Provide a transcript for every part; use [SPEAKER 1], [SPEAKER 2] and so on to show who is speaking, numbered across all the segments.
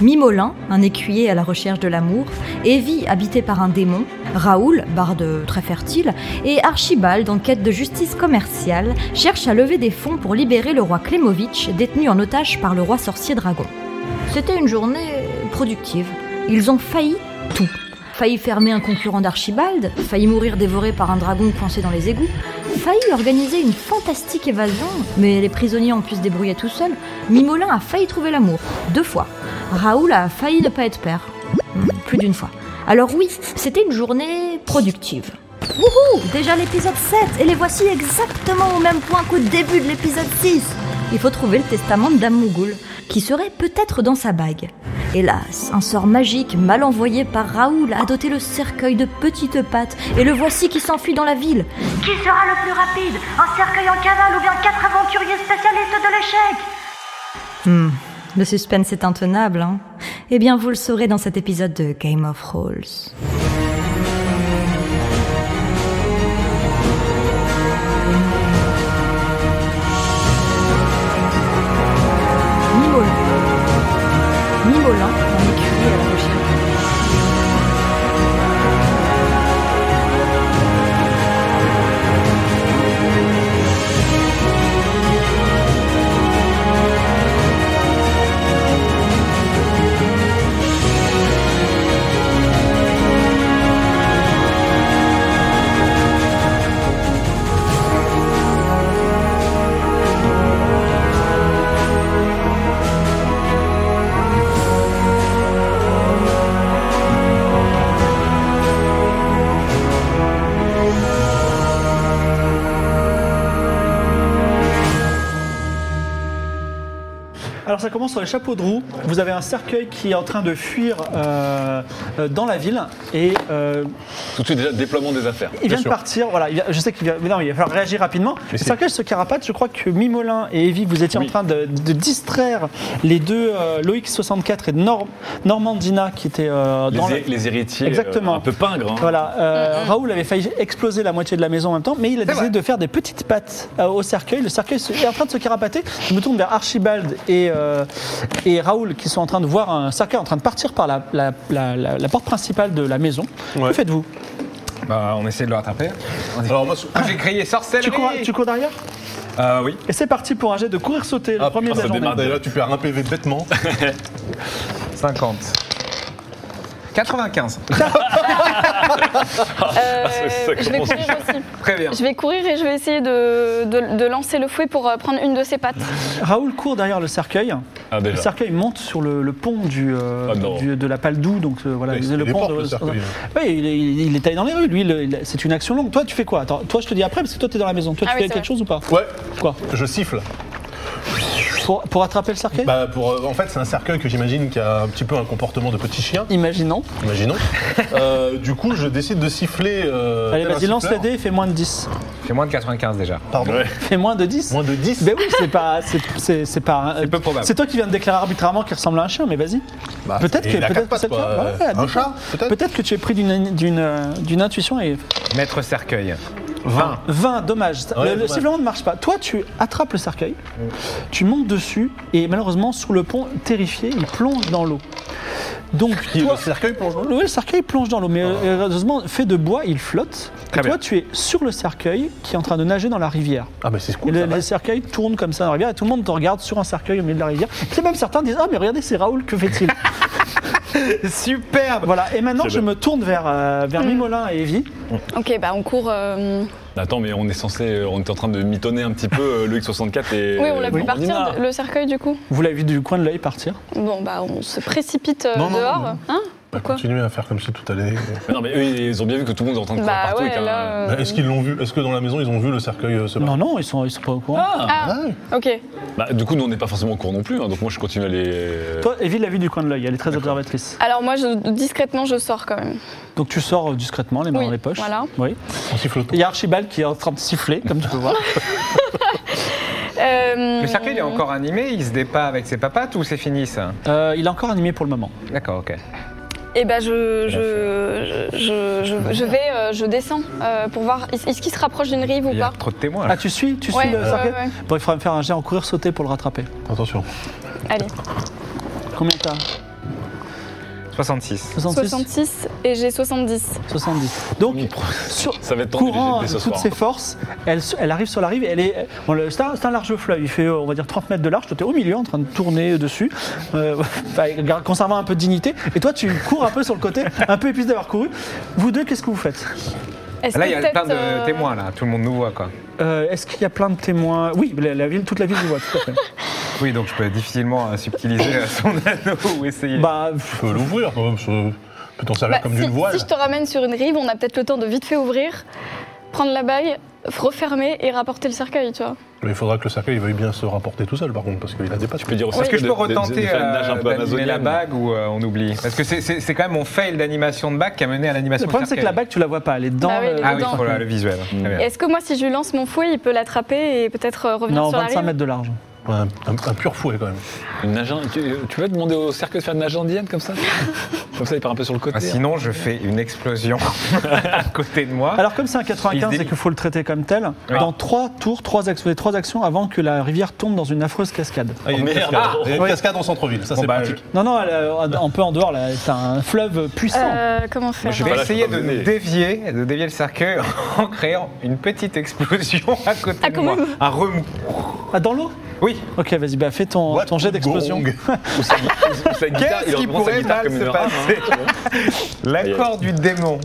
[SPEAKER 1] Mimolin, un écuyer à la recherche de l'amour, Evie, habitée par un démon, Raoul, barde très fertile, et Archibald, en quête de justice commerciale, cherchent à lever des fonds pour libérer le roi Klemovitch, détenu en otage par le roi sorcier dragon. C'était une journée productive. Ils ont failli tout. Failli fermer un concurrent d'Archibald, failli mourir dévoré par un dragon coincé dans les égouts, failli organiser une fantastique évasion, mais les prisonniers ont pu se débrouiller tout seuls. Mimolin a failli trouver l'amour, deux fois. Raoul a failli ne pas être père, Hmm, plus d'une fois. Alors oui, c'était une journée productive. Wouhou Oh, Déjà l'épisode 7, et les voici exactement au même point qu'au début de l'épisode 6 Il faut trouver le testament de Dame Mougoul, qui serait peut-être dans sa bague. Hélas, un sort magique mal envoyé par Raoul a doté le cercueil de petites pattes, et le voici qui s'enfuit dans la ville.
[SPEAKER 2] Qui sera le plus rapide Un cercueil en cavale ou bien quatre aventuriers spécialistes de l'échec
[SPEAKER 1] Hmm, le suspense est intenable, hein Eh bien, vous le saurez dans cet épisode de Game of Rolls. Mimolin. Mimolin, un écuyer hein, à la recherche.
[SPEAKER 3] Alors ça commence sur les chapeaux de roue. Vous avez un cercueil qui est en train de fuir euh, euh, dans la ville et euh,
[SPEAKER 4] Tout de suite, déjà, déploiement des affaires.
[SPEAKER 3] il
[SPEAKER 4] Bien
[SPEAKER 3] vient de
[SPEAKER 4] sûr.
[SPEAKER 3] partir. Voilà, il vient- je sais qu'il vient, mais non, il va falloir réagir rapidement. Le
[SPEAKER 4] c'est-
[SPEAKER 3] cercueil se carapate. Je crois que Mimolin et Evie, vous étiez en
[SPEAKER 4] Oui.
[SPEAKER 3] train de, de distraire les deux euh, Loïc 64 et Nor- Normandina qui étaient euh,
[SPEAKER 4] Les,
[SPEAKER 3] dans la-
[SPEAKER 4] hé- les héritiers,
[SPEAKER 3] Exactement.
[SPEAKER 4] euh, un peu pingres. hein.
[SPEAKER 3] Voilà, euh, Raoul avait failli exploser la moitié de la maison en même temps, mais il a décidé de faire des petites pattes euh, au cercueil. Le cercueil se- est en train de se carapater. Je me tourne vers Archibald et, euh, et Raoul qui sont en train de voir un cercueil en train de partir par la, la- la- la- la porte principale de la maison. Que faites-vous
[SPEAKER 5] Bah, on essaie de le rattraper.
[SPEAKER 4] Alors moi, sous-
[SPEAKER 5] J'ai crié sorcellerie
[SPEAKER 3] tu cours, tu cours derrière
[SPEAKER 5] Euh, oui.
[SPEAKER 3] Et c'est parti pour un jet de courir-sauter, le
[SPEAKER 4] Ah,
[SPEAKER 3] premier de
[SPEAKER 4] putain,
[SPEAKER 3] la
[SPEAKER 4] ça
[SPEAKER 3] journée.
[SPEAKER 4] démarre
[SPEAKER 6] Là, tu perds un PV bêtement.
[SPEAKER 5] 50. 95.
[SPEAKER 7] Euh,
[SPEAKER 4] Ah, ça
[SPEAKER 7] je vais
[SPEAKER 4] commence.
[SPEAKER 7] courir aussi.
[SPEAKER 5] Très bien.
[SPEAKER 7] Je vais courir et je vais essayer de, de- de lancer le fouet pour euh, prendre une de ses pattes.
[SPEAKER 3] Raoul court derrière le cercueil.
[SPEAKER 4] Ah,
[SPEAKER 3] Le
[SPEAKER 4] déjà.
[SPEAKER 3] cercueil monte sur le, le pont du, euh,
[SPEAKER 4] Ah non.
[SPEAKER 3] du- de la Paldoue, donc euh, voilà,
[SPEAKER 6] Il
[SPEAKER 3] c'est le
[SPEAKER 6] les
[SPEAKER 3] pont.
[SPEAKER 6] porte,
[SPEAKER 3] de-
[SPEAKER 6] le cercueil. hein.
[SPEAKER 3] Oui, il, est- il est- il est allé dans les rues. Lui, le- il- c'est une action longue. Toi, tu fais quoi Attends, toi, je te dis après parce que toi, t'es dans la maison. Toi,
[SPEAKER 7] Ah
[SPEAKER 3] tu
[SPEAKER 7] oui,
[SPEAKER 3] fais
[SPEAKER 7] c'est
[SPEAKER 3] quelque
[SPEAKER 7] vrai.
[SPEAKER 3] chose ou pas
[SPEAKER 6] Ouais,
[SPEAKER 3] Quoi
[SPEAKER 6] je siffle.
[SPEAKER 3] pour, pour attraper le cercueil
[SPEAKER 6] Bah pour, euh, en fait, c'est un cercueil que j'imagine qui a un petit peu un comportement de petit chien,
[SPEAKER 3] Imaginons.
[SPEAKER 6] imaginons. Euh, du coup, je décide de siffler. euh,
[SPEAKER 3] Allez,
[SPEAKER 6] tel un
[SPEAKER 3] vas-y, lance la
[SPEAKER 6] siffleur.
[SPEAKER 3] dé et fais moins de 10.
[SPEAKER 5] J'ai moins de 95 déjà.
[SPEAKER 6] Pardon.
[SPEAKER 4] Ouais.
[SPEAKER 3] Fais moins de 10
[SPEAKER 6] Moins de 10.
[SPEAKER 3] Ben oui, c'est pas. C'est, c'est- c'est pas
[SPEAKER 5] C'est peu probable.
[SPEAKER 3] C'est toi qui viens de déclarer arbitrairement qu'il ressemble à un chien, mais vas-y.
[SPEAKER 6] Bah,
[SPEAKER 3] peut-être
[SPEAKER 6] et
[SPEAKER 3] que,
[SPEAKER 6] la
[SPEAKER 3] peut-être que
[SPEAKER 6] carapace,
[SPEAKER 3] c'est le
[SPEAKER 6] quoi.
[SPEAKER 3] cas. Ouais,
[SPEAKER 6] Un
[SPEAKER 3] admettons.
[SPEAKER 6] chat, peut-être
[SPEAKER 3] Peut-être que tu es pris d'une, d'une, euh, d'une intuition et.
[SPEAKER 5] Maître cercueil.
[SPEAKER 3] 20. 20, dommage.
[SPEAKER 6] Ouais,
[SPEAKER 3] le le
[SPEAKER 6] dommage.
[SPEAKER 3] sifflement ne marche pas. Toi, tu attrapes le cercueil, tu montes dessus, et malheureusement, sous le pont, terrifié, il plonge dans l'eau. Donc,
[SPEAKER 6] Qui-
[SPEAKER 3] toi,
[SPEAKER 6] le Ah. cercueil plonge dans l'eau
[SPEAKER 3] Oui, le cercueil plonge dans l'eau, mais euh, heureusement, fait de bois, il flotte.
[SPEAKER 5] Très
[SPEAKER 3] et toi,
[SPEAKER 5] bien.
[SPEAKER 3] tu es sur le cercueil qui est en train de nager dans la rivière.
[SPEAKER 6] Ah, mais c'est
[SPEAKER 3] Et
[SPEAKER 6] cool.
[SPEAKER 3] le,
[SPEAKER 6] ça va.
[SPEAKER 3] le cercueil tourne comme ça dans la rivière et tout le monde te regarde sur un cercueil au milieu de la rivière. C'est même certains disent Ah, mais regardez, c'est Raoul, que fait-il
[SPEAKER 5] Superbe.
[SPEAKER 3] Voilà, et maintenant, je me tourne vers, euh, vers Mimolin et Evie.
[SPEAKER 7] Ok, bah on court. euh,
[SPEAKER 4] Attends, mais on est censé, euh, on était en train de mitonner un petit peu euh, le X64 et. euh,
[SPEAKER 7] Oui, on
[SPEAKER 5] Euh,
[SPEAKER 7] l'a vu
[SPEAKER 4] Non,
[SPEAKER 7] partir
[SPEAKER 3] Nina.
[SPEAKER 7] de- le cercueil du coup.
[SPEAKER 3] Vous l'avez vu du coin de l'œil partir.
[SPEAKER 7] Bon, bah on se précipite euh,
[SPEAKER 6] Non, non,
[SPEAKER 7] dehors.
[SPEAKER 6] non, non.
[SPEAKER 7] Hein
[SPEAKER 6] Bah,
[SPEAKER 7] Pourquoi
[SPEAKER 6] continuez à faire comme si tout allait.
[SPEAKER 4] Mais non, mais eux, ils ont bien vu que tout le monde est en train de courir
[SPEAKER 7] Bah
[SPEAKER 4] partout.
[SPEAKER 7] ouais,
[SPEAKER 4] avec un-
[SPEAKER 7] là. euh,
[SPEAKER 6] Bah, Est-ce qu'ils l'ont vu Est-ce que dans la maison ils ont vu le cercueil euh, se
[SPEAKER 3] Non,
[SPEAKER 6] battre
[SPEAKER 3] non, ils sont, ils sont pas au courant.
[SPEAKER 4] Ah
[SPEAKER 7] Ah, ok.
[SPEAKER 4] bah, Du coup, nous, on n'est pas forcément au courant non plus. hein, donc moi, je continue à les.
[SPEAKER 3] Toi, Evie l'a vu du coin de l'œil, elle est très observatrice.
[SPEAKER 7] Alors moi, je, discrètement, je sors quand même.
[SPEAKER 3] Donc tu sors euh, discrètement, les mains
[SPEAKER 7] Oui,
[SPEAKER 3] dans les poches.
[SPEAKER 7] voilà.
[SPEAKER 3] Oui.
[SPEAKER 6] En sifflotant.
[SPEAKER 3] Il y a Archibald qui est en train de siffler, comme tu peux voir.
[SPEAKER 7] Euh,
[SPEAKER 5] Le cercueil il est encore animé, il se débat avec ses papates ou c'est fini ça
[SPEAKER 3] Euh, il est encore animé pour le moment.
[SPEAKER 5] D'accord, ok. hein.
[SPEAKER 7] Eh ben, je, je, je, je, je- je vais, euh, je descends euh, pour voir est- est-ce qu'il se rapproche d'une rive ou
[SPEAKER 5] Il y a
[SPEAKER 7] pas.
[SPEAKER 5] trop de témoins.
[SPEAKER 3] Ah,
[SPEAKER 5] là.
[SPEAKER 3] tu suis Tu suis
[SPEAKER 7] Ouais,
[SPEAKER 3] le
[SPEAKER 7] ouais,
[SPEAKER 3] cercueil
[SPEAKER 7] ouais.
[SPEAKER 3] Bon, il faudra me faire un jet en courir sauter pour le rattraper.
[SPEAKER 6] Attention.
[SPEAKER 7] Allez,
[SPEAKER 3] Combien t'as
[SPEAKER 5] 66.
[SPEAKER 3] 66
[SPEAKER 7] 66 et j'ai 70.
[SPEAKER 3] 70. Donc, sur,
[SPEAKER 4] Ça va être tendu
[SPEAKER 3] courant
[SPEAKER 4] les
[SPEAKER 3] de
[SPEAKER 4] GP ce
[SPEAKER 3] toutes
[SPEAKER 4] soir.
[SPEAKER 3] ses forces, elle, se- elle arrive sur la rive. Elle est, euh, bon, le- c'est, un, c'est un large fleuve, il fait, euh, on va dire, 30 mètres de large. Toi, t'es au milieu en train de tourner dessus, euh, enfin, gar- conservant un peu de dignité. Et toi, tu cours un peu sur le côté, un peu épuisé d'avoir couru. Vous deux, qu'est-ce que vous faites
[SPEAKER 7] Est-ce
[SPEAKER 5] Là,
[SPEAKER 7] que
[SPEAKER 5] il y a
[SPEAKER 7] peut-être,
[SPEAKER 5] plein de
[SPEAKER 7] euh,
[SPEAKER 5] témoins, là. Tout le monde nous voit, quoi.
[SPEAKER 3] Euh, Est-ce qu'il y a plein de témoins Oui, la, la ville, toute la ville vous voit, tout à fait.
[SPEAKER 5] Oui, donc je peux difficilement euh, subtiliser euh, son anneau ou essayer.
[SPEAKER 3] bah, pff,
[SPEAKER 6] Tu peux l'ouvrir quand même. ce- Peut t'en servir
[SPEAKER 7] bah,
[SPEAKER 6] comme
[SPEAKER 7] si,
[SPEAKER 6] d'une voile.
[SPEAKER 7] si je te ramène sur une rive, on a peut-être le temps de vite fait ouvrir, prendre la baille, refermer et rapporter le cercueil, tu vois.
[SPEAKER 6] Mais il faudra que le cercueil veuille bien se rapporter tout seul par contre parce qu'il a des pattes.
[SPEAKER 4] Tu peux dire au
[SPEAKER 5] Est-ce que
[SPEAKER 4] cercueil
[SPEAKER 5] je
[SPEAKER 4] de-
[SPEAKER 5] peux
[SPEAKER 4] de- de- de
[SPEAKER 5] retenter
[SPEAKER 4] faire une nage un
[SPEAKER 5] euh,
[SPEAKER 4] peu
[SPEAKER 5] d'animer
[SPEAKER 4] amazonienne
[SPEAKER 5] la bague ou euh, on oublie Parce que c'est- c'est c'est quand même mon fail d'animation de bague qui a mené à
[SPEAKER 3] le
[SPEAKER 5] l'animation
[SPEAKER 3] problème,
[SPEAKER 5] de
[SPEAKER 3] c'est que la
[SPEAKER 5] cercueil.
[SPEAKER 3] bague, tu la vois pas, elle est Mm. dans
[SPEAKER 7] Bah oui,
[SPEAKER 3] le-
[SPEAKER 7] elle est
[SPEAKER 5] Ah oui,
[SPEAKER 7] dedans.
[SPEAKER 5] voilà, le visuel. Très bien.
[SPEAKER 7] Et Est-ce que moi, si je lui lance mon fouet, il peut l'attraper et peut-être euh, revenir
[SPEAKER 3] Non,
[SPEAKER 7] sur la
[SPEAKER 3] 25
[SPEAKER 7] rive Ah.
[SPEAKER 3] mètres de large.
[SPEAKER 6] Ouais, un, un- un pur fouet quand même.
[SPEAKER 4] Une nage in- tu, tu peux demander au cercueil de faire une nage indienne comme ça Comme ça, il part un peu sur le côté. hein.
[SPEAKER 5] Ah, sinon, je fais une explosion à côté de moi.
[SPEAKER 3] Alors comme c'est un
[SPEAKER 5] Il se
[SPEAKER 3] 95 et
[SPEAKER 5] délie.
[SPEAKER 3] qu'il faut le traiter comme tel,
[SPEAKER 5] Oui.
[SPEAKER 3] dans trois tours, trois actions, les trois actions avant que la rivière tombe dans une affreuse cascade.
[SPEAKER 6] Ah, il y a une
[SPEAKER 4] merde.
[SPEAKER 6] cascade,
[SPEAKER 4] Ah,
[SPEAKER 6] Il y a une
[SPEAKER 3] ouais.
[SPEAKER 6] cascade en centre-ville. Ça
[SPEAKER 5] Bon,
[SPEAKER 6] c'est
[SPEAKER 5] bah,
[SPEAKER 6] pratique.
[SPEAKER 3] Non, non, elle, euh, un peu en dehors, là, c'est un fleuve puissant.
[SPEAKER 7] Euh, Comment faire
[SPEAKER 5] Je vais
[SPEAKER 4] Voilà, je
[SPEAKER 5] essayer
[SPEAKER 4] peux pas
[SPEAKER 5] de
[SPEAKER 4] vous aider.
[SPEAKER 5] dévier, de dévier le cercueil en créant une petite explosion à côté
[SPEAKER 7] Ah,
[SPEAKER 5] de
[SPEAKER 7] quand
[SPEAKER 5] moi.
[SPEAKER 7] même.
[SPEAKER 5] Un remous.
[SPEAKER 3] Ah, dans l'eau
[SPEAKER 5] Oui.
[SPEAKER 3] Ok, vas-y, bah, fais ton,
[SPEAKER 6] What
[SPEAKER 3] ton jet d'explosion.
[SPEAKER 6] gong.
[SPEAKER 4] Ou sa gui- ou sa guitare,
[SPEAKER 5] Qu'est-ce
[SPEAKER 4] il
[SPEAKER 5] qui
[SPEAKER 4] reprend sa
[SPEAKER 5] pourrait
[SPEAKER 4] guitare
[SPEAKER 5] mal
[SPEAKER 4] comme
[SPEAKER 5] se
[SPEAKER 4] une rame, hein, tu vois.
[SPEAKER 5] L'accord du démon.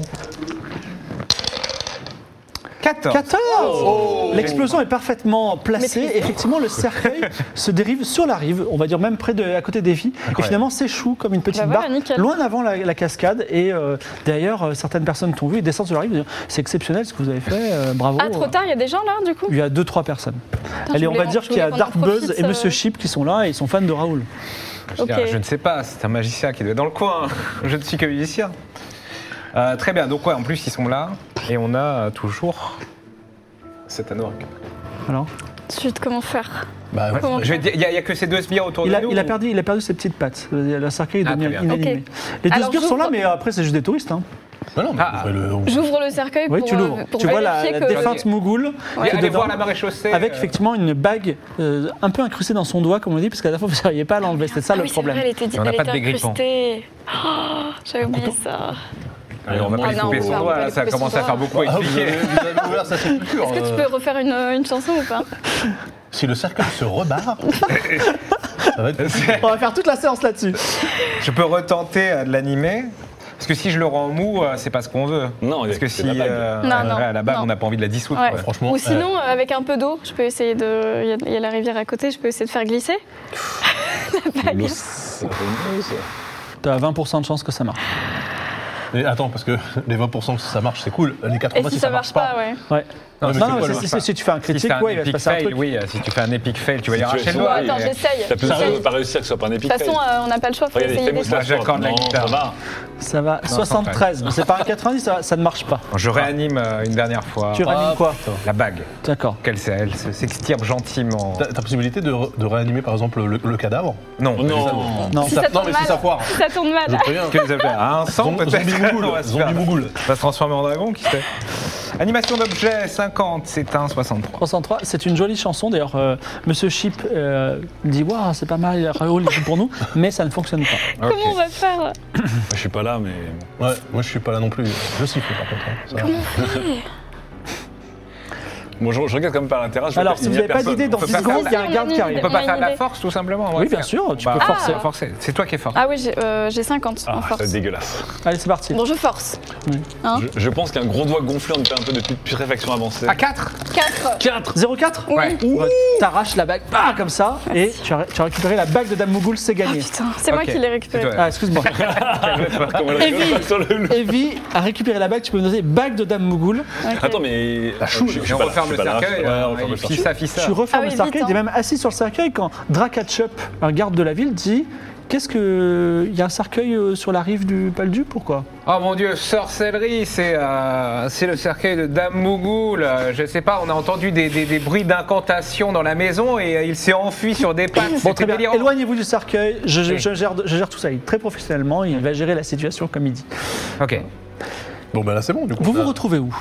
[SPEAKER 5] 14.
[SPEAKER 3] 14
[SPEAKER 5] Oh.
[SPEAKER 3] L'explosion est parfaitement placée. Effectivement, le cercueil se dérive sur la rive, on va dire même près de, à côté des vies, et finalement s'échoue comme une petite
[SPEAKER 7] Bah voilà,
[SPEAKER 3] barre,
[SPEAKER 7] nickel.
[SPEAKER 3] loin avant la, la cascade. Et euh, d'ailleurs, euh, certaines personnes t'ont vu et descendent sur la rive. et disent, C'est exceptionnel ce que vous avez fait, euh, bravo.
[SPEAKER 7] Ah, trop tard, il y a des gens là, du coup
[SPEAKER 3] Il y a deux trois personnes.
[SPEAKER 7] Putain, je
[SPEAKER 3] Allez, on
[SPEAKER 7] voulais
[SPEAKER 3] va
[SPEAKER 7] en-
[SPEAKER 3] dire
[SPEAKER 7] je
[SPEAKER 3] qu'il y a
[SPEAKER 7] voulais qu'on en
[SPEAKER 3] Dark Buzz
[SPEAKER 7] profite,
[SPEAKER 3] et
[SPEAKER 7] euh,
[SPEAKER 3] Monsieur Chip qui sont là et ils sont fans de Raoul.
[SPEAKER 7] Ok.
[SPEAKER 5] Ah, Je ne sais pas, c'est un magicien qui doit être dans le coin. hein. Je ne suis que musicien. Euh, très bien, donc ouais, en plus ils sont là et on a euh, toujours cet anneau.
[SPEAKER 3] Alors,
[SPEAKER 7] Ensuite, comment faire
[SPEAKER 6] Bah, ouais.
[SPEAKER 7] Comment
[SPEAKER 5] Je vais dire, Il n'y a, il y a que ces deux sbires autour
[SPEAKER 3] il
[SPEAKER 5] de
[SPEAKER 3] a,
[SPEAKER 5] nous.
[SPEAKER 3] il a
[SPEAKER 5] ou-
[SPEAKER 3] perdu, il a perdu ses petites pattes. Euh, Le cercueil est
[SPEAKER 5] Oh, Ah,
[SPEAKER 3] devenu
[SPEAKER 5] très bien.
[SPEAKER 3] inanimé.
[SPEAKER 7] Ok.
[SPEAKER 3] Les deux
[SPEAKER 7] Alors,
[SPEAKER 3] sbires
[SPEAKER 7] j'ouvre-
[SPEAKER 3] sont là, mais après c'est juste des touristes. hein.
[SPEAKER 6] Bah non, mais
[SPEAKER 5] Ah.
[SPEAKER 6] on pourrait le- on-
[SPEAKER 7] J'ouvre le cercueil
[SPEAKER 3] Oui,
[SPEAKER 7] pour,
[SPEAKER 3] tu
[SPEAKER 7] euh,
[SPEAKER 3] l'ouvres.
[SPEAKER 7] pour
[SPEAKER 3] Tu vois la,
[SPEAKER 7] vérifier
[SPEAKER 3] la
[SPEAKER 7] que-
[SPEAKER 3] défunte mougoule
[SPEAKER 5] Allez,
[SPEAKER 3] qui est
[SPEAKER 5] allez
[SPEAKER 3] dedans,
[SPEAKER 5] voir la maréchaussée.
[SPEAKER 3] avec
[SPEAKER 5] euh,
[SPEAKER 3] effectivement une bague euh, un peu incrustée dans son doigt, comme on dit, parce qu'à la fois vous n'arriviez pas à l'enlever. C'est ça
[SPEAKER 7] Ah
[SPEAKER 3] le
[SPEAKER 7] oui, c'est
[SPEAKER 3] problème.
[SPEAKER 7] vrai, elle était,
[SPEAKER 5] Et on n'a
[SPEAKER 7] elle
[SPEAKER 5] pas de
[SPEAKER 7] était
[SPEAKER 5] dégrippant.
[SPEAKER 7] incrustée. Oh, J'avais oublié ça.
[SPEAKER 5] allez, on va pas
[SPEAKER 4] Ah
[SPEAKER 5] lui
[SPEAKER 4] non,
[SPEAKER 5] couper
[SPEAKER 4] on va
[SPEAKER 5] son
[SPEAKER 4] pas
[SPEAKER 5] doigt,
[SPEAKER 7] lui
[SPEAKER 5] là, ça
[SPEAKER 7] couper son
[SPEAKER 5] commence à
[SPEAKER 7] doigt.
[SPEAKER 5] faire beaucoup
[SPEAKER 6] Ah, vous
[SPEAKER 5] expliquer.
[SPEAKER 6] avez- vous avez ouvert sa sépulture.
[SPEAKER 7] Est-ce que tu
[SPEAKER 6] euh,
[SPEAKER 7] peux refaire une, une chanson ou pas
[SPEAKER 6] Si le cercueil se rebarre, ça va être.
[SPEAKER 3] On va faire toute la séance là-dessus.
[SPEAKER 5] Je peux retenter euh, de l'animer parce que si je le rends mou, euh, c'est pas ce qu'on veut.
[SPEAKER 4] Non,
[SPEAKER 5] parce que
[SPEAKER 4] c'est
[SPEAKER 5] si
[SPEAKER 4] la bague.
[SPEAKER 5] euh,
[SPEAKER 7] Non,
[SPEAKER 5] à
[SPEAKER 7] non,
[SPEAKER 5] la bague,
[SPEAKER 7] non.
[SPEAKER 5] on n'a pas envie de la dissoudre.
[SPEAKER 7] Ouais.
[SPEAKER 5] quoi.
[SPEAKER 6] Franchement,
[SPEAKER 7] Ou sinon, euh, avec un peu d'eau, je peux essayer de. Il y a- il y, a la rivière à côté, je peux essayer de faire glisser.
[SPEAKER 4] L'eau, ça fait une chose.
[SPEAKER 3] T'as 20% de chance que ça marche.
[SPEAKER 6] Et attends, parce que les 20% si ça marche, c'est cool. Les 80%
[SPEAKER 7] Et si ça marche pas, ouais.
[SPEAKER 3] Ouais.
[SPEAKER 5] Non,
[SPEAKER 3] Non,
[SPEAKER 5] mais
[SPEAKER 3] non,
[SPEAKER 5] c'est
[SPEAKER 3] mais
[SPEAKER 5] quoi,
[SPEAKER 3] si-
[SPEAKER 5] le-
[SPEAKER 3] si, si- si tu fais un
[SPEAKER 5] Si
[SPEAKER 3] critique,
[SPEAKER 5] c'est un
[SPEAKER 3] ouais, il va se
[SPEAKER 5] epic
[SPEAKER 3] passer un
[SPEAKER 5] fail,
[SPEAKER 3] truc.
[SPEAKER 5] oui, euh, si tu fais un epic fail, tu vas y
[SPEAKER 4] Si tu
[SPEAKER 5] arracher
[SPEAKER 4] es
[SPEAKER 5] le
[SPEAKER 4] sûr,
[SPEAKER 5] doigt.
[SPEAKER 7] attends,
[SPEAKER 5] mais-
[SPEAKER 7] j'essaye.
[SPEAKER 4] T'as plus de
[SPEAKER 7] J'essaye.
[SPEAKER 4] chance de
[SPEAKER 7] De
[SPEAKER 4] pas réussir que ce soit pas un épic
[SPEAKER 7] toute façon,
[SPEAKER 4] fail.
[SPEAKER 7] euh, on n'a pas le choix, faut
[SPEAKER 4] Regardez,
[SPEAKER 7] essayer
[SPEAKER 4] fais-moi
[SPEAKER 7] d'être.
[SPEAKER 4] ça.
[SPEAKER 5] j'accorde la
[SPEAKER 4] Non,
[SPEAKER 5] guitare.
[SPEAKER 4] ça va.
[SPEAKER 3] Ça va. 73. Mais C'est pas un 90, ça, ça ne marche pas.
[SPEAKER 5] Je réanime euh, une dernière fois
[SPEAKER 3] Tu réanimes quoi
[SPEAKER 5] la bague.
[SPEAKER 3] D'accord.
[SPEAKER 5] Qu'elle s'est- elle se- s'extirpe gentiment.
[SPEAKER 6] T'as t'as possibilité de, re- de réanimer par exemple le, le cadavre
[SPEAKER 5] Non,
[SPEAKER 4] Oh non
[SPEAKER 3] Non.
[SPEAKER 6] Si
[SPEAKER 7] ça
[SPEAKER 6] ça-
[SPEAKER 7] tourne
[SPEAKER 6] Non, mais si
[SPEAKER 7] mal.
[SPEAKER 6] ça foire,
[SPEAKER 7] Ça tourne
[SPEAKER 6] je
[SPEAKER 7] mal. Ah,
[SPEAKER 6] préviens.
[SPEAKER 5] Qu'est-ce que vous avez À un sang
[SPEAKER 6] Zom-
[SPEAKER 5] peut-être
[SPEAKER 6] Zombie
[SPEAKER 5] On
[SPEAKER 6] mougoule,
[SPEAKER 5] va se
[SPEAKER 6] zombie
[SPEAKER 5] faire-
[SPEAKER 6] mougoule.
[SPEAKER 5] on va se transformer en dragon, qui sait Animation d'objet 50, c'est un 63.
[SPEAKER 3] 303, c'est une jolie chanson. D'ailleurs, euh, Monsieur Chip euh, dit Waouh, c'est pas mal, Raoul il joue pour nous, mais ça ne fonctionne pas.
[SPEAKER 5] Ok.
[SPEAKER 7] Comment on va faire
[SPEAKER 4] Je suis pas là, mais.
[SPEAKER 6] Ouais, moi je suis pas là non plus. Je siffle par contre. hein. Ça va.
[SPEAKER 4] Bon, je, je regarde quand même par la terrasse. je
[SPEAKER 3] Alors,
[SPEAKER 4] vois
[SPEAKER 3] si
[SPEAKER 4] qu'il
[SPEAKER 3] vous
[SPEAKER 4] n'y
[SPEAKER 3] n'avez
[SPEAKER 4] a
[SPEAKER 3] pas
[SPEAKER 4] personne.
[SPEAKER 3] d'idée, dans
[SPEAKER 5] On peut
[SPEAKER 3] 10
[SPEAKER 5] pas
[SPEAKER 3] secondes,
[SPEAKER 5] faire
[SPEAKER 3] il y a un garde qui
[SPEAKER 5] On
[SPEAKER 3] arrive.
[SPEAKER 5] peut
[SPEAKER 7] On a
[SPEAKER 5] pas
[SPEAKER 7] une
[SPEAKER 5] faire de la
[SPEAKER 7] idée.
[SPEAKER 5] force tout simplement. on va
[SPEAKER 3] Oui, bien
[SPEAKER 5] faire-
[SPEAKER 3] sûr, tu
[SPEAKER 5] Bah,
[SPEAKER 3] peux
[SPEAKER 5] on va
[SPEAKER 3] forcer.
[SPEAKER 5] forcer. C'est toi qui es fort.
[SPEAKER 7] Ah oui, j'ai euh, j'ai 50 en
[SPEAKER 4] Ah, c'est
[SPEAKER 7] force.
[SPEAKER 4] dégueulasse.
[SPEAKER 3] Allez, c'est parti.
[SPEAKER 7] Bon, je force. Hein
[SPEAKER 4] Je, je pense qu'un gros doigt gonflé, on fait un peu de pu- putréfaction avancée.
[SPEAKER 3] Ah,
[SPEAKER 5] À 4
[SPEAKER 7] 4
[SPEAKER 3] 4 04
[SPEAKER 5] Ouais.
[SPEAKER 3] Ouais, T'arraches la bague, bah, comme ça, et tu as, tu as récupéré la bague de Dame Mougoul, c'est
[SPEAKER 7] Ah
[SPEAKER 3] gagné.
[SPEAKER 7] putain, c'est moi
[SPEAKER 5] Ok.
[SPEAKER 7] qui l'ai
[SPEAKER 5] C'est
[SPEAKER 7] récupéré.
[SPEAKER 5] toi.
[SPEAKER 3] Ah, excuse-moi.
[SPEAKER 5] Ah.
[SPEAKER 4] Comment elle rigole pas sur le-
[SPEAKER 3] Evie a récupéré la bague, tu peux noter bague de Dame Mougoul.
[SPEAKER 7] Ok.
[SPEAKER 4] Attends, mais. La
[SPEAKER 5] Et on referme le cercueil. euh, et Fils ça, fils ça.
[SPEAKER 3] Tu refermes
[SPEAKER 7] Ah oui,
[SPEAKER 3] le cercueil,
[SPEAKER 7] vite, hein.
[SPEAKER 3] tu es même assis sur le cercueil quand Drakatchup, un garde de la ville, dit Qu'est-ce que. Il y a un cercueil euh, sur la rive du Paldu, pourquoi
[SPEAKER 5] Oh mon dieu, sorcellerie, c'est euh, c'est le cercueil de Dame Mougoul. Euh, Je sais pas, on a entendu des, des- des bruits d'incantation dans la maison et euh, il s'est enfui sur des pattes.
[SPEAKER 3] Bon,
[SPEAKER 5] C'était
[SPEAKER 3] très bien.
[SPEAKER 5] délirant.
[SPEAKER 3] Éloignez-vous du cercueil, je, je-
[SPEAKER 5] Oui.
[SPEAKER 3] je gère, je gère tout ça. Il est très professionnellement, il va gérer la situation comme il dit.
[SPEAKER 5] Ok.
[SPEAKER 6] Bon, ben là, c'est bon, du coup.
[SPEAKER 3] Vous vous
[SPEAKER 6] Là,
[SPEAKER 3] retrouvez où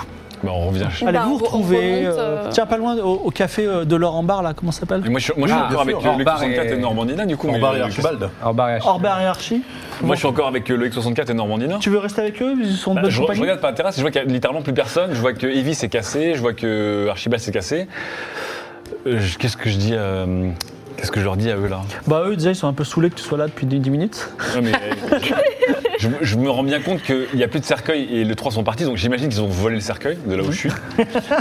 [SPEAKER 4] Bah, on revient chez.
[SPEAKER 7] Bah,
[SPEAKER 3] Allez, vous vous
[SPEAKER 7] on re- on
[SPEAKER 3] retrouvez.
[SPEAKER 7] remonte,
[SPEAKER 3] euh,
[SPEAKER 7] euh,
[SPEAKER 3] Tiens, pas loin au, au café euh, de l'or en bar, là, comment ça
[SPEAKER 4] Et
[SPEAKER 3] s'appelle
[SPEAKER 4] moi, je suis, moi, je suis
[SPEAKER 5] Ah,
[SPEAKER 4] encore
[SPEAKER 6] bien
[SPEAKER 4] avec
[SPEAKER 6] sûr.
[SPEAKER 4] euh, Loïc
[SPEAKER 5] Orbar
[SPEAKER 4] 64 et...
[SPEAKER 5] et-
[SPEAKER 4] Normandina, du coup. mais-
[SPEAKER 6] Orbar et
[SPEAKER 4] euh,
[SPEAKER 6] Archibald.
[SPEAKER 5] Orbar et Achille.
[SPEAKER 3] Orbar et Archie
[SPEAKER 4] Moi, je suis encore avec euh, Loïc 64 et Normandina.
[SPEAKER 3] Tu veux rester avec eux Ils sont de
[SPEAKER 4] Bah,
[SPEAKER 3] bonne
[SPEAKER 4] je, je
[SPEAKER 3] compagnie
[SPEAKER 4] regarde par la terrasse, je vois qu'il n'y a littéralement plus personne. Je vois que Evie s'est cassée, je vois que Archibald s'est cassé. Euh, je- Qu'est-ce que je dis à- Qu'est-ce que je leur dis à eux là
[SPEAKER 3] Bah, eux, déjà, ils sont un peu saoulés que tu sois là depuis 10 minutes.
[SPEAKER 4] Non, mais, euh, je, je me rends bien compte qu'il n'y a plus de cercueil et les trois sont partis, donc j'imagine qu'ils ont volé le cercueil de là où je suis.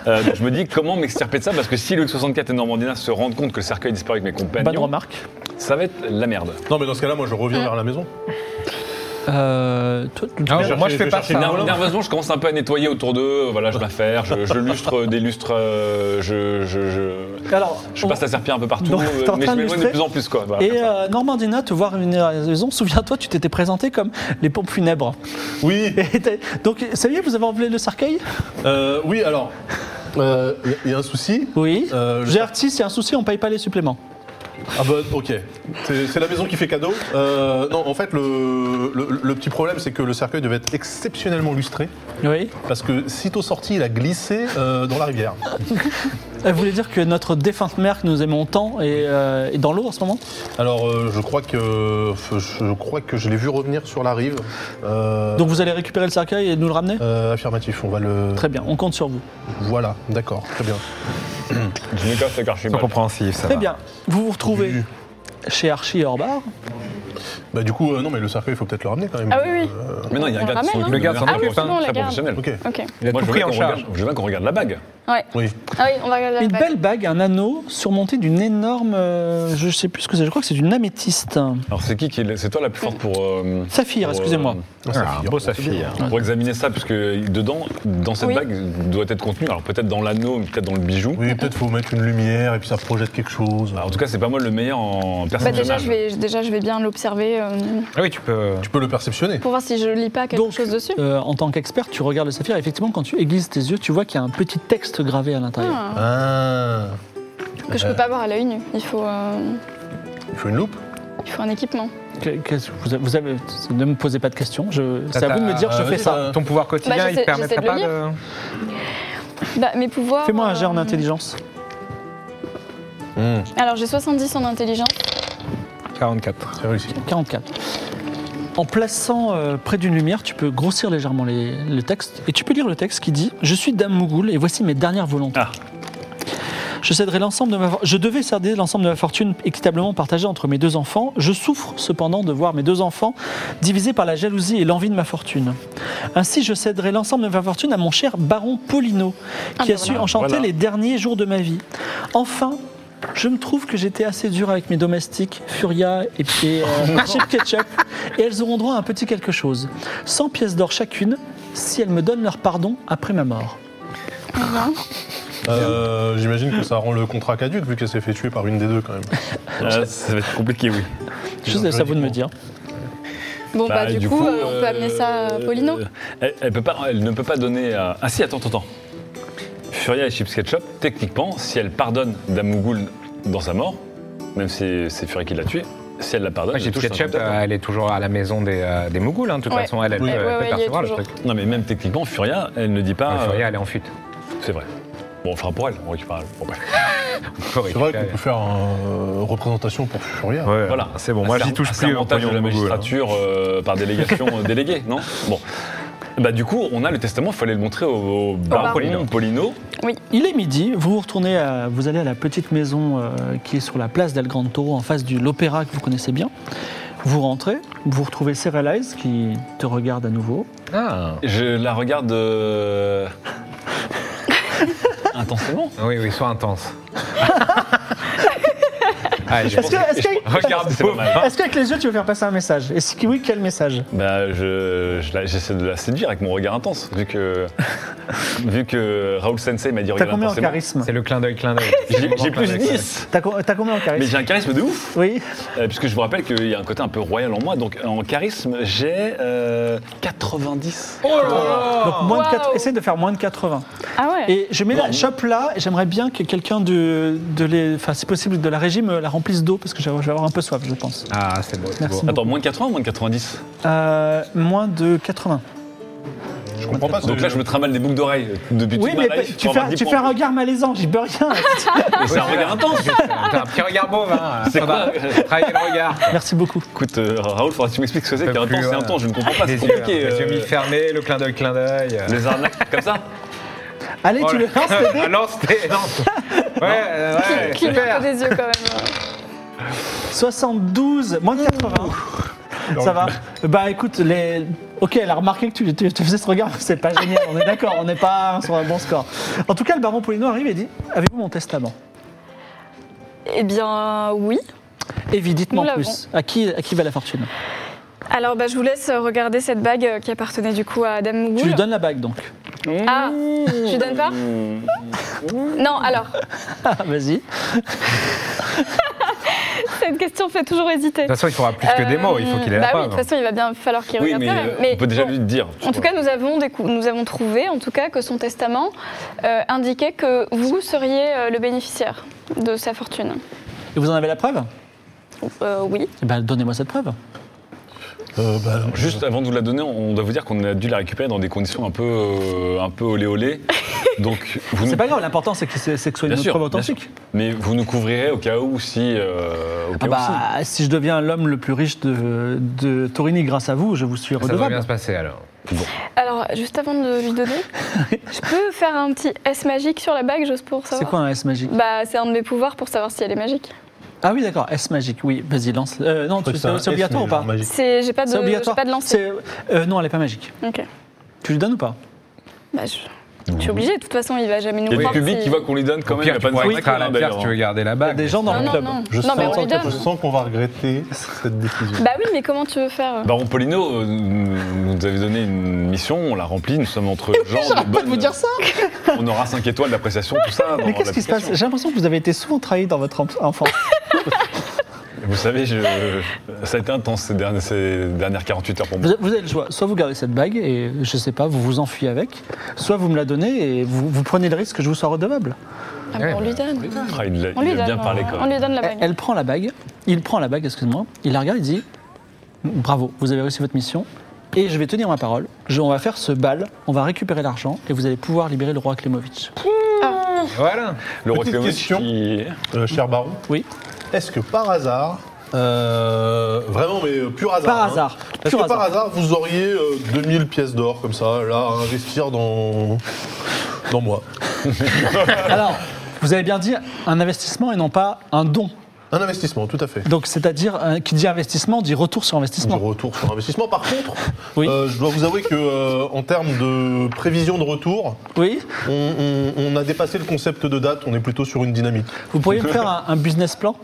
[SPEAKER 4] Euh, donc je me dis comment m'extirper de ça, parce que si le 64 et Normandina se rendent compte que le cercueil disparaît avec mes
[SPEAKER 3] Bonne
[SPEAKER 4] compagnons,
[SPEAKER 3] remarque.
[SPEAKER 4] ça va être la merde.
[SPEAKER 6] Non, mais dans ce cas-là, moi, je reviens vers la maison.
[SPEAKER 3] Euh, toi, tu-
[SPEAKER 5] Non,
[SPEAKER 6] Je vais
[SPEAKER 5] moi je
[SPEAKER 6] chercher-
[SPEAKER 5] fais pas
[SPEAKER 6] je vais chercher
[SPEAKER 5] ça.
[SPEAKER 4] Nerve-
[SPEAKER 5] hein.
[SPEAKER 4] nerveusement, je commence un peu à nettoyer autour d'eux, euh, voilà, je m'affaire, je, je lustre, délustre, euh, je, je, je,
[SPEAKER 3] Alors,
[SPEAKER 4] je
[SPEAKER 3] on-
[SPEAKER 4] passe la serpillère un peu partout,
[SPEAKER 3] Donc, t'es en train
[SPEAKER 4] euh, mais je
[SPEAKER 3] de
[SPEAKER 4] m'éloigne de
[SPEAKER 3] lustrer
[SPEAKER 4] plus en plus. quoi. Voilà,
[SPEAKER 3] Et
[SPEAKER 4] comme ça.
[SPEAKER 3] euh, Normandina, te voir une raison, souviens-toi, tu t'étais présenté comme les pompes funèbres.
[SPEAKER 6] Oui,
[SPEAKER 3] Et t'as- Donc, ça y est, vous avez enlevé le cercueil
[SPEAKER 6] euh, oui, alors. euh, Il y a un souci.
[SPEAKER 3] Oui.
[SPEAKER 6] Euh, le-
[SPEAKER 3] GR6, c'est un souci, on paye pas les suppléments.
[SPEAKER 6] Ah bah ok, c'est c'est la maison qui fait cadeau. Euh, non, en fait, le, le- le petit problème, c'est que le cercueil devait être exceptionnellement lustré,
[SPEAKER 3] Oui.
[SPEAKER 6] parce que sitôt sorti, il a glissé euh, dans la rivière.
[SPEAKER 3] Elle voulait Euh, dire que notre défunte mère que nous aimons tant est, euh, est dans l'eau en ce moment
[SPEAKER 6] Alors, euh, je crois que je crois que je l'ai vu revenir sur la rive. Euh,
[SPEAKER 3] Donc, vous allez récupérer le cercueil et nous le ramener
[SPEAKER 6] euh, affirmatif, on va le.
[SPEAKER 3] Très bien, on compte sur vous.
[SPEAKER 6] Voilà, d'accord, très bien.
[SPEAKER 4] je me casse avec
[SPEAKER 5] C'est
[SPEAKER 4] Archibald.
[SPEAKER 5] compréhensif ça.
[SPEAKER 6] Ah.
[SPEAKER 3] Très
[SPEAKER 5] va.
[SPEAKER 3] bien, vous vous retrouvez chez Archie et Orbar.
[SPEAKER 6] Bah du coup, euh, non, mais le cercueil, il faut peut-être le ramener quand même.
[SPEAKER 7] Ah oui, oui.
[SPEAKER 6] Euh,
[SPEAKER 4] Mais non, il y a un
[SPEAKER 7] On
[SPEAKER 4] gars qui
[SPEAKER 7] ramène,
[SPEAKER 4] s'en
[SPEAKER 7] hein.
[SPEAKER 4] occupe
[SPEAKER 5] Le
[SPEAKER 4] de
[SPEAKER 5] gars
[SPEAKER 4] manière
[SPEAKER 5] s'en
[SPEAKER 4] très
[SPEAKER 5] occupe, hein.
[SPEAKER 4] professionnelle,
[SPEAKER 7] Ah oui,
[SPEAKER 4] très
[SPEAKER 7] c'est bon,
[SPEAKER 4] professionnelle.
[SPEAKER 6] ok,
[SPEAKER 7] Ok.
[SPEAKER 5] Il a
[SPEAKER 4] Moi,
[SPEAKER 5] tout
[SPEAKER 4] je
[SPEAKER 5] pris
[SPEAKER 4] veux
[SPEAKER 5] en
[SPEAKER 4] qu'on regarde-
[SPEAKER 5] charge.
[SPEAKER 4] je veux qu'on regarde la bague.
[SPEAKER 7] Ouais.
[SPEAKER 6] oui.
[SPEAKER 7] Ah oui, on va regarder la
[SPEAKER 3] Une
[SPEAKER 7] bague.
[SPEAKER 3] belle bague, un anneau surmonté d'une énorme. euh, je sais plus ce que c'est, je crois que c'est d'une améthyste.
[SPEAKER 4] Alors, c'est qui qui est le- C'est toi la plus forte pour. euh,
[SPEAKER 3] Saphir,
[SPEAKER 4] pour,
[SPEAKER 3] excusez-moi.
[SPEAKER 4] euh,
[SPEAKER 6] Ah,
[SPEAKER 5] Ah, beau saphir.
[SPEAKER 6] hein.
[SPEAKER 4] Pour examiner ça, parce que dedans, dans cette
[SPEAKER 7] Oui.
[SPEAKER 4] bague, doit être contenu, alors peut-être dans l'anneau, peut-être dans le bijou.
[SPEAKER 6] Oui, peut-être faut mettre une lumière et puis ça projette quelque chose.
[SPEAKER 4] Alors, en tout cas, c'est pas moi le meilleur en
[SPEAKER 7] Bah,
[SPEAKER 4] personnage.
[SPEAKER 7] déjà, je vais, déjà, je vais bien l'observer euh,
[SPEAKER 5] Ah oui, tu peux.
[SPEAKER 6] tu peux le perceptionner.
[SPEAKER 7] pour voir si je lis pas quelque
[SPEAKER 3] Donc,
[SPEAKER 7] chose dessus.
[SPEAKER 3] euh, en tant qu'expert, tu regardes le saphir. et Effectivement, quand tu aiguises tes yeux, tu vois qu'il y a un petit texte gravé à l'intérieur.
[SPEAKER 7] Ah,
[SPEAKER 6] Ah,
[SPEAKER 7] que
[SPEAKER 3] Euh.
[SPEAKER 7] je peux pas voir à l'œil nu. Il faut, euh,
[SPEAKER 6] il faut une loupe.
[SPEAKER 7] il faut un équipement.
[SPEAKER 3] Que- qu'est-ce que vous avez- vous avez- ne me posez pas de questions. je- C'est à
[SPEAKER 5] T'as-
[SPEAKER 3] vous de me dire, je
[SPEAKER 6] euh,
[SPEAKER 3] fais
[SPEAKER 6] vas-y,
[SPEAKER 3] ça.
[SPEAKER 6] t'as-
[SPEAKER 5] Ton pouvoir
[SPEAKER 7] Bah,
[SPEAKER 5] quotidien, il
[SPEAKER 7] j'essaie-
[SPEAKER 5] te permettra
[SPEAKER 7] j'essaie
[SPEAKER 5] pas
[SPEAKER 7] de le
[SPEAKER 5] de.
[SPEAKER 7] Bah, mes pouvoirs.
[SPEAKER 3] Fais-moi un jet en
[SPEAKER 7] euh,
[SPEAKER 3] intelligence.
[SPEAKER 6] Mmh,
[SPEAKER 7] Alors, j'ai 70 en intelligence.
[SPEAKER 5] 44.
[SPEAKER 6] C'est réussi.
[SPEAKER 3] 44. En plaçant euh, près d'une lumière, tu peux grossir légèrement les- le texte et tu peux lire le texte qui dit Je suis Dame Mougoul et voici mes dernières volontés.
[SPEAKER 4] Ah.
[SPEAKER 3] Je, céderai l'ensemble de ma for- je devais céder l'ensemble de ma fortune équitablement partagée entre mes deux enfants. Je souffre cependant de voir mes deux enfants divisés par la jalousie et l'envie de ma fortune. Ainsi, je céderai l'ensemble de ma fortune à mon cher baron Polino,
[SPEAKER 7] Ah,
[SPEAKER 3] qui
[SPEAKER 7] ben
[SPEAKER 3] a su
[SPEAKER 7] voilà.
[SPEAKER 3] enchanter
[SPEAKER 4] Voilà.
[SPEAKER 3] les derniers jours de ma vie. Enfin, je me trouve que j'étais assez dur avec mes domestiques, Furia et puis euh, Chip Ketchup, et elles auront droit à un petit quelque chose. 100 pièces d'or chacune, si elles me donnent leur pardon après ma mort.
[SPEAKER 6] Euh, J'imagine que ça rend le contrat caduque vu qu'elle s'est fait tuer par une des deux quand même.
[SPEAKER 4] Ah, ça va être compliqué, oui.
[SPEAKER 3] Je sais, ça vous de me dire.
[SPEAKER 7] Bon, bah, du, coup, euh, on peut amener ça à
[SPEAKER 4] euh,
[SPEAKER 7] Paulino.
[SPEAKER 4] elle, elle peut pas, elle ne peut pas donner à. Ah si, attends, attends, attends. Furia et Chips Ketchup, techniquement, si elle pardonne Dame Mougoul dans sa mort, même si c'est Furia qui l'a tué, si elle la pardonne,
[SPEAKER 5] Moi, j'ai
[SPEAKER 4] elle touche son
[SPEAKER 5] Ketchup,
[SPEAKER 4] compteur.
[SPEAKER 5] euh, elle est toujours à la maison des, euh, des Mougouls, hein, de toute
[SPEAKER 7] Ouais.
[SPEAKER 5] façon, elle, elle
[SPEAKER 7] Oui.
[SPEAKER 5] peut, elle
[SPEAKER 7] Ouais,
[SPEAKER 5] peut
[SPEAKER 7] ouais, il y est
[SPEAKER 5] percevoir le
[SPEAKER 7] toujours.
[SPEAKER 5] truc.
[SPEAKER 4] Non, mais même techniquement, Furia, elle ne dit
[SPEAKER 5] Ah,
[SPEAKER 4] pas. euh,
[SPEAKER 5] elle est en fuite.
[SPEAKER 4] c'est vrai. Bon, on fera pour elle, on récupère. Bon, bref.
[SPEAKER 6] C'est vrai qu'on peut faire une représentation pour Furia.
[SPEAKER 4] Voilà,
[SPEAKER 5] c'est bon. Moi, j'y touche
[SPEAKER 4] C'est
[SPEAKER 5] plus.
[SPEAKER 4] un montage de la magistrature euh, par délégation euh, déléguée, non Bon. Bah, du coup, on a le testament, il fallait le montrer au, au baron Polino.
[SPEAKER 5] Polino.
[SPEAKER 3] Il est midi, vous vous retournez, à- vous allez à la petite maison euh, qui est sur la place d'El Gran Toro, en face de l'opéra que vous connaissez bien. Vous rentrez, vous retrouvez Serialize qui te regarde à nouveau.
[SPEAKER 5] Ah.
[SPEAKER 4] Je la regarde. euh, intensément.
[SPEAKER 5] Oui, oui, sois intense. Ah, Allez, je
[SPEAKER 3] Est-ce que- est-ce que-
[SPEAKER 4] Regarde, c'est pas mal.
[SPEAKER 3] Est-ce qu'avec les yeux tu veux faire passer un message Et si oui, quel message
[SPEAKER 4] Bah, je, je la- j'essaie de la séduire avec mon regard intense, vu que, vu que Raoul Sensei m'a dit
[SPEAKER 3] T'as
[SPEAKER 4] regarde
[SPEAKER 3] combien en
[SPEAKER 4] intensément.
[SPEAKER 3] charisme
[SPEAKER 5] C'est le clin d'œil, clin d'œil. C'est le
[SPEAKER 4] J'ai
[SPEAKER 5] moment
[SPEAKER 4] j'ai
[SPEAKER 5] clin
[SPEAKER 4] plus
[SPEAKER 5] d'œil, clin d'œil.
[SPEAKER 4] 10
[SPEAKER 3] T'as co- t'as combien en
[SPEAKER 4] Mais
[SPEAKER 3] charisme
[SPEAKER 4] j'ai un charisme de ouf
[SPEAKER 3] Oui,
[SPEAKER 4] Euh, Puisque je vous rappelle qu'il y a un côté un peu royal en moi, donc en charisme, j'ai euh, 90.
[SPEAKER 5] Oh là
[SPEAKER 3] donc moins de
[SPEAKER 7] Wow.
[SPEAKER 3] quatre- essaye de faire moins de 80.
[SPEAKER 7] Ah ouais
[SPEAKER 3] Et je mets la chope là, et j'aimerais bien que quelqu'un de, de les, enfin si possible de la régie me la remplisse d'eau parce que je vais avoir un peu soif, je pense.
[SPEAKER 5] Ah, c'est beau, c'est
[SPEAKER 3] Merci.
[SPEAKER 5] beau.
[SPEAKER 3] beaucoup.
[SPEAKER 4] Attends, moins de 80 ou moins de 90
[SPEAKER 3] Euh, moins de 80.
[SPEAKER 6] Je comprends pas.
[SPEAKER 4] Donc
[SPEAKER 6] ce-
[SPEAKER 4] là, je me trimballe des boucles d'oreilles euh, depuis
[SPEAKER 3] Oui,
[SPEAKER 4] toute
[SPEAKER 3] mais
[SPEAKER 4] ma life.
[SPEAKER 3] tu
[SPEAKER 4] pour avoir
[SPEAKER 3] fais,
[SPEAKER 4] 10
[SPEAKER 3] tu fais
[SPEAKER 4] points.
[SPEAKER 3] un regard malaisant, j'y peux rien.
[SPEAKER 4] Mais C'est un regard intense
[SPEAKER 5] T'as un petit regard beau, hein.
[SPEAKER 4] C'est
[SPEAKER 5] Ça va.
[SPEAKER 4] quoi
[SPEAKER 5] Travailler le regard.
[SPEAKER 3] Merci beaucoup.
[SPEAKER 4] Écoute, euh, Raoul, faudra que tu m'expliques ce que c'est
[SPEAKER 5] Peu
[SPEAKER 4] qu'un
[SPEAKER 5] plus,
[SPEAKER 4] intense, c'est
[SPEAKER 5] voilà.
[SPEAKER 4] intense, je ne comprends pas, c'est
[SPEAKER 5] Les yeux,
[SPEAKER 4] compliqué.
[SPEAKER 5] les yeux
[SPEAKER 4] euh,
[SPEAKER 5] mi-fermés, le clin d'œil, clin d'œil.
[SPEAKER 4] Les arnaques comme ça
[SPEAKER 3] Allez,
[SPEAKER 4] Oh
[SPEAKER 3] tu le lances les dés.
[SPEAKER 5] Lance tes lance. Ouais, euh, ouais,
[SPEAKER 7] Clignote
[SPEAKER 5] super.
[SPEAKER 7] des yeux quand même.
[SPEAKER 3] 72, moins de 80. Ça va Bah écoute, les... ok, elle a remarqué que tu, tu- tu faisais ce regard, c'est pas génial, on est d'accord, on n'est pas sur un bon score. En tout cas, le baron Polino arrive et dit Avez-vous mon testament
[SPEAKER 7] Eh bien, oui.
[SPEAKER 3] Evie, dites-moi
[SPEAKER 7] Nous
[SPEAKER 3] en plus. À qui, à qui va la fortune
[SPEAKER 7] Alors, bah, je vous laisse regarder cette bague euh, qui appartenait du coup à Adam Wool.
[SPEAKER 3] Tu lui donnes la bague donc.
[SPEAKER 7] Ah, tu lui donnes pas Non, alors,
[SPEAKER 3] Ah, vas-y.
[SPEAKER 7] cette question fait toujours hésiter.
[SPEAKER 5] De toute façon, il faudra plus que des mots, il faut qu'il ait
[SPEAKER 7] bah
[SPEAKER 5] la
[SPEAKER 7] oui, de
[SPEAKER 5] preuve.
[SPEAKER 7] toute façon, il va bien falloir qu'il
[SPEAKER 4] Oui,
[SPEAKER 7] regarde
[SPEAKER 4] mais
[SPEAKER 7] quand même.
[SPEAKER 4] euh, on peut déjà
[SPEAKER 7] bon,
[SPEAKER 4] lui dire.
[SPEAKER 7] En tout cas, nous avons, décou- nous avons trouvé en tout cas, que son testament euh, indiquait que vous seriez euh, le bénéficiaire de sa fortune.
[SPEAKER 3] Et vous en avez la preuve
[SPEAKER 7] Euh, oui.
[SPEAKER 3] Eh ben, donnez-moi cette preuve.
[SPEAKER 6] Euh, bah, alors,
[SPEAKER 4] Juste avant de vous la donner, on doit vous dire qu'on a dû la récupérer dans des conditions un peu, euh, un peu olé olé. Donc, vous
[SPEAKER 3] C'est
[SPEAKER 4] nous...
[SPEAKER 3] pas grave, l'important c'est que, c'est c'est que ce soit
[SPEAKER 4] Bien
[SPEAKER 3] une
[SPEAKER 4] sûr,
[SPEAKER 3] preuve
[SPEAKER 4] bien sûr.
[SPEAKER 3] authentique.
[SPEAKER 4] Mais vous nous couvrirez au cas où si. euh, au
[SPEAKER 3] Ah
[SPEAKER 4] cas où si.
[SPEAKER 3] bah, si je deviens l'homme le plus riche de, de Torini grâce à vous, je vous suis
[SPEAKER 5] Ça devrait
[SPEAKER 3] redevable.
[SPEAKER 5] bien se passer alors.
[SPEAKER 7] Alors, juste avant de lui donner, je peux faire un petit S magique sur la bague, juste pour savoir
[SPEAKER 3] C'est quoi un S magique
[SPEAKER 7] Bah, c'est un de mes pouvoirs pour savoir si elle est magique.
[SPEAKER 3] Ah oui, d'accord, S magique, oui, vas-y, lance. Euh, non,
[SPEAKER 6] je crois
[SPEAKER 3] tu-
[SPEAKER 6] que
[SPEAKER 3] c'est
[SPEAKER 6] un
[SPEAKER 3] c'est obligatoire
[SPEAKER 6] S,
[SPEAKER 3] ou
[SPEAKER 6] mais
[SPEAKER 3] pas
[SPEAKER 6] genre magique.
[SPEAKER 7] C'est, j'ai pas de,
[SPEAKER 3] C'est
[SPEAKER 7] j'ai
[SPEAKER 3] obligatoire.
[SPEAKER 7] pas de lancer.
[SPEAKER 3] C'est- euh, non, elle est pas magique.
[SPEAKER 7] Ok.
[SPEAKER 3] Tu lui donnes ou pas
[SPEAKER 7] Bah, je... je suis obligée. De toute façon, il va jamais nous
[SPEAKER 4] Il y a
[SPEAKER 7] voir.
[SPEAKER 4] du public
[SPEAKER 7] si-
[SPEAKER 4] qui voit qu'on lui donne quand
[SPEAKER 5] Au
[SPEAKER 4] même. Il n'y a
[SPEAKER 5] pire, tu
[SPEAKER 4] pas de hein.
[SPEAKER 5] pourras
[SPEAKER 4] oui,
[SPEAKER 5] écrire à la pierre, tu veux garder la
[SPEAKER 3] Il y a
[SPEAKER 5] bague.
[SPEAKER 3] des gens dans
[SPEAKER 7] Non,
[SPEAKER 3] le
[SPEAKER 7] non,
[SPEAKER 3] club.
[SPEAKER 7] non.
[SPEAKER 6] Je
[SPEAKER 7] non, mais on
[SPEAKER 6] sens-
[SPEAKER 7] lui donne.
[SPEAKER 6] je sens qu'on va regretter cette décision.
[SPEAKER 7] Bah oui, mais comment tu veux faire
[SPEAKER 4] Baron Polino euh, nous nous avait donné une mission, on l'a remplie, nous sommes entre gens. de
[SPEAKER 3] pas de vous
[SPEAKER 4] bonne-
[SPEAKER 3] dire ça
[SPEAKER 4] On aura 5 étoiles d'appréciation, tout ça. dans
[SPEAKER 3] Mais qu'est-ce qui se passe
[SPEAKER 4] l'application.
[SPEAKER 3] J'ai l'impression que vous avez été souvent trahi dans votre enf- enfance.
[SPEAKER 4] Vous savez, je- ça a été intense ces dernières, ces dernières 48 heures pour moi.
[SPEAKER 3] Vous, vous avez le choix. Soit vous gardez cette bague et je sais pas, vous vous enfuyez avec, soit vous me la donnez et vous, vous prenez le risque que je vous sois redevable.
[SPEAKER 7] Ah, bah, on lui donne.
[SPEAKER 4] Ah, il l'a-
[SPEAKER 7] On
[SPEAKER 4] il
[SPEAKER 7] lui
[SPEAKER 4] a
[SPEAKER 7] donne.
[SPEAKER 3] hein.
[SPEAKER 4] bien parlé quand
[SPEAKER 7] On
[SPEAKER 4] même.
[SPEAKER 7] lui donne la
[SPEAKER 3] Eh, Elle,
[SPEAKER 7] bague.
[SPEAKER 3] elle prend la bague, il prend la bague, excuse-moi, il la regarde, il dit Bravo, vous avez réussi votre mission et je vais tenir ma parole. Je- on va faire ce bal, on va récupérer l'argent et vous allez pouvoir libérer le roi Klemovic.
[SPEAKER 5] Voilà.
[SPEAKER 4] Le roi
[SPEAKER 6] Petite
[SPEAKER 4] Cléomus
[SPEAKER 6] question.
[SPEAKER 4] qui-
[SPEAKER 6] Euh, cher baron,
[SPEAKER 3] Oui,
[SPEAKER 6] est-ce que par hasard, euh, vraiment mais euh, pur hasard.
[SPEAKER 3] Par
[SPEAKER 6] hein,
[SPEAKER 3] hasard,
[SPEAKER 6] Est-ce
[SPEAKER 3] pur
[SPEAKER 6] que par
[SPEAKER 3] hasard.
[SPEAKER 6] hasard vous auriez euh, 2000 pièces d'or comme ça là à investir dans dans moi
[SPEAKER 3] Alors, vous avez bien dit un investissement et non pas un don.
[SPEAKER 6] Un investissement, tout à fait.
[SPEAKER 3] Donc, c'est-à-dire, euh, qui dit investissement dit retour sur
[SPEAKER 6] Du
[SPEAKER 3] investissement.
[SPEAKER 6] retour sur investissement. Par contre,
[SPEAKER 3] Oui.
[SPEAKER 6] euh, je dois vous avouer que euh, en termes de prévision de retour,
[SPEAKER 3] Oui
[SPEAKER 6] on, on- on a dépassé le concept de date. On est plutôt sur une dynamique.
[SPEAKER 3] Vous pourriez me faire un, un business plan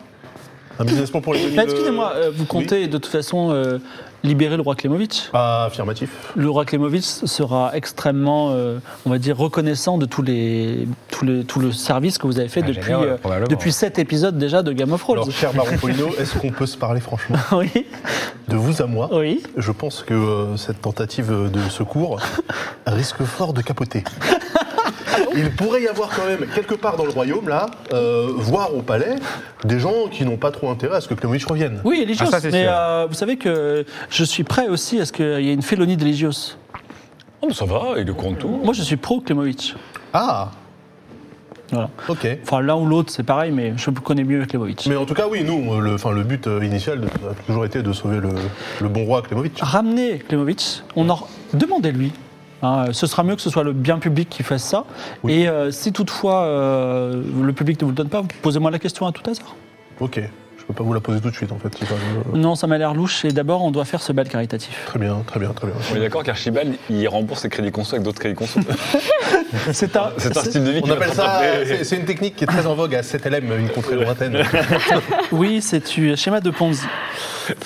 [SPEAKER 6] Un business plan pour les 2000.
[SPEAKER 3] Mais Excusez-moi, euh, vous
[SPEAKER 6] oui.
[SPEAKER 3] comptez de toute façon euh, libérer le roi Klemovic.
[SPEAKER 6] Ah, affirmatif.
[SPEAKER 3] Le roi Klemovic sera extrêmement, euh, on va dire, reconnaissant de tous les, tous les, tout le service que vous avez fait
[SPEAKER 5] Ah,
[SPEAKER 3] depuis,
[SPEAKER 5] génial,
[SPEAKER 3] euh,
[SPEAKER 5] probablement.
[SPEAKER 3] depuis sept épisodes déjà de Game of Thrones.
[SPEAKER 6] Alors, cher Baron Polino, est-ce qu'on peut se parler franchement
[SPEAKER 3] oui,
[SPEAKER 6] De vous à moi,
[SPEAKER 3] oui.
[SPEAKER 6] je pense que euh, cette tentative de secours risque fort de capoter. Il pourrait y avoir quand même quelque part dans le royaume, là, euh, voire au palais, des gens qui n'ont pas trop intérêt à ce que Clémovic revienne.
[SPEAKER 3] Oui, Eligios.
[SPEAKER 5] Ah, ça, c'est
[SPEAKER 3] mais
[SPEAKER 5] sûr.
[SPEAKER 3] euh, vous savez que je suis prêt aussi à ce qu'il y ait une félonie de Eligios.
[SPEAKER 4] Oh, mais ça va, il est content tout.
[SPEAKER 3] Moi, je suis pro Klemovic.
[SPEAKER 6] Ah
[SPEAKER 3] Voilà.
[SPEAKER 6] Ok.
[SPEAKER 3] Enfin, l'un ou l'autre, c'est pareil, mais je connais mieux Klemovic.
[SPEAKER 6] Mais en tout cas, oui, nous, euh, le, enfin, le but euh, initial de- a toujours été de sauver le, le bon roi Clémovic.
[SPEAKER 3] Ramenez Klemovic, on en demandez-lui Hein, ce sera mieux que ce soit le bien public qui fasse ça. Et euh, si toutefois euh, le public ne vous le donne pas, posez-moi la question à tout hasard.
[SPEAKER 6] Ok, je peux pas vous la poser tout de suite en fait. c'est pas- euh,
[SPEAKER 3] Non, ça m'a l'air louche. Et d'abord, on doit faire ce bal caritatif.
[SPEAKER 6] Très bien, très bien, très bien.
[SPEAKER 4] On est d'accord qu'Archibald, il rembourse ses crédits conso avec d'autres crédits conso.
[SPEAKER 3] C'est un,
[SPEAKER 4] C'est un style de vie
[SPEAKER 6] On
[SPEAKER 4] qui
[SPEAKER 6] appelle ça, c'est
[SPEAKER 4] rattraper.
[SPEAKER 6] c'est une technique qui est très en vogue à 7LM, une contrée lointaine.
[SPEAKER 3] Oui, c'est un schéma de Ponzi.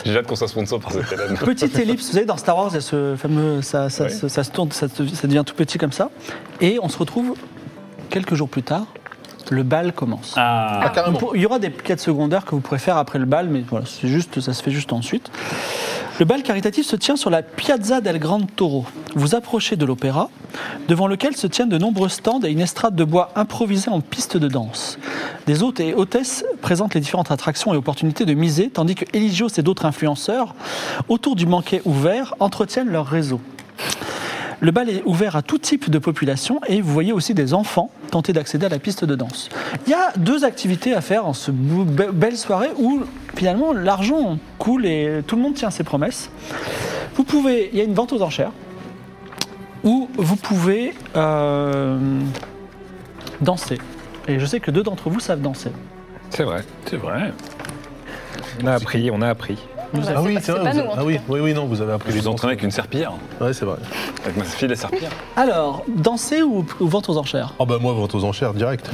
[SPEAKER 4] J'ai hâte qu'on soit sponsor par cette LM.
[SPEAKER 3] Petite ellipse, vous savez, dans Star Wars, il y a ce fameux. Ça, ça,
[SPEAKER 4] Ouais.
[SPEAKER 3] ça- ça se tourne, ça, se- ça devient tout petit comme ça. Et on se retrouve quelques jours plus tard. Le bal commence.
[SPEAKER 6] Ah, carrément.
[SPEAKER 3] Pour- Il y aura des quêtes secondaires que vous pourrez faire après le bal, mais voilà, c'est juste, ça se fait juste ensuite. Le bal caritatif se tient sur la Piazza del Grande Toro. Vous approchez de l'opéra, devant lequel se tiennent de nombreux stands et une estrade de bois improvisée en piste de danse. Des hôtes et hôtesses présentent les différentes attractions et opportunités de miser, tandis que Eligios et d'autres influenceurs, autour du banquet ouvert, entretiennent leur réseau. Le bal est ouvert à tout type de population et vous voyez aussi des enfants tenter d'accéder à la piste de danse. Il y a deux activités à faire en ce bou- be- belle soirée où finalement l'argent coule et tout le monde tient ses promesses. Vous pouvez, il y a une vente aux enchères où vous pouvez euh, danser. Et je sais que deux d'entre vous savent danser.
[SPEAKER 5] C'est vrai.
[SPEAKER 4] C'est vrai.
[SPEAKER 5] On a appris, on a appris.
[SPEAKER 7] Voilà,
[SPEAKER 6] Ah
[SPEAKER 7] c'est
[SPEAKER 6] oui,
[SPEAKER 7] pas-
[SPEAKER 6] c'est
[SPEAKER 7] c'est
[SPEAKER 6] vrai.
[SPEAKER 7] pas
[SPEAKER 6] vous-
[SPEAKER 7] nous, en
[SPEAKER 6] ah
[SPEAKER 7] tout
[SPEAKER 6] oui,
[SPEAKER 7] cas.
[SPEAKER 6] oui, oui, non, vous avez appris
[SPEAKER 4] Je
[SPEAKER 6] les
[SPEAKER 4] les
[SPEAKER 6] danses.
[SPEAKER 4] entraîne avec une serpillère.
[SPEAKER 6] Ouais, c'est vrai.
[SPEAKER 4] Avec ma fille la serpillère.
[SPEAKER 3] Alors, danser ou, ou vente aux enchères
[SPEAKER 6] Ah bah moi, vente aux enchères direct.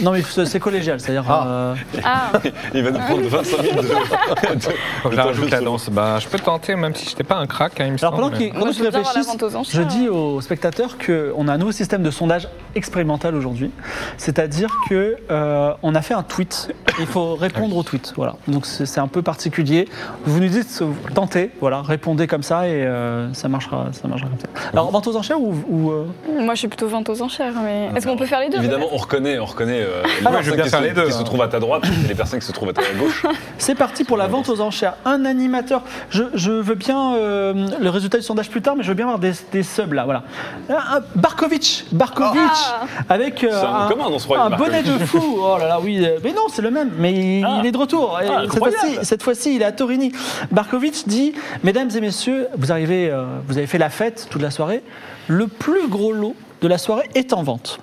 [SPEAKER 3] Non mais c'est c'est collégial, c'est-à-dire...
[SPEAKER 6] Ah.
[SPEAKER 3] euh,
[SPEAKER 7] Ah,
[SPEAKER 4] Il va nous prendre 25 000 de. de-
[SPEAKER 5] Je
[SPEAKER 4] de-
[SPEAKER 5] rajoute la
[SPEAKER 4] de-
[SPEAKER 5] danse. Bah, je peux tenter, même si j'étais pas un crack, hein, il me
[SPEAKER 3] Alors pendant
[SPEAKER 5] semble.
[SPEAKER 3] qu'ils pendant
[SPEAKER 7] Moi,
[SPEAKER 3] qu'ils
[SPEAKER 7] je veux bien avoir la
[SPEAKER 3] réfléchissent,
[SPEAKER 7] vente aux enchères.
[SPEAKER 3] je dis aux spectateurs qu'on a un nouveau système de sondage expérimental aujourd'hui. C'est-à-dire que euh, on a fait un tweet. Il faut répondre au tweet. Voilà. Donc c'est c'est un peu particulier. Vous nous dites ce- tentez, voilà, répondez comme ça et euh, ça marchera, ça marchera comme ça. Alors vente aux enchères ou, ou, euh,
[SPEAKER 7] moi je suis plutôt vente aux enchères, mais
[SPEAKER 6] Ah,
[SPEAKER 7] est-ce qu'on peut faire les deux
[SPEAKER 4] Évidemment, on reconnaît, on reconnaît euh, les
[SPEAKER 5] Ah, moi, je
[SPEAKER 4] personnes
[SPEAKER 5] veux bien
[SPEAKER 4] qui,
[SPEAKER 5] faire
[SPEAKER 4] se,
[SPEAKER 5] les deux,
[SPEAKER 4] qui
[SPEAKER 5] hein.
[SPEAKER 4] se trouvent à ta droite et les personnes qui se trouvent à ta gauche.
[SPEAKER 3] c'est parti pour la vente aux enchères. Un animateur. Je, je veux bien euh, le résultat du sondage plus tard, mais je veux bien avoir des, des subs là. Voilà. Ah, ah, Barkovitch, Barkovitch,
[SPEAKER 7] Ah.
[SPEAKER 3] avec euh,
[SPEAKER 4] C'est un nom commun dans ce royaume,
[SPEAKER 3] un bonnet
[SPEAKER 4] Barkovitch.
[SPEAKER 3] de fou. Oh là là, oui. euh, Mais non, c'est le même. Mais il,
[SPEAKER 4] Ah.
[SPEAKER 3] il est de retour. Et cette
[SPEAKER 4] incroyable.
[SPEAKER 3] fois-ci, cette fois-ci, il est à Torini. Barkovitch dit Mesdames et messieurs, vous arrivez, euh, vous avez fait la fête toute la soirée. Le plus gros lot de la soirée est en vente.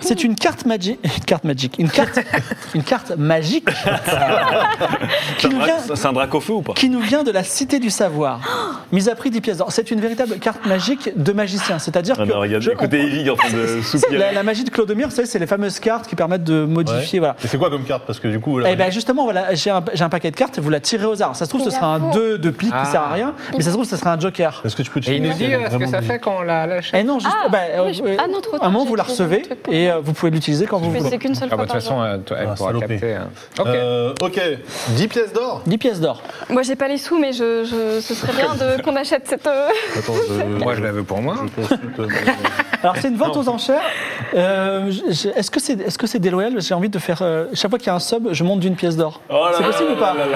[SPEAKER 3] C'est une carte magique, une carte magique, une carte, une carte magique qui
[SPEAKER 4] C'est
[SPEAKER 3] nous
[SPEAKER 4] un,
[SPEAKER 3] vient
[SPEAKER 4] dra- c'est un drac au feu ou pas
[SPEAKER 3] qui nous vient de la Cité du Savoir. Mise à prix 10 pièces d'or. C'est une véritable carte magique de magicien. C'est-à-dire
[SPEAKER 5] Ah,
[SPEAKER 3] que.
[SPEAKER 4] Alors, regarde,
[SPEAKER 3] je-
[SPEAKER 4] écoutez Evie qui est en train de soupirer.
[SPEAKER 3] la, la magie de Clodomir, vous savez, c'est les fameuses cartes qui permettent de modifier. Voilà.
[SPEAKER 6] Et c'est quoi comme carte Parce que du coup, là,
[SPEAKER 3] Eh ben justement, voilà, j'ai un, j'ai un paquet de cartes, vous la tirez aux arts. Ça se trouve, ce
[SPEAKER 7] Il
[SPEAKER 3] sera
[SPEAKER 7] a
[SPEAKER 3] un
[SPEAKER 7] faux.
[SPEAKER 3] 2 de pique
[SPEAKER 5] Ah.
[SPEAKER 3] qui sert à rien, mais ça se trouve, ce sera un joker.
[SPEAKER 6] est-ce que tu peux
[SPEAKER 5] Et il nous
[SPEAKER 6] checker
[SPEAKER 5] dit
[SPEAKER 6] si elle
[SPEAKER 5] euh,
[SPEAKER 6] est
[SPEAKER 5] ce que
[SPEAKER 6] vraiment
[SPEAKER 5] ça
[SPEAKER 6] dégueu
[SPEAKER 5] fait quand on l'a lâché.
[SPEAKER 3] Et non, juste,
[SPEAKER 7] Ah,
[SPEAKER 3] bah, euh,
[SPEAKER 7] mais je- ah non, trop
[SPEAKER 3] un
[SPEAKER 7] tard,
[SPEAKER 3] moment, vous
[SPEAKER 7] j'ai
[SPEAKER 3] la
[SPEAKER 7] utilisé
[SPEAKER 3] recevez
[SPEAKER 7] mon truc pour
[SPEAKER 3] et euh, vous pouvez l'utiliser quand vous
[SPEAKER 7] Mais
[SPEAKER 3] voulez.
[SPEAKER 7] c'est qu'une seule
[SPEAKER 5] Ah, bah,
[SPEAKER 7] fois
[SPEAKER 5] de toute
[SPEAKER 7] par
[SPEAKER 5] façon,
[SPEAKER 7] jour.
[SPEAKER 5] elle, elle
[SPEAKER 6] Ah,
[SPEAKER 5] pourra
[SPEAKER 6] salopé.
[SPEAKER 5] capter. hein. Ok.
[SPEAKER 6] Euh, ok, 10 pièces d'or
[SPEAKER 3] 10 pièces d'or.
[SPEAKER 7] Moi j'ai pas les sous, mais je, je- ce serait bien de- qu'on achète cette. euh,
[SPEAKER 6] Attends, je...
[SPEAKER 5] Moi, je la veux pour moi.
[SPEAKER 6] Je consulte, euh,
[SPEAKER 3] Alors, c'est une vente aux enchères. Euh, je- je- Est-ce que c'est est -ce c'est déloyal J'ai envie de faire. euh, chaque fois qu'il y a un sub, je monte d'une pièce d'or.
[SPEAKER 4] Oh là
[SPEAKER 3] c'est
[SPEAKER 4] là
[SPEAKER 3] possible
[SPEAKER 4] là
[SPEAKER 3] ou pas
[SPEAKER 4] là là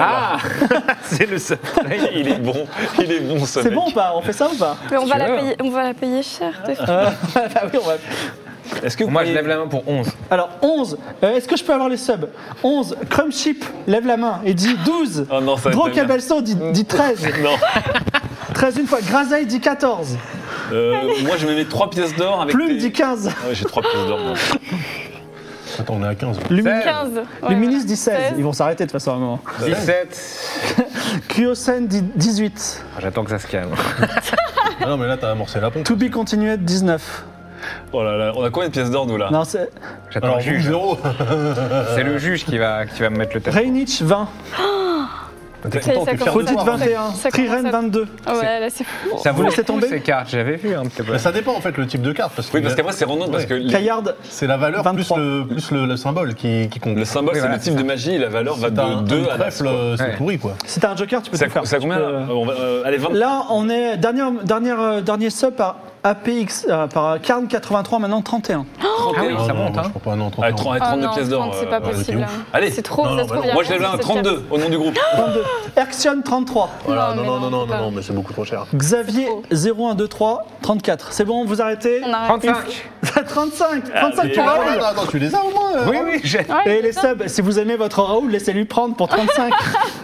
[SPEAKER 4] là. C'est le seul. Il est bon, il est bon ce
[SPEAKER 3] C'est
[SPEAKER 4] mec.
[SPEAKER 3] bon ou pas On fait ça ou pas
[SPEAKER 7] mais on va, la
[SPEAKER 5] veux. Ah,
[SPEAKER 7] payer, on va la payer cher, t'es fou.
[SPEAKER 3] Euh, bah oui, on va-
[SPEAKER 4] Est-ce que vous
[SPEAKER 5] Moi, je
[SPEAKER 4] pouvez-
[SPEAKER 5] lève la main pour 11.
[SPEAKER 3] Alors, 11. euh, Est-ce que je peux avoir les subs 11. Crumpship lève la main et dit 12.
[SPEAKER 4] Oh non, ça va être
[SPEAKER 3] Drocabelso
[SPEAKER 4] bien.
[SPEAKER 3] dit, dit 13.
[SPEAKER 4] Non.
[SPEAKER 3] 13 une fois. Grazaï dit 14.
[SPEAKER 4] Euh, moi, je me mets 3 pièces d'or avec.
[SPEAKER 3] Plume
[SPEAKER 4] tes-
[SPEAKER 3] dit 15.
[SPEAKER 4] Ah ouais, J'ai 3 pièces d'or. moi.
[SPEAKER 6] Attends, on est à 15.
[SPEAKER 3] Luminis
[SPEAKER 7] 15. ouais,
[SPEAKER 3] Luminis dit 16.
[SPEAKER 7] Seize.
[SPEAKER 3] Ils vont s'arrêter de toute façon à un moment.
[SPEAKER 5] 17.
[SPEAKER 3] Kyosen dit 18.
[SPEAKER 5] Ah, J'attends que ça se calme.
[SPEAKER 6] Ah non, mais là, t'as amorcé la pompe.
[SPEAKER 3] To be continued 19.
[SPEAKER 4] Oh là là, on a combien de pièces d'or nous là
[SPEAKER 3] Non, c'est.
[SPEAKER 5] J'attends
[SPEAKER 6] Alors,
[SPEAKER 5] le
[SPEAKER 6] vous,
[SPEAKER 5] juge.
[SPEAKER 6] zéro
[SPEAKER 5] C'est le juge qui va, qui va me mettre le tapis.
[SPEAKER 3] Reinich 20.
[SPEAKER 6] T'es
[SPEAKER 7] Ça y est,
[SPEAKER 6] content,
[SPEAKER 7] ça
[SPEAKER 6] t'es fier de
[SPEAKER 7] commence.
[SPEAKER 3] Rodit
[SPEAKER 6] toi.
[SPEAKER 7] Faudit,
[SPEAKER 6] hein.
[SPEAKER 3] 21.
[SPEAKER 7] Ça commence
[SPEAKER 3] Triren
[SPEAKER 7] à-
[SPEAKER 3] 22.
[SPEAKER 7] voilà. Ouais, là c'est fou.
[SPEAKER 5] Ça vaut le
[SPEAKER 3] laissez
[SPEAKER 5] coup,
[SPEAKER 3] tomber
[SPEAKER 5] ces cartes. J'avais vu hein, un petit peu.
[SPEAKER 6] Mais Ça dépend en fait le type de carte. Parce que
[SPEAKER 4] Oui, parce qu'après, c'est random parce que les-
[SPEAKER 3] Kayard.
[SPEAKER 6] c'est la valeur plus
[SPEAKER 3] 23.
[SPEAKER 6] le, plus le, le symbole qui, qui compte.
[SPEAKER 4] le symbole,
[SPEAKER 5] Oui,
[SPEAKER 4] c'est
[SPEAKER 5] voilà,
[SPEAKER 4] le type de magie et la valeur va
[SPEAKER 6] C'est un-
[SPEAKER 4] de 2
[SPEAKER 6] un
[SPEAKER 4] à
[SPEAKER 6] trèfle,
[SPEAKER 4] 9.
[SPEAKER 6] euh, c'est
[SPEAKER 5] Ouais.
[SPEAKER 6] pourri quoi.
[SPEAKER 3] Si t'as un joker, tu peux
[SPEAKER 4] C'est
[SPEAKER 3] tout faire.
[SPEAKER 4] à combien
[SPEAKER 3] Tu
[SPEAKER 4] là
[SPEAKER 3] peux, euh,
[SPEAKER 4] On va, euh, Allez, 20.
[SPEAKER 3] Là, on est. Dernier, dernier, euh, dernier sub par APX. euh, par Karn83, maintenant 31.
[SPEAKER 5] Ah oui,
[SPEAKER 6] Non,
[SPEAKER 5] ça
[SPEAKER 6] non,
[SPEAKER 5] monte.
[SPEAKER 6] moi,
[SPEAKER 5] hein.
[SPEAKER 6] je prends pas un an, 30
[SPEAKER 4] Allez, 30,
[SPEAKER 7] Ah
[SPEAKER 4] 32
[SPEAKER 7] non,
[SPEAKER 4] pièces d'or.
[SPEAKER 7] 30,
[SPEAKER 4] euh,
[SPEAKER 7] C'est pas
[SPEAKER 4] ouais.
[SPEAKER 6] c'est
[SPEAKER 7] possible.
[SPEAKER 6] ouf.
[SPEAKER 7] hein.
[SPEAKER 4] Allez.
[SPEAKER 7] C'est trop,
[SPEAKER 6] Non,
[SPEAKER 7] ça
[SPEAKER 6] non,
[SPEAKER 7] se trouve,
[SPEAKER 6] bah
[SPEAKER 7] il y a
[SPEAKER 4] Moi, je
[SPEAKER 7] plein
[SPEAKER 4] lève un
[SPEAKER 7] de cette
[SPEAKER 4] 32 au nom du groupe.
[SPEAKER 3] 32. Erxion 33.
[SPEAKER 6] Voilà, non,
[SPEAKER 7] Non, mais
[SPEAKER 6] non, non,
[SPEAKER 7] non,
[SPEAKER 6] non,
[SPEAKER 7] pas.
[SPEAKER 6] non, non, mais c'est beaucoup trop cher.
[SPEAKER 3] Xavier 0123 34. C'est bon, vous arrêtez
[SPEAKER 7] On arrête.
[SPEAKER 5] 35.
[SPEAKER 3] 35 35
[SPEAKER 4] mais-
[SPEAKER 3] pour
[SPEAKER 6] Ah,
[SPEAKER 3] Raoul
[SPEAKER 6] attends, attends, tu les as au moins euh,
[SPEAKER 5] Oui, oui, j'ai-
[SPEAKER 7] Ouais,
[SPEAKER 3] Et les
[SPEAKER 7] putain.
[SPEAKER 3] subs, si vous aimez votre Raoul, laissez-lui prendre pour 35.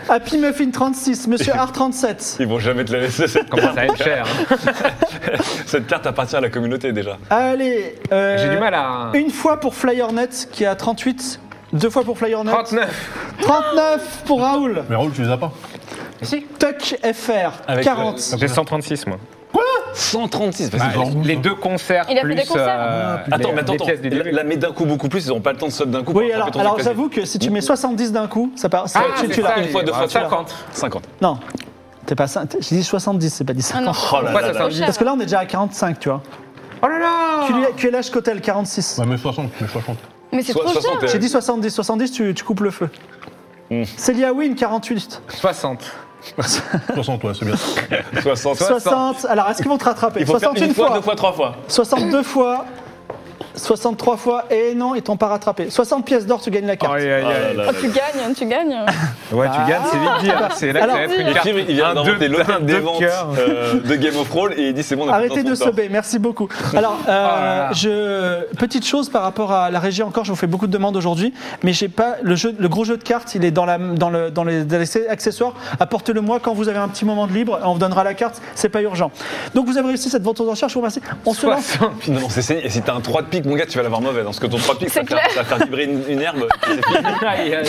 [SPEAKER 3] Happy Muffin 36, Monsieur Art 37.
[SPEAKER 4] Ils vont jamais te la laisser. Cette,
[SPEAKER 5] Comment ça va être cher hein.
[SPEAKER 4] cette carte appartient à la communauté déjà.
[SPEAKER 3] Allez. euh,
[SPEAKER 5] J'ai du mal à.
[SPEAKER 3] Une fois pour Flyernet qui est à 38. Deux fois pour Flyernet.
[SPEAKER 5] 39
[SPEAKER 3] 39 pour Raoul.
[SPEAKER 6] Mais Raoul, tu les as pas.
[SPEAKER 3] Tuck FR,
[SPEAKER 4] Avec euh,
[SPEAKER 3] 40.
[SPEAKER 5] J'ai 136 moi.
[SPEAKER 4] 136. vas-y.
[SPEAKER 5] Ah, les deux concerts
[SPEAKER 7] Il a fait
[SPEAKER 5] plus
[SPEAKER 7] des concerts
[SPEAKER 5] euh, les-
[SPEAKER 4] attends, mais attends,
[SPEAKER 5] les
[SPEAKER 4] attends.
[SPEAKER 5] pièces du
[SPEAKER 4] La,
[SPEAKER 5] début.
[SPEAKER 4] la mets d'un coup beaucoup plus, ils n'auront pas le temps de sub d'un coup. pour
[SPEAKER 3] Oui, alors,
[SPEAKER 4] attraper ton
[SPEAKER 3] alors
[SPEAKER 4] truc classique.
[SPEAKER 3] j'avoue que si tu mets 70 d'un coup, ça part. ça-
[SPEAKER 5] Ah,
[SPEAKER 3] tu
[SPEAKER 5] c'est
[SPEAKER 3] tu l'as.
[SPEAKER 5] ça,
[SPEAKER 4] Une fois, deux
[SPEAKER 5] bah,
[SPEAKER 4] fois, tu l'as.
[SPEAKER 5] 50.
[SPEAKER 4] 50.
[SPEAKER 3] Non, t'es pas cin- t'es- J'ai dit 70, c'est pas dit
[SPEAKER 7] Ah
[SPEAKER 3] 50.
[SPEAKER 7] non,
[SPEAKER 4] Oh là
[SPEAKER 5] Pourquoi
[SPEAKER 4] là
[SPEAKER 5] ça
[SPEAKER 4] là.
[SPEAKER 7] trop cher.
[SPEAKER 3] Parce que là, on est déjà à 45, tu vois.
[SPEAKER 5] Oh là là
[SPEAKER 3] QL- QLH Cotel, 46.
[SPEAKER 6] Ouais, mais 60, mais 60.
[SPEAKER 7] Mais c'est
[SPEAKER 4] Soit
[SPEAKER 7] trop cher.
[SPEAKER 4] 60, euh,
[SPEAKER 3] J'ai dit 70, 70, tu, tu coupes le feu.
[SPEAKER 4] Mm.
[SPEAKER 3] Célia Win, 48.
[SPEAKER 5] 60.
[SPEAKER 6] 60, ouais, c'est bien.
[SPEAKER 4] 60.
[SPEAKER 3] 60. Alors, est-ce qu'ils vont te rattraper
[SPEAKER 4] Il faut faire
[SPEAKER 3] 61
[SPEAKER 4] une fois, deux fois, trois fois.
[SPEAKER 3] 62 fois. 63 fois. Et non, ils t'ont pas rattrapé. 60 pièces d'or, tu gagnes la carte.
[SPEAKER 5] Aïe, aïe,
[SPEAKER 4] Ah
[SPEAKER 5] aïe.
[SPEAKER 4] là là là
[SPEAKER 7] Oh, tu gagnes, tu gagnes.
[SPEAKER 5] Ouais, tu gagnes, c'est vite dire. C'est là que
[SPEAKER 3] Alors,
[SPEAKER 5] ça va être
[SPEAKER 4] Et
[SPEAKER 5] une carte.
[SPEAKER 4] Pierre, il vient
[SPEAKER 5] Un
[SPEAKER 4] d'inventer
[SPEAKER 5] deux-
[SPEAKER 4] l'autre
[SPEAKER 5] un
[SPEAKER 4] des
[SPEAKER 5] deux
[SPEAKER 4] ventes
[SPEAKER 5] cœurs.
[SPEAKER 4] euh, de Game of Thrones et il dit c'est bon, on a
[SPEAKER 3] Arrêtez de
[SPEAKER 4] se
[SPEAKER 3] se baie, merci beaucoup. Alors, euh,
[SPEAKER 5] là là.
[SPEAKER 3] je, petite chose par rapport à la régie encore, je vous fais beaucoup de demandes aujourd'hui, mais j'ai pas le jeu, le gros jeu de cartes, il est dans la, dans le, dans les, dans les accessoires. Apportez-le moi quand vous avez un petit moment de libre, on vous donnera la carte, c'est pas urgent. Donc vous avez réussi cette vente aux enchères, je vous remercie. On se lance.
[SPEAKER 5] 60.
[SPEAKER 4] Non, c'est saigné. Et si t'as un 3 de pique, mon gars, tu vas l'avoir mauvais. Parce que ton 3 de pique, ça
[SPEAKER 7] C'est
[SPEAKER 4] va faire- ça va faire vibrer une, une herbe. C'est fini.
[SPEAKER 5] Aïe, aïe, aïe.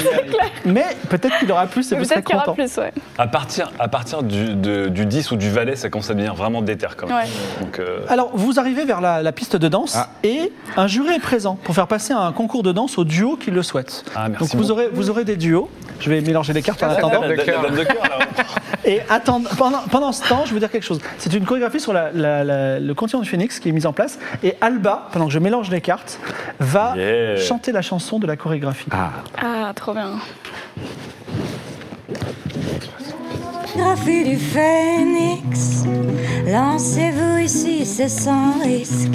[SPEAKER 3] Mais peut-être qu'il aura plus et vous serez
[SPEAKER 7] Peut-être qu'il y aura
[SPEAKER 3] content.
[SPEAKER 7] plus, ouais.
[SPEAKER 4] À partir, à partir du, de- du 10 ou du valet, ça commence à devenir vraiment déter quand même.
[SPEAKER 7] Ouais.
[SPEAKER 4] Donc, euh,
[SPEAKER 3] Alors, vous arrivez vers la, la piste de danse
[SPEAKER 5] Ah.
[SPEAKER 3] et un jury est présent pour faire passer un concours de danse au duo qui le souhaite.
[SPEAKER 4] Ah, merci
[SPEAKER 3] Donc, vous
[SPEAKER 4] beaucoup.
[SPEAKER 3] aurez, vous aurez des duos. Je vais mélanger les cartes en
[SPEAKER 5] la
[SPEAKER 3] attendant.
[SPEAKER 5] dame Ah, de cœur.
[SPEAKER 4] la dame de cœur, là.
[SPEAKER 3] Et attendre, pendant, pendant ce temps, je veux dire quelque chose. C'est une chorégraphie sur la- la- la- le continent du phoenix qui est mise en place. Et Alba, pendant que je mélange les cartes, va
[SPEAKER 4] Yeah.
[SPEAKER 3] chanter la chanson de la chorégraphie.
[SPEAKER 7] Ah, trop bien.
[SPEAKER 8] Graphie du phénix, lancez-vous ici, c'est sans risque.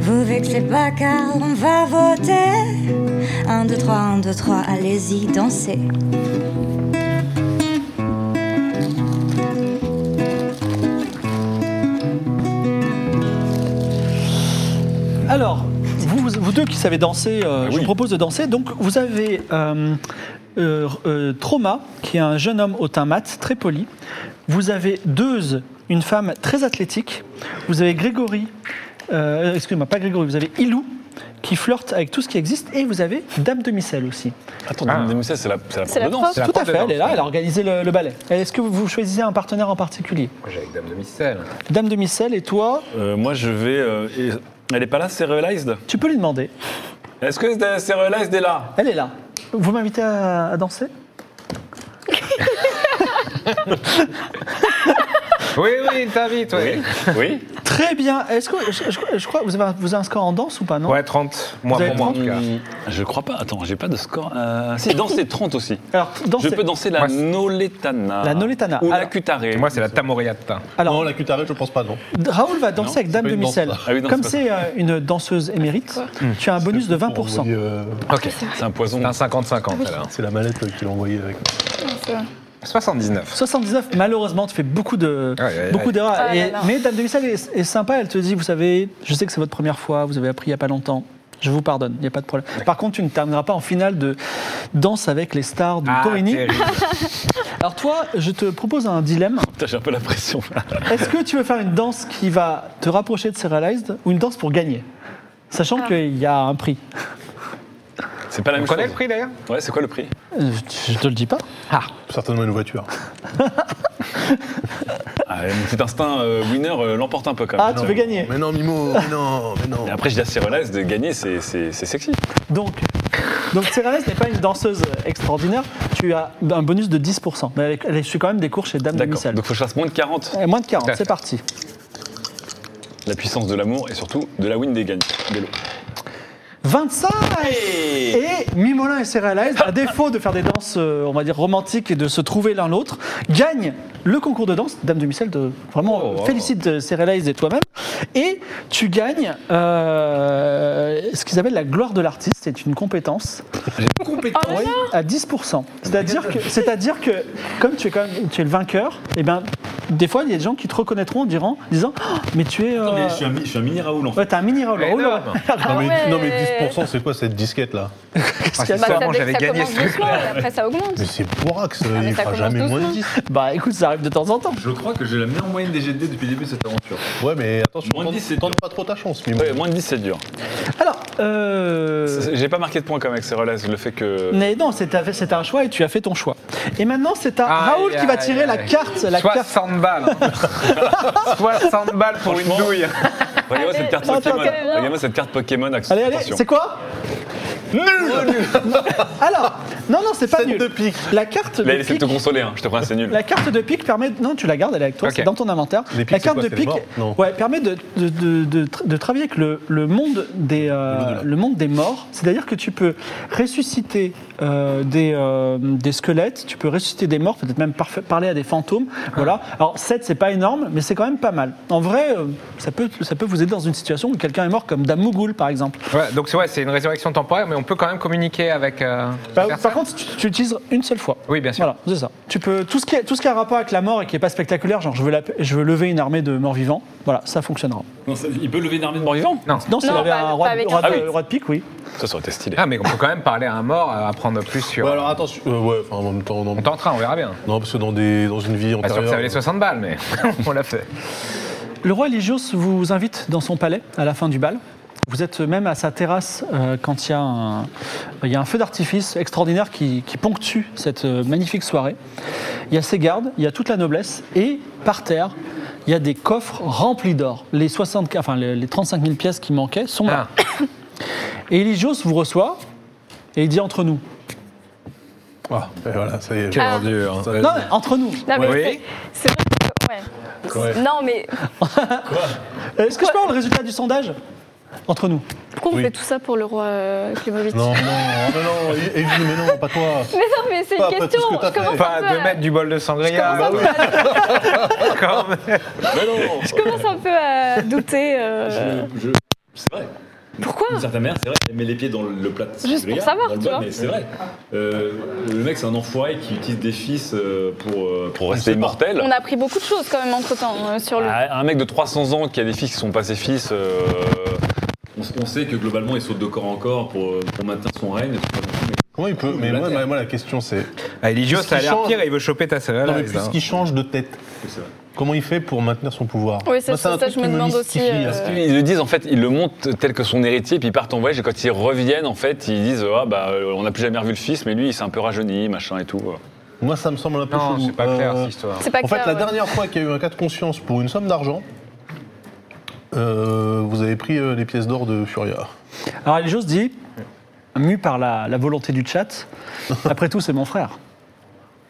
[SPEAKER 8] Vous vexez pas car on va voter. 1, 2, 3, 1, 2, 3, allez-y, dansez.
[SPEAKER 3] Alors, vous, vous- vous deux qui savez danser, euh, je vous propose de danser. Donc, vous avez euh, euh, euh, Trauma, qui est un jeune homme au teint mat, très poli. Vous avez Deuze, une femme très athlétique. Vous avez Grégory, euh, excusez-moi, pas Grégory, vous avez Ilou, qui flirte avec tout ce qui existe. Et vous avez Dame Demi-Sel aussi.
[SPEAKER 4] Attends,
[SPEAKER 5] Ah.
[SPEAKER 4] Dame de Musset, c'est la, c'est la
[SPEAKER 7] C'est la
[SPEAKER 4] prof de
[SPEAKER 7] prof.
[SPEAKER 4] danse.
[SPEAKER 5] C'est la
[SPEAKER 3] Tout à
[SPEAKER 5] prof de
[SPEAKER 3] fait, elle est là,
[SPEAKER 5] danse.
[SPEAKER 3] elle a organisé le, le ballet. Est-ce que vous choisissez un partenaire en particulier
[SPEAKER 5] Moi, j'ai avec Dame de Micelle.
[SPEAKER 3] Dame Demi-Sel et toi,
[SPEAKER 4] Euh, moi, je vais. euh, et- Elle est pas là, Serialized
[SPEAKER 3] tu peux lui demander.
[SPEAKER 4] Est-ce que Serialized est là
[SPEAKER 3] Elle est là. Vous m'invitez à, à danser
[SPEAKER 5] Oui, oui, il t'invite, ouais.
[SPEAKER 4] Oui
[SPEAKER 3] Très bien. Est-ce que je, je- je crois que vous avez, un, vous avez un score en danse ou pas non
[SPEAKER 5] Ouais, 30. Moi,
[SPEAKER 3] Vous avez
[SPEAKER 5] pour moi, en
[SPEAKER 3] 30?
[SPEAKER 5] tout cas.
[SPEAKER 4] Hum, Je crois pas. Attends, j'ai pas de score. Euh, Si, danser 30 aussi.
[SPEAKER 3] Alors danser.
[SPEAKER 4] Je peux danser la
[SPEAKER 5] Moi, c'est-
[SPEAKER 4] Noletana.
[SPEAKER 3] La Noletana.
[SPEAKER 4] Ou la
[SPEAKER 3] Alors-
[SPEAKER 4] Cutaré.
[SPEAKER 5] Moi, c'est la Tamoriata.
[SPEAKER 3] Alors
[SPEAKER 6] Non, la cutarelle, je pense pas, non.
[SPEAKER 3] Raoul va danser
[SPEAKER 4] Non,
[SPEAKER 3] avec
[SPEAKER 6] c'est
[SPEAKER 3] Dame
[SPEAKER 6] pas une
[SPEAKER 3] Demi-Sel.
[SPEAKER 6] danse, ça.
[SPEAKER 4] Ah oui, non,
[SPEAKER 3] Comme
[SPEAKER 4] c'est
[SPEAKER 3] c'est euh, une danseuse émérite, tu as un bonus de 20%.
[SPEAKER 6] Envoyer, euh,
[SPEAKER 5] Ok.
[SPEAKER 4] C'est un poison.
[SPEAKER 5] C'est un 50-50 alors.
[SPEAKER 6] C'est la mallette euh, qu'il a envoyée avec.
[SPEAKER 7] C'est vrai.
[SPEAKER 5] 79.
[SPEAKER 3] 79, malheureusement, tu fais beaucoup de
[SPEAKER 5] Aïe, aïe, aïe.
[SPEAKER 3] beaucoup d'erreurs.
[SPEAKER 7] Ah là
[SPEAKER 3] Et-
[SPEAKER 7] là.
[SPEAKER 3] mais Dame Demi-Sel est, est sympa, elle te dit, vous savez, je sais que c'est votre première fois, vous avez appris il n'y a pas longtemps. Je vous pardonne, il n'y a pas de problème. Par contre, tu ne termineras pas en finale de danse avec les stars du
[SPEAKER 5] Ah,
[SPEAKER 3] Torini.
[SPEAKER 5] terrible.
[SPEAKER 3] Alors toi, je te propose un dilemme.
[SPEAKER 4] Putain, j'ai un peu la pression.
[SPEAKER 3] Est-ce que tu veux faire une danse qui va te rapprocher de Serialized ou une danse pour gagner Sachant
[SPEAKER 7] Ah.
[SPEAKER 3] qu'il y a un prix.
[SPEAKER 4] C'est pas la
[SPEAKER 5] On
[SPEAKER 4] même
[SPEAKER 5] connaît
[SPEAKER 4] chose.
[SPEAKER 5] le prix d'ailleurs
[SPEAKER 4] Ouais, c'est quoi le prix
[SPEAKER 3] Euh, Je te le dis pas.
[SPEAKER 6] Certainement une voiture.
[SPEAKER 4] Ah, Mon petit instinct euh, winner euh, l'emporte un peu quand même.
[SPEAKER 3] Ah, tu veux gagner.
[SPEAKER 6] Mais non, Mimo, mais non, mais non.
[SPEAKER 4] Et après, je dis à Serialized de gagner, c'est c'est- c'est sexy.
[SPEAKER 3] Donc, donc Serialized n'est pas une danseuse extraordinaire. Tu as un bonus de 10%. Mais elle, est- elle suit quand même des cours chez Dame de
[SPEAKER 4] D'accord.
[SPEAKER 3] Micelle.
[SPEAKER 4] Donc, faut que je fasse moins de 40.
[SPEAKER 3] Eh, Moins de 40,
[SPEAKER 5] D'accord.
[SPEAKER 3] c'est parti.
[SPEAKER 4] La puissance de l'amour et surtout de la win des gains. Des lots.
[SPEAKER 3] 25 Et Mimolin et Serialized, à défaut de faire des danses, euh, on va dire, romantiques et de se trouver l'un l'autre, gagnent le concours de danse. Dame de Micelle, de, vraiment,
[SPEAKER 5] Oh,
[SPEAKER 3] euh,
[SPEAKER 5] wow.
[SPEAKER 3] félicite euh, Serialized et toi-même. Et tu gagnes euh, ce qu'ils appellent la gloire de l'artiste. C'est une compétence Oui, à 10%. C'est-à-dire que, c'est-à-dire que comme tu es, quand même, tu es le vainqueur, eh ben, des fois, il y a des gens qui te reconnaîtront en dirant, disant Ah, Mais tu es. euh,
[SPEAKER 4] Attends, mais je suis un, mi- je suis un mini Raoul en fait.
[SPEAKER 3] Ouais, t'as un mini Raoul. Raoul,
[SPEAKER 5] Énorme.
[SPEAKER 3] ouais.
[SPEAKER 6] Non, mais,
[SPEAKER 7] ouais.
[SPEAKER 6] non, mais 10%, c'est quoi cette disquette là
[SPEAKER 5] Ah,
[SPEAKER 3] qu'il y a
[SPEAKER 5] c'est
[SPEAKER 7] Bah, ça,
[SPEAKER 5] sûrement,
[SPEAKER 7] dès que
[SPEAKER 5] j'avais
[SPEAKER 7] ça
[SPEAKER 5] gagné
[SPEAKER 7] commence
[SPEAKER 5] ce truc.
[SPEAKER 7] doucement, et après ça augmente.
[SPEAKER 6] Mais c'est borax,
[SPEAKER 7] Ah, mais
[SPEAKER 6] il
[SPEAKER 7] ça
[SPEAKER 6] fera
[SPEAKER 7] commence
[SPEAKER 6] jamais moins de
[SPEAKER 7] doucement.
[SPEAKER 6] 10.
[SPEAKER 3] Bah écoute, ça arrive de temps en temps.
[SPEAKER 4] Je crois que j'ai la meilleure moyenne des GD depuis le début de cette aventure.
[SPEAKER 6] Ouais, mais attention,
[SPEAKER 4] Moins de
[SPEAKER 6] tente,
[SPEAKER 4] 10, c'est
[SPEAKER 6] tente
[SPEAKER 4] dur.
[SPEAKER 6] pas trop ta chance, Mimo.
[SPEAKER 4] Ouais, moins de 10, c'est dur.
[SPEAKER 3] Alors, euh.
[SPEAKER 4] C'est- J'ai pas marqué de points quand même avec ces relais, le fait que.
[SPEAKER 3] Mais non, c'est ta- c'est un choix et tu as fait ton choix. Et maintenant, c'est à
[SPEAKER 5] Aïe,
[SPEAKER 3] Raoul qui va
[SPEAKER 5] aïe,
[SPEAKER 3] tirer la
[SPEAKER 5] aïe.
[SPEAKER 3] carte. La carte.
[SPEAKER 5] 60 balles. 60 balles pour une
[SPEAKER 4] Franchement.
[SPEAKER 5] douille.
[SPEAKER 4] Regardez-moi cette carte
[SPEAKER 3] Attends,
[SPEAKER 4] Pokémon.
[SPEAKER 3] attends.
[SPEAKER 4] Regardez-moi cette carte Pokémon. Action.
[SPEAKER 3] Allez, allez,
[SPEAKER 4] Attention.
[SPEAKER 3] c'est quoi Nul Alors, non, non, c'est pas
[SPEAKER 6] Sept
[SPEAKER 3] nul.
[SPEAKER 6] de pique.
[SPEAKER 3] La carte
[SPEAKER 4] Là,
[SPEAKER 3] de
[SPEAKER 4] essaie de te
[SPEAKER 3] pique.
[SPEAKER 4] consoler, hein. je te prends, c'est nul.
[SPEAKER 3] La carte de pique permet. Non, tu la gardes, elle est avec toi,
[SPEAKER 5] Ok.
[SPEAKER 3] c'est dans ton inventaire.
[SPEAKER 6] Les piques,
[SPEAKER 3] la
[SPEAKER 6] c'est
[SPEAKER 3] carte
[SPEAKER 6] quoi,
[SPEAKER 3] de
[SPEAKER 6] c'est
[SPEAKER 3] pique
[SPEAKER 6] mort Non.
[SPEAKER 3] ouais, permet de, de, de, de tra- de travailler avec le, le monde des, euh, le monde des morts. C'est-à-dire que tu peux ressusciter euh, des, euh, des squelettes, tu peux ressusciter des morts, peut-être même parfa- parler à des fantômes.
[SPEAKER 6] Ah.
[SPEAKER 3] Voilà. Alors, 7, c'est pas énorme, mais c'est quand même pas mal. En vrai, euh, ça, peut, ça peut vous aider dans une situation où quelqu'un est mort, comme Dame Mougoul, par exemple.
[SPEAKER 5] Ouais, donc c'est ouais, c'est une résurrection temporaire, mais on peut quand même communiquer avec. euh,
[SPEAKER 3] Par,
[SPEAKER 5] la
[SPEAKER 3] Bah, par
[SPEAKER 5] personne.
[SPEAKER 3] contre, tu, tu l'utilises une seule fois.
[SPEAKER 5] Oui, bien sûr.
[SPEAKER 3] Voilà, c'est ça. Tu peux tout ce qui est- tout ce qui a rapport avec la mort et qui est pas spectaculaire, genre je veux la- je veux lever une armée de morts vivants. Voilà, ça fonctionnera.
[SPEAKER 4] Non, ça- il peut lever une armée de morts vivants
[SPEAKER 5] Non.
[SPEAKER 3] Non, c'est
[SPEAKER 7] Non,
[SPEAKER 3] lever
[SPEAKER 7] pas-
[SPEAKER 3] un
[SPEAKER 7] pas
[SPEAKER 3] roi,
[SPEAKER 7] avec
[SPEAKER 3] roi
[SPEAKER 7] un
[SPEAKER 3] de-
[SPEAKER 4] feu.
[SPEAKER 3] roi de pique, oui.
[SPEAKER 4] Ça, ça aurait été stylé.
[SPEAKER 5] Ah, mais on peut quand même parler à un mort, euh, apprendre plus sur.
[SPEAKER 6] Ouais, alors attention, euh, ouais, enfin en même temps, non.
[SPEAKER 5] On tentera, on verra bien.
[SPEAKER 6] Non, parce que dans, des, dans une vie
[SPEAKER 5] Pas sûr que
[SPEAKER 6] antérieure. euh,
[SPEAKER 5] ça valait 60 balles, mais on l'a fait.
[SPEAKER 3] Le roi Eligios vous invite dans son palais à la fin du bal. Vous êtes même à sa terrasse euh, quand il y, a un- il y a un feu d'artifice extraordinaire qui, qui ponctue cette euh, magnifique soirée. Il y a ses gardes, il y a toute la noblesse et par terre, il y a des coffres remplis d'or. Les, 60 enfin, les les 35 000 pièces qui manquaient sont là.
[SPEAKER 5] Ah,
[SPEAKER 3] Et Eligios vous reçoit et il dit entre nous.
[SPEAKER 6] Ah, et voilà, ça y est.
[SPEAKER 7] Ah.
[SPEAKER 6] ordure. Ça y est.
[SPEAKER 3] hein. Non, mais entre nous.
[SPEAKER 7] Non, mais
[SPEAKER 5] Oui.
[SPEAKER 7] c'est c'est vrai que- ouais.
[SPEAKER 6] Ouais.
[SPEAKER 7] Non, mais
[SPEAKER 3] Est-ce que je parle le résultat du sondage Entre nous.
[SPEAKER 7] pourquoi on
[SPEAKER 6] Oui.
[SPEAKER 7] fait tout ça pour le roi euh, Klimovic
[SPEAKER 6] Non, non, mais non, et- et lui, mais non, pas toi.
[SPEAKER 7] Mais non, mais c'est
[SPEAKER 6] Pas-
[SPEAKER 7] une
[SPEAKER 6] pas tout
[SPEAKER 7] question.
[SPEAKER 6] ce que t'as
[SPEAKER 7] Je commence
[SPEAKER 5] Pas
[SPEAKER 7] un peu
[SPEAKER 5] de
[SPEAKER 7] à-
[SPEAKER 5] mettre du bol de sangria.
[SPEAKER 7] Ah, commence un peu à-
[SPEAKER 5] Quand même.
[SPEAKER 4] Mais non
[SPEAKER 7] je commence un peu à douter. euh,
[SPEAKER 4] Je- je- C'est vrai,
[SPEAKER 7] Pourquoi
[SPEAKER 4] d'une certaine manière, c'est vrai, elle met les pieds dans le plat. de
[SPEAKER 7] Juste
[SPEAKER 4] sangria,
[SPEAKER 7] pour savoir,
[SPEAKER 4] dans le
[SPEAKER 7] tu
[SPEAKER 4] bol,
[SPEAKER 7] vois.
[SPEAKER 4] Mais c'est vrai. Euh, le mec, c'est un enfoiré qui utilise des fils euh, pour, euh, pour
[SPEAKER 6] sait
[SPEAKER 4] rester
[SPEAKER 6] pas.
[SPEAKER 4] immortel.
[SPEAKER 7] On a appris beaucoup de choses quand même entre temps sur le.
[SPEAKER 4] Ah, un mec de 300 ans qui a des fils qui sont pas ses fils, euh, on, on sait que globalement il saute de corps en corps pour, euh, pour maintenir son règne. et tout ça.
[SPEAKER 6] Comment il peut Mais moi, ma- moi, la question, c'est.
[SPEAKER 5] Ah, Eligio, ça a l'air
[SPEAKER 6] Change.
[SPEAKER 5] pire, il veut choper ta céréale. hein.
[SPEAKER 6] Non, mais puisqu'il change de tête,
[SPEAKER 4] C'est vrai.
[SPEAKER 6] comment il fait pour maintenir son pouvoir
[SPEAKER 7] Oui, ça,
[SPEAKER 6] Moi, c'est un
[SPEAKER 7] ça,
[SPEAKER 6] truc
[SPEAKER 7] je me
[SPEAKER 6] qui
[SPEAKER 7] demande aussi,
[SPEAKER 6] mystifie,
[SPEAKER 7] euh,
[SPEAKER 6] là.
[SPEAKER 7] Ouais.
[SPEAKER 4] Ils le disent en fait, ils le montent tel que son héritier, puis ils partent en voyage et quand ils reviennent en fait, ils disent ah bah euh, on n'a plus jamais revu le fils, mais lui il s'est un peu rajeuni, machin et tout. euh. voilà.
[SPEAKER 6] Moi, ça me semble un peu
[SPEAKER 5] Non,
[SPEAKER 6] chelou.
[SPEAKER 5] c'est pas clair
[SPEAKER 6] Euh,
[SPEAKER 5] cette histoire.
[SPEAKER 7] C'est pas
[SPEAKER 6] En fait,
[SPEAKER 7] clair,
[SPEAKER 6] la
[SPEAKER 7] ouais.
[SPEAKER 6] dernière fois qu'il y a eu un cas de conscience pour une somme d'argent, euh, vous avez pris euh, les pièces d'or de Furia.
[SPEAKER 3] Alors Eligios dit, mu par la, la volonté du chat, après tout c'est mon frère.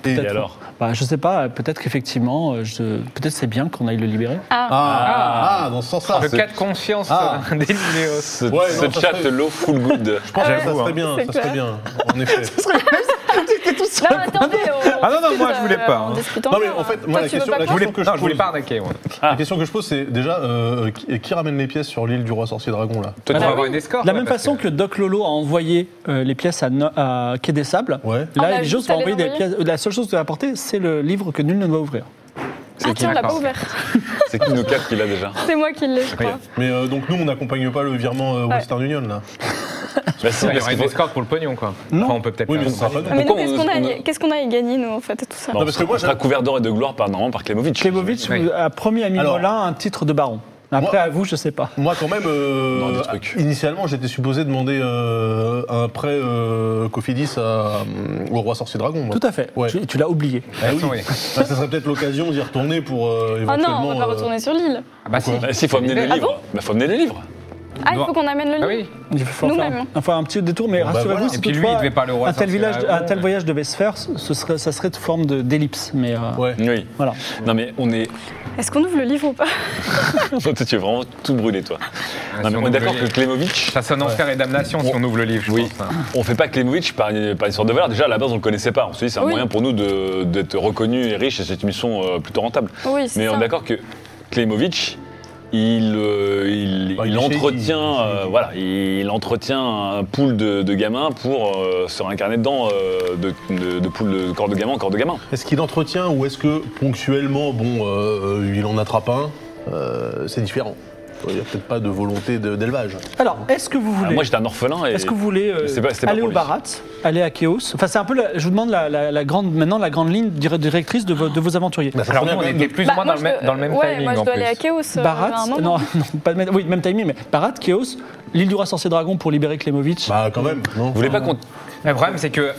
[SPEAKER 6] Et
[SPEAKER 3] Peut-être- bah, Je sais pas, peut-être qu'effectivement, euh, je- peut-être c'est bien qu'on aille le libérer.
[SPEAKER 6] Ah, ah, dans ce sens-là.
[SPEAKER 5] Le
[SPEAKER 6] c'est-
[SPEAKER 5] cas de conscience
[SPEAKER 6] Ah.
[SPEAKER 5] euh, d'Eligio.
[SPEAKER 4] Ce,
[SPEAKER 6] Ouais, non,
[SPEAKER 4] ce
[SPEAKER 6] ça
[SPEAKER 4] chat
[SPEAKER 6] serait-
[SPEAKER 4] l'eau full good.
[SPEAKER 6] Je pense que ça
[SPEAKER 5] J'avoue,
[SPEAKER 6] serait
[SPEAKER 5] hein.
[SPEAKER 6] bien,
[SPEAKER 7] C'est
[SPEAKER 6] ça serait
[SPEAKER 7] clair.
[SPEAKER 6] bien, en effet.
[SPEAKER 7] Non, attendez. on-
[SPEAKER 5] Ah non, non, moi, je voulais pas, hein.
[SPEAKER 7] On discute
[SPEAKER 6] Non, mais
[SPEAKER 7] encore,
[SPEAKER 6] en fait,
[SPEAKER 7] hein.
[SPEAKER 6] moi,
[SPEAKER 7] Toi,
[SPEAKER 6] la
[SPEAKER 7] tu veux
[SPEAKER 6] question-
[SPEAKER 7] pas
[SPEAKER 6] la
[SPEAKER 7] qu'on-
[SPEAKER 5] Je voulais,
[SPEAKER 6] question que je
[SPEAKER 5] non, je voulais
[SPEAKER 6] pose-
[SPEAKER 5] pas arnaquer. Moi.
[SPEAKER 6] La question que je pose, c'est déjà, euh, qui, qui ramène les pièces sur l'île du roi sorcier dragon, là
[SPEAKER 5] Toi, tu
[SPEAKER 3] oui.
[SPEAKER 5] vas avoir une escorte.
[SPEAKER 3] De la
[SPEAKER 5] ouais,
[SPEAKER 3] même
[SPEAKER 5] parce
[SPEAKER 3] façon que... Doc Lolo a envoyé euh, les pièces à, No- à Quai des Sables,
[SPEAKER 6] Ouais.
[SPEAKER 7] Ah, on
[SPEAKER 3] là
[SPEAKER 7] a
[SPEAKER 3] Eligios
[SPEAKER 7] juste
[SPEAKER 3] va
[SPEAKER 7] à les
[SPEAKER 3] envoyer des
[SPEAKER 7] envoyer
[SPEAKER 3] pièces. La seule chose qu'il va apporter, c'est le livre que nul ne doit ouvrir.
[SPEAKER 7] Ah tiens, on l'a pas
[SPEAKER 5] D'accord.
[SPEAKER 7] ouvert.
[SPEAKER 4] C'est qui nos quatre qu'il a déjà
[SPEAKER 7] C'est moi qui l'ai, je
[SPEAKER 5] Oui.
[SPEAKER 7] crois.
[SPEAKER 6] Mais euh, donc, nous, on n'accompagne pas le virement euh, Western Union, là.
[SPEAKER 4] Bah si,
[SPEAKER 5] Ouais, Il y
[SPEAKER 4] parce
[SPEAKER 5] aura
[SPEAKER 4] qu'il
[SPEAKER 5] une
[SPEAKER 4] faut-
[SPEAKER 5] escorte pour le pognon, quoi.
[SPEAKER 3] Non.
[SPEAKER 5] Enfin, on peut peut-être
[SPEAKER 6] Oui,
[SPEAKER 5] faire
[SPEAKER 6] mais
[SPEAKER 5] une
[SPEAKER 6] ce sera pas
[SPEAKER 5] escorte.
[SPEAKER 6] nous.
[SPEAKER 7] Mais nous,
[SPEAKER 4] Pourquoi
[SPEAKER 7] qu'est-ce
[SPEAKER 4] on-
[SPEAKER 7] qu'on a,
[SPEAKER 4] on a-
[SPEAKER 7] à- qu'est-ce qu'on a à y gagner, nous, en fait, et tout ça
[SPEAKER 4] Non,
[SPEAKER 6] parce que moi,
[SPEAKER 4] on sera
[SPEAKER 6] j'avais-
[SPEAKER 4] couvert d'or et de gloire par normalement par Klemovic.
[SPEAKER 3] Klebovic
[SPEAKER 5] Oui.
[SPEAKER 3] a promis à
[SPEAKER 6] Alors-
[SPEAKER 3] Mimolin un titre de baron. Après,
[SPEAKER 6] Moi-
[SPEAKER 3] à vous, je sais pas.
[SPEAKER 6] Moi, quand même, euh,
[SPEAKER 4] Non, des trucs.
[SPEAKER 6] initialement, j'étais supposé demander euh, un prêt euh, Cofidis à, euh, au roi sorcier dragon. moi.
[SPEAKER 3] Tout à fait.
[SPEAKER 6] Ouais.
[SPEAKER 3] Tu, tu l'as oublié.
[SPEAKER 6] Ah oui.
[SPEAKER 5] Attends, oui.
[SPEAKER 6] Bah, ça serait peut-être l'occasion d'y retourner pour euh,
[SPEAKER 7] Ah non,
[SPEAKER 6] éventuellement.
[SPEAKER 7] on va pas
[SPEAKER 6] euh,
[SPEAKER 7] retourner sur l'île.
[SPEAKER 5] Ah bah si.
[SPEAKER 4] Bah si, faut amener les
[SPEAKER 5] Ah
[SPEAKER 4] livres. Bah faut amener les livres.
[SPEAKER 7] Ah, il faut qu'on amène le
[SPEAKER 5] Ah oui.
[SPEAKER 7] livre.
[SPEAKER 3] Il faut faire
[SPEAKER 7] Nous-mêmes.
[SPEAKER 3] un, enfin, un petit détour, mais
[SPEAKER 6] Bon, bah
[SPEAKER 3] rassurez-vous,
[SPEAKER 6] voilà.
[SPEAKER 3] si
[SPEAKER 5] Et puis lui,
[SPEAKER 3] toutefois,
[SPEAKER 5] il devait parler au roi
[SPEAKER 3] un tel,
[SPEAKER 5] sorcier
[SPEAKER 3] village,
[SPEAKER 5] dragon.
[SPEAKER 3] un tel voyage devait se faire, ce serait, ça serait de forme de- d'ellipse. Mais euh,
[SPEAKER 6] Ouais.
[SPEAKER 4] Oui.
[SPEAKER 3] voilà.
[SPEAKER 4] Non mais on est.
[SPEAKER 7] Est-ce qu'on ouvre le livre ou pas
[SPEAKER 4] Toi, tu veux vraiment tout brûler toi.
[SPEAKER 5] Ah,
[SPEAKER 4] Non,
[SPEAKER 5] si
[SPEAKER 4] mais
[SPEAKER 5] on
[SPEAKER 4] on est
[SPEAKER 5] ouvre
[SPEAKER 4] d'accord
[SPEAKER 5] le
[SPEAKER 4] que
[SPEAKER 5] livre.
[SPEAKER 4] Klemovic,
[SPEAKER 5] Ça sonne enfer et damnation si on ouvre le livre, je
[SPEAKER 4] Oui.
[SPEAKER 5] pense. hein.
[SPEAKER 4] on fait pas Klemovic par, une- par une sorte de valeur. Déjà, à la base, on le connaissait pas. On se dit, c'est un
[SPEAKER 7] Oui.
[SPEAKER 4] moyen pour nous de- d'être reconnus et riches et c'est une mission euh, plutôt rentable.
[SPEAKER 7] Oui, c'est
[SPEAKER 4] Mais on
[SPEAKER 7] ça.
[SPEAKER 4] est d'accord que Klemovic, il, euh, il,
[SPEAKER 5] Ah,
[SPEAKER 6] Bah, il
[SPEAKER 4] il
[SPEAKER 6] fait-
[SPEAKER 4] entretient,
[SPEAKER 6] il-
[SPEAKER 4] euh, voilà, il entretient un pool de, de gamins pour euh, se réincarner dedans, euh, de, de, de pool de corps de gamin en corps de gamin.
[SPEAKER 6] Est-ce qu'il entretient ou est-ce que ponctuellement, bon, euh, il en attrape un euh, C'est différent. Il n'y a peut-être pas de volonté de- d'élevage.
[SPEAKER 3] Alors, est-ce que vous
[SPEAKER 4] Alors,
[SPEAKER 3] voulez.
[SPEAKER 4] Ah, moi, j'étais un orphelin et
[SPEAKER 3] Est-ce que vous voulez euh,
[SPEAKER 4] C'est pas- c'était pas
[SPEAKER 3] aller
[SPEAKER 4] pour
[SPEAKER 3] au
[SPEAKER 4] lui.
[SPEAKER 3] Barat, aller à Chaos Enfin, c'est un peu. la- je vous demande la, la- la grande, maintenant la grande ligne dir- directrice de, vos- de vos aventuriers.
[SPEAKER 6] Bah, ça
[SPEAKER 5] Alors,
[SPEAKER 6] serait
[SPEAKER 5] nous, on
[SPEAKER 6] bien
[SPEAKER 5] était plus ou
[SPEAKER 7] Bah,
[SPEAKER 5] moins
[SPEAKER 7] moi,
[SPEAKER 5] dans, le
[SPEAKER 7] je
[SPEAKER 5] même,
[SPEAKER 7] dois-
[SPEAKER 5] dans le même
[SPEAKER 7] ouais,
[SPEAKER 5] timing
[SPEAKER 7] moi, je
[SPEAKER 5] en
[SPEAKER 7] dois
[SPEAKER 5] plus.
[SPEAKER 7] aller à Chaos. euh, à
[SPEAKER 3] Barat,
[SPEAKER 7] un moment.
[SPEAKER 3] non, non, pas de- oui, même timing, mais Barat, Chaos, l'île du roi sorcier dragon pour libérer Klemovic.
[SPEAKER 6] Bah, quand même, non
[SPEAKER 4] Vous voulez pas qu'on
[SPEAKER 5] Le problème, c'est que,